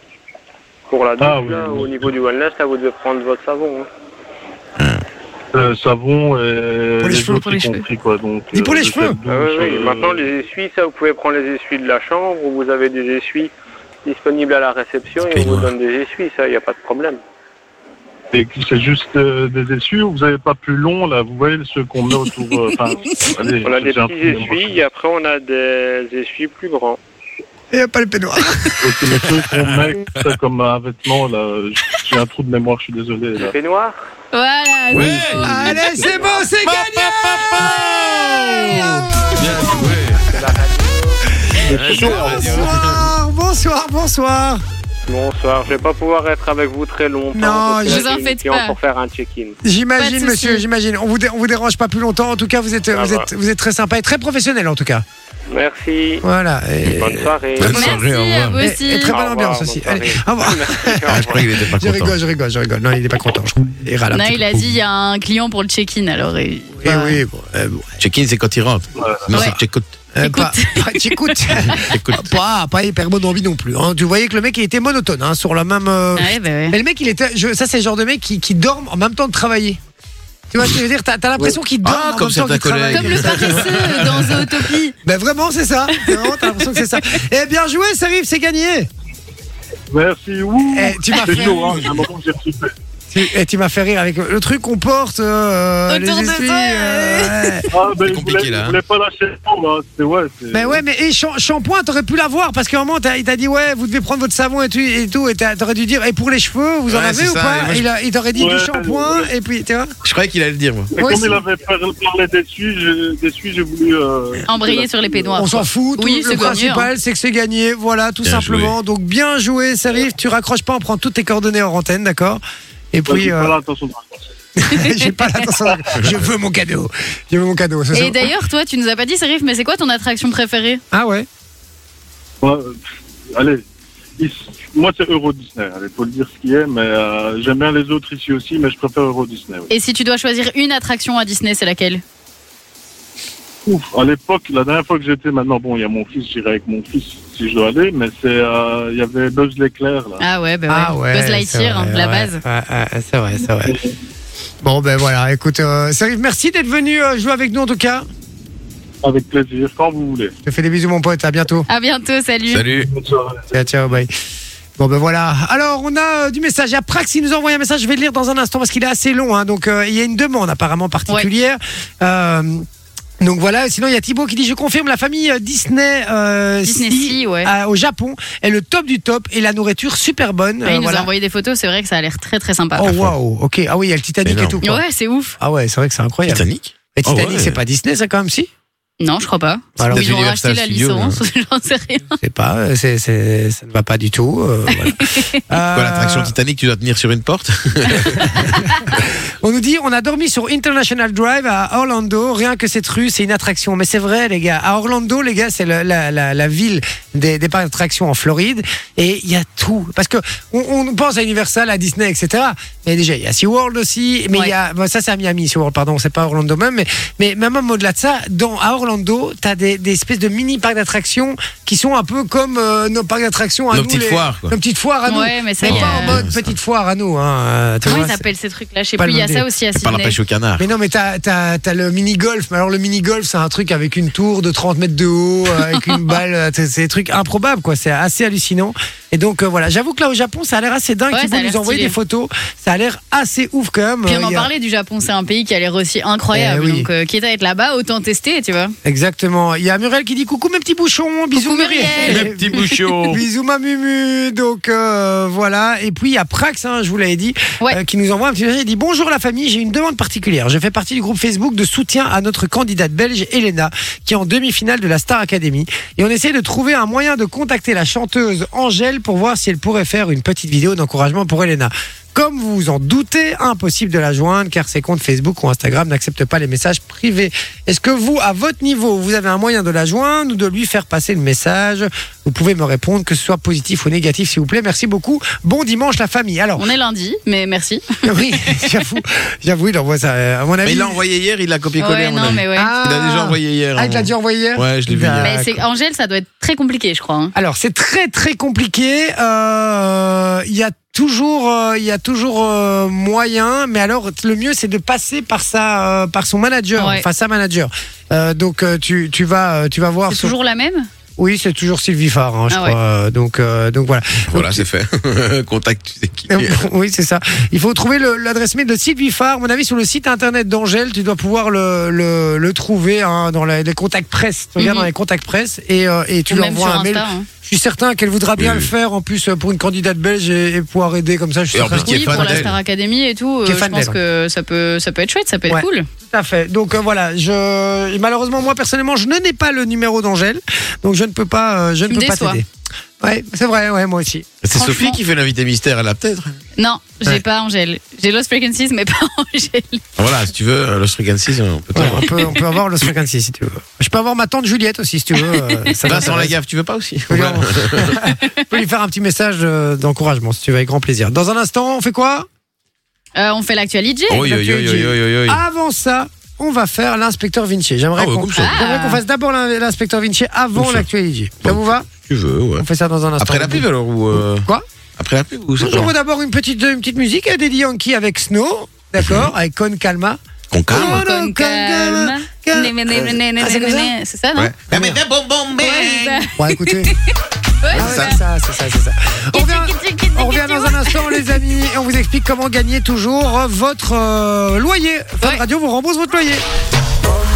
Speaker 6: Pour la douche,
Speaker 5: Ah, oui,
Speaker 6: là,
Speaker 5: oui.
Speaker 6: au niveau du wellness, là, vous devez prendre votre savon. hein.
Speaker 5: euh, savon et
Speaker 1: Pour les cheveux,
Speaker 5: autres
Speaker 3: pour les
Speaker 5: y
Speaker 3: cheveux.
Speaker 5: compris, quoi. Donc, euh,
Speaker 1: Dis pour les
Speaker 5: je
Speaker 1: cheveux.
Speaker 5: fais douche,
Speaker 6: Ah oui, oui.
Speaker 5: euh,
Speaker 6: Maintenant, les essuies, ça, vous pouvez prendre les essuies de la chambre ou vous avez des essuies disponibles à la réception et on vous donne des essuies, ça, il n'y a pas de problème.
Speaker 5: et que C'est juste euh, des essuies ou vous n'avez pas plus long, là Vous voyez ceux qu'on met autour. euh, Enfin, allez,
Speaker 6: On a des
Speaker 5: j'ai un
Speaker 6: petits
Speaker 5: peu-
Speaker 6: essuies et après, on a des essuies plus grands.
Speaker 1: Et pas le peignoir.
Speaker 5: Parce que les trucs qu'on met ça, comme un vêtement, là, j'ai un trou de mémoire, je suis désolé. Là.
Speaker 6: Peignoir
Speaker 3: Voilà.
Speaker 2: Ouais.
Speaker 3: c'est beau.
Speaker 1: Allez, c'est bon, c'est
Speaker 2: Pa,
Speaker 1: gagné
Speaker 2: pa, pa, pa.
Speaker 4: Bien joué.
Speaker 1: Bonsoir, bonsoir, bonsoir.
Speaker 6: Bonsoir, je vais pas pouvoir être avec vous très longtemps.
Speaker 1: Non,
Speaker 6: parce que
Speaker 1: je-
Speaker 6: là,
Speaker 3: Vous en
Speaker 6: j'ai une
Speaker 3: faites
Speaker 6: cliente
Speaker 3: pas.
Speaker 6: pour faire un check-in.
Speaker 3: Pas de
Speaker 1: J'imagine,
Speaker 3: souci.
Speaker 1: monsieur, j'imagine. On vous, dé- on vous dérange pas plus longtemps. En tout cas, vous êtes,
Speaker 6: Ah
Speaker 1: vous
Speaker 6: bah.
Speaker 1: êtes, vous êtes très sympa et très professionnel, en tout cas.
Speaker 6: Merci.
Speaker 1: Voilà. Et,
Speaker 6: Bonne soirée.
Speaker 2: Bonne
Speaker 3: Merci
Speaker 2: soirée, au
Speaker 3: à
Speaker 2: revoir.
Speaker 3: vous
Speaker 1: et-
Speaker 3: aussi.
Speaker 1: Eh, et très bonne
Speaker 6: Au revoir,
Speaker 1: ambiance
Speaker 6: bonne
Speaker 1: aussi.
Speaker 6: soirée.
Speaker 1: Allez, au revoir.
Speaker 6: Merci, au
Speaker 2: Ah, je
Speaker 6: revoir.
Speaker 2: croyais qu'il était pas
Speaker 1: Je
Speaker 2: content.
Speaker 1: rigole, je rigole, je rigole. Non, il est pas content. je crois. Il
Speaker 2: Ah,
Speaker 1: râle un
Speaker 3: Non,
Speaker 1: petit
Speaker 3: il a
Speaker 1: peu.
Speaker 3: dit il y a un client pour le check-in alors. Et...
Speaker 1: Eh
Speaker 3: bah,
Speaker 1: oui, bon, euh, bon,
Speaker 2: Check-in, c'est quand il rentre. Non,
Speaker 3: Ouais.
Speaker 2: c'est check-out.
Speaker 1: euh,
Speaker 3: Écoute.
Speaker 1: pas- pas- T'écoutes.
Speaker 2: Check-out.
Speaker 1: pas, pas hyper bonne envie non plus. hein. Tu voyais que le mec, il était monotone, hein, sur la même. euh,
Speaker 3: ouais, bah ouais.
Speaker 1: Mais le mec, il était. je- ça, c'est le genre de mec qui, qui dorment en même temps de travailler. Tu vois ce que je veux dire T'as as, l'impression qu'il
Speaker 2: Ah,
Speaker 1: dort en
Speaker 2: comme
Speaker 1: même temps
Speaker 2: certains
Speaker 1: qu'il travaille.
Speaker 3: Comme le paresseux dans Zootopie.
Speaker 1: Ben vraiment, c'est ça. Vraiment, t'as l'impression que c'est ça. Eh bien joué, Sarif, c'est gagné.
Speaker 5: Merci. Ouh,
Speaker 1: Eh, tu m'as
Speaker 5: c'est
Speaker 1: fait,
Speaker 5: chaud, hein. Il y a un moment que j'ai reçu fait.
Speaker 1: tu, eh, tu m'as fait rire avec le truc qu'on porte. euh,
Speaker 3: Autour
Speaker 1: les
Speaker 3: de
Speaker 1: essuies,
Speaker 3: toi,
Speaker 1: ouais.
Speaker 5: Ah, ben,
Speaker 2: C'est
Speaker 5: je
Speaker 2: compliqué,
Speaker 5: voulais,
Speaker 2: là, hein.
Speaker 5: je voulais pas lâcher le temps, là. C'est ouais. c'est-
Speaker 1: Ben ouais, mais eh, Cham- shampoing, t'aurais pu l'avoir parce qu'à un moment, t'as- il t'a dit ouais, vous devez prendre votre savon et tout, et tout, et t'as- t'aurais dû dire et pour les cheveux, vous en
Speaker 2: Ouais,
Speaker 1: avez
Speaker 2: c'est
Speaker 1: ou
Speaker 2: ça, et
Speaker 1: pas
Speaker 2: moi,
Speaker 1: Il a- Il t'aurait dit du
Speaker 5: Ouais,
Speaker 1: shampoing
Speaker 5: ouais.
Speaker 1: et puis tu vois.
Speaker 2: Je croyais qu'il allait le dire, moi.
Speaker 5: Mais
Speaker 1: Moi
Speaker 5: comme
Speaker 1: aussi.
Speaker 5: il avait par- parlé dessus, j'ai- dessus, j'ai voulu. euh,
Speaker 3: Embrayer sur les peignoirs.
Speaker 1: On s'en fout. tout-
Speaker 3: Oui,
Speaker 1: le
Speaker 3: c'est gagné, hein.
Speaker 1: principal, c'est que c'est gagné. Voilà, tout
Speaker 2: Bien
Speaker 1: simplement. Donc bien joué, Sarif. Tu raccroches pas, on prend toutes tes coordonnées en antenne, d'accord Et
Speaker 5: Ouais,
Speaker 1: puis.
Speaker 5: j'ai
Speaker 1: euh,
Speaker 5: pas l'intention de raconter.
Speaker 1: J'ai pas l'intention. de- Je veux mon cadeau. Je veux mon cadeau. ce soir.
Speaker 3: Et d'ailleurs, toi, tu nous as pas dit, Serif, mais c'est quoi ton attraction préférée
Speaker 1: Ah ouais.
Speaker 5: Ouais, euh, allez, Ici- moi c'est Euro Disney. Allez, faut le dire ce qui est, mais euh, j'aime bien les autres ici aussi, mais je préfère Euro Disney. oui.
Speaker 3: Et si tu dois choisir une attraction à Disney, c'est laquelle
Speaker 5: Ouf, à l'époque, la dernière fois que j'étais, maintenant bon, il y a mon fils, j'irai avec mon fils si je dois aller, mais c'est, euh, il y avait Buzz l'éclair là.
Speaker 3: Ah ouais, bah ouais.
Speaker 1: Ah ouais.
Speaker 3: Buzz Lightyear,
Speaker 1: c'est vrai,
Speaker 3: hein, la
Speaker 1: ouais.
Speaker 3: base.
Speaker 1: Ouais, ouais, c'est vrai, c'est vrai. Bon ben voilà. Écoute, euh, Sarif, merci d'être venu euh, jouer avec nous en tout cas.
Speaker 5: Avec plaisir, quand vous voulez.
Speaker 1: Je te fais des bisous, mon pote. À bientôt.
Speaker 3: À bientôt, salut.
Speaker 2: Salut.
Speaker 5: Bonne soirée.
Speaker 1: Ciao, ciao, bye. Bon ben voilà. Alors on a euh, du message. Il y a Prax qui nous envoie un message. Je vais le lire dans un instant parce qu'il est assez long. hein. donc euh, il y a une demande apparemment particulière. Euh, donc voilà. Sinon il y a Thibaut qui dit je confirme la famille euh, Disney. euh,
Speaker 3: Disney
Speaker 1: Sea,
Speaker 3: Sea, ouais.
Speaker 1: à- au Japon est le top du top et la nourriture super bonne. Euh,
Speaker 3: Ah, il nous a
Speaker 1: voilà.
Speaker 3: envoyé des photos, c'est vrai que ça a l'air très très sympa.
Speaker 1: Oh waouh, ok. Ah oui, il y a le Titanic
Speaker 2: Énorme.
Speaker 1: et tout. quoi.
Speaker 3: Ouais, c'est ouf.
Speaker 1: Ah ouais, c'est vrai que c'est incroyable.
Speaker 2: Titanic
Speaker 1: Et Titanic,
Speaker 2: Ah ouais.
Speaker 1: c'est pas Disney, ça quand même si
Speaker 3: Non, je crois pas.
Speaker 1: Alors,
Speaker 3: Ou ils ont
Speaker 2: Universal
Speaker 3: racheté la
Speaker 2: Studios,
Speaker 3: licence, j'en sais rien.
Speaker 1: C'est pas, euh, c'est, c'est- ça ne va pas du tout. euh, voilà.
Speaker 2: Quoi,
Speaker 1: Euh,
Speaker 2: l'attraction Titanic, tu dois tenir sur une porte
Speaker 1: on nous dit, on a dormi sur International Drive à Orlando. Rien que cette rue, c'est une attraction. Mais c'est vrai, les gars. À Orlando, les gars, c'est le- la, la- la ville des, des parcs d'attractions en Floride. Et il y a tout. Parce que on, on pense à Universal, à Disney, etc. Mais déjà, il y a SeaWorld aussi. Mais il y a, bon, ça, c'est à Miami, SeaWorld, pardon. C'est pas Orlando même. Mais, mais même au-delà de ça, dans, à Orlando, t'as des, des espèces de mini parcs d'attractions qui sont un peu comme euh, nos parcs d'attractions à
Speaker 2: Nos
Speaker 1: nous,
Speaker 2: petites
Speaker 1: les-
Speaker 2: foires, quoi.
Speaker 1: Nos petites foires à nous.
Speaker 3: Ouais, mais ça
Speaker 1: Ah Mais
Speaker 3: y est.
Speaker 1: pas en
Speaker 3: euh,
Speaker 1: mode petite foire à nous. Hein. euh, tu
Speaker 3: Comment
Speaker 1: vois,
Speaker 3: ils
Speaker 1: c'est-
Speaker 3: appellent ces trucs-là Je sais
Speaker 1: pas
Speaker 3: plus, il y a
Speaker 1: le
Speaker 3: ça aussi à
Speaker 2: C'est par la
Speaker 3: Sydney.
Speaker 2: pêche au canard.
Speaker 1: mais non, mais t'as as, le mini-golf. Mais alors, le mini-golf, c'est un truc avec une tour de 30 mètres de haut, euh, avec une balle. euh, C'est c'est des trucs improbables, quoi. C'est assez hallucinant. Et donc, euh, voilà. J'avoue que là, au Japon, ça a l'air assez dingue.
Speaker 3: Ouais,
Speaker 1: Ils
Speaker 3: ça a
Speaker 1: vont nous
Speaker 3: l'air
Speaker 1: envoyer
Speaker 3: stylé.
Speaker 1: des photos. Ça a l'air assez ouf, quand même.
Speaker 3: Puis
Speaker 1: Euh,
Speaker 3: on en
Speaker 1: il y a-
Speaker 3: parlait du Japon, c'est un pays qui a l'air aussi incroyable.
Speaker 1: Eh oui.
Speaker 3: Donc, euh, quitte à être là-bas, autant tester, tu vois.
Speaker 1: Exactement. Il y a Muriel qui dit coucou, mes petits bouchons. Bisous, Muriel.
Speaker 3: Muriel.
Speaker 2: Le petit bouchon.
Speaker 1: Bisous ma Mumu, donc euh, voilà. Et puis il y a Prax, hein, je vous l'avais dit,
Speaker 3: Ouais.
Speaker 1: euh, qui nous envoie un petit message. Il dit bonjour la famille, j'ai une demande particulière. Je fais partie du groupe Facebook de soutien à notre candidate belge Elena, qui est en demi-finale de la Star Academy. Et on essaie de trouver un moyen de contacter la chanteuse Angèle pour voir si elle pourrait faire une petite vidéo d'encouragement pour Elena. Comme vous vous en doutez, impossible de la joindre car ses comptes Facebook ou Instagram n'acceptent pas les messages privés. Est-ce que vous, à votre niveau, vous avez un moyen de la joindre ou de lui faire passer le message Vous pouvez me répondre, que ce soit positif ou négatif, s'il vous plaît. Merci beaucoup. Bon dimanche, la famille. Alors,
Speaker 3: On est lundi, mais merci.
Speaker 1: oui, j'avoue, j'avoue, il envoie ça. euh, À mon
Speaker 2: Mais
Speaker 1: avis.
Speaker 2: il l'a envoyé hier, il l'a copié-collé.
Speaker 3: Ouais,
Speaker 2: à mon
Speaker 3: non,
Speaker 2: avis.
Speaker 3: mais ouais.
Speaker 1: Ah,
Speaker 2: Il l'a déjà envoyé hier.
Speaker 1: Ah,
Speaker 2: hein.
Speaker 1: il te l'a déjà envoyé hier
Speaker 2: Ouais, je l'ai vu hier.
Speaker 3: Mais c'est- Angèle, ça doit être très compliqué, je crois. hein.
Speaker 1: Alors, c'est très, très compliqué. Euh, Il y a toujours, euh, il y a toujours euh, moyen, mais alors le mieux c'est de passer par sa, euh, par son manager,
Speaker 3: Ouais.
Speaker 1: enfin sa manager. Euh, donc euh, tu, tu vas, euh, tu vas voir.
Speaker 3: C'est
Speaker 1: son-
Speaker 3: toujours la même
Speaker 1: Oui, c'est toujours Sylvie Farr, hein, je
Speaker 3: Ah
Speaker 1: crois. Euh, Donc, euh, donc voilà.
Speaker 2: Voilà, c'est fait. Contact, tu sais qui.
Speaker 1: oui, c'est ça. Il faut trouver le- l'adresse mail de Sylvie Farr. À mon avis, sur le site internet d'Angèle, tu dois pouvoir le, le, le trouver hein, dans la- les contacts presse. Tu regardes
Speaker 3: Mhm.
Speaker 1: dans les contacts presse et, euh, et tu
Speaker 3: Ou
Speaker 1: lui
Speaker 3: même sur
Speaker 1: envoies un mail.
Speaker 3: Insta. hein.
Speaker 1: Je suis certain qu'elle voudra bien
Speaker 2: Oui,
Speaker 1: le
Speaker 2: oui.
Speaker 1: faire en plus euh, pour une candidate belge et, et pouvoir aider comme ça. Je suis
Speaker 2: Et en
Speaker 1: certain.
Speaker 2: plus, qui est
Speaker 3: Oui,
Speaker 2: fan
Speaker 3: pour la
Speaker 2: d'elle.
Speaker 3: Star Academy et tout. euh,
Speaker 1: Qui est
Speaker 3: je
Speaker 1: fan
Speaker 3: pense
Speaker 1: d'elle.
Speaker 3: que ça peut, ça peut être chouette, ça peut être
Speaker 1: Ouais.
Speaker 3: cool.
Speaker 1: Tout à fait. Donc euh, voilà, je et malheureusement moi personnellement je ne n'ai pas le numéro d'Angèle, donc je ne peux pas, euh, je ne
Speaker 3: Tu me
Speaker 1: peux pas
Speaker 3: déçois.
Speaker 1: t'aider. Ouais, c'est vrai, ouais moi aussi.
Speaker 2: C'est Sophie
Speaker 3: Franchement.
Speaker 2: qui fait l'invité mystère, elle a peut-être.
Speaker 3: Non, j'ai
Speaker 1: Ouais.
Speaker 3: pas Angèle. J'ai Lost Frequencies, mais pas Angèle.
Speaker 2: Voilà, si tu veux, euh, Lost Frequencies, on peut
Speaker 1: Ouais,
Speaker 2: t'avoir.
Speaker 1: on, peut, on peut avoir le 56 si tu veux. Je peux avoir ma tante Juliette aussi si tu veux. euh, ça
Speaker 2: Vincent
Speaker 1: m'intéresse.
Speaker 2: Lagaffe, tu veux pas aussi
Speaker 1: Je peux lui- Je peux lui faire un petit message euh, d'encouragement si tu veux, avec grand plaisir. Dans un instant, on fait quoi
Speaker 3: Euh, on fait l'actualité.
Speaker 2: Oui, oui, oui, oui, oui, oui, oui.
Speaker 1: Avant ça, on va faire l'inspecteur Vinci. J'aimerais
Speaker 2: Ah ouais,
Speaker 1: qu'on
Speaker 2: comme ça.
Speaker 1: j'aimerais qu'on fasse d'abord l'in- l'inspecteur Vinci avant
Speaker 2: Comme ça.
Speaker 1: l'actualité. Ça
Speaker 2: Bon.
Speaker 1: vous va
Speaker 2: Tu veux, ouais.
Speaker 1: On fait ça dans un instant.
Speaker 2: Après la pub alors ou euh,
Speaker 1: Quoi
Speaker 2: Après la pub ou ça
Speaker 1: Nous aurons d'abord une petite, une petite musique à Daddy Yankee avec Snow, d'accord, avec Con Calma.
Speaker 2: Qu'on calme.
Speaker 1: Ah,
Speaker 3: Con calma. Né, né, né, né, né,
Speaker 1: Ah, c'est
Speaker 3: né,
Speaker 1: comme ça
Speaker 3: né. C'est ça, non
Speaker 2: Ouais. Mais- mais- mais- bon, bon,
Speaker 3: Ouais,
Speaker 2: ben.
Speaker 3: c'est ça.
Speaker 1: Bon, écoutez. Ah ouais, c'est ça, c'est ça, c'est ça. On revient, on revient dans un instant, les amis, et on vous explique comment gagner toujours votre euh, loyer. Fun
Speaker 3: Ouais.
Speaker 1: Radio vous rembourse votre loyer.
Speaker 7: Bon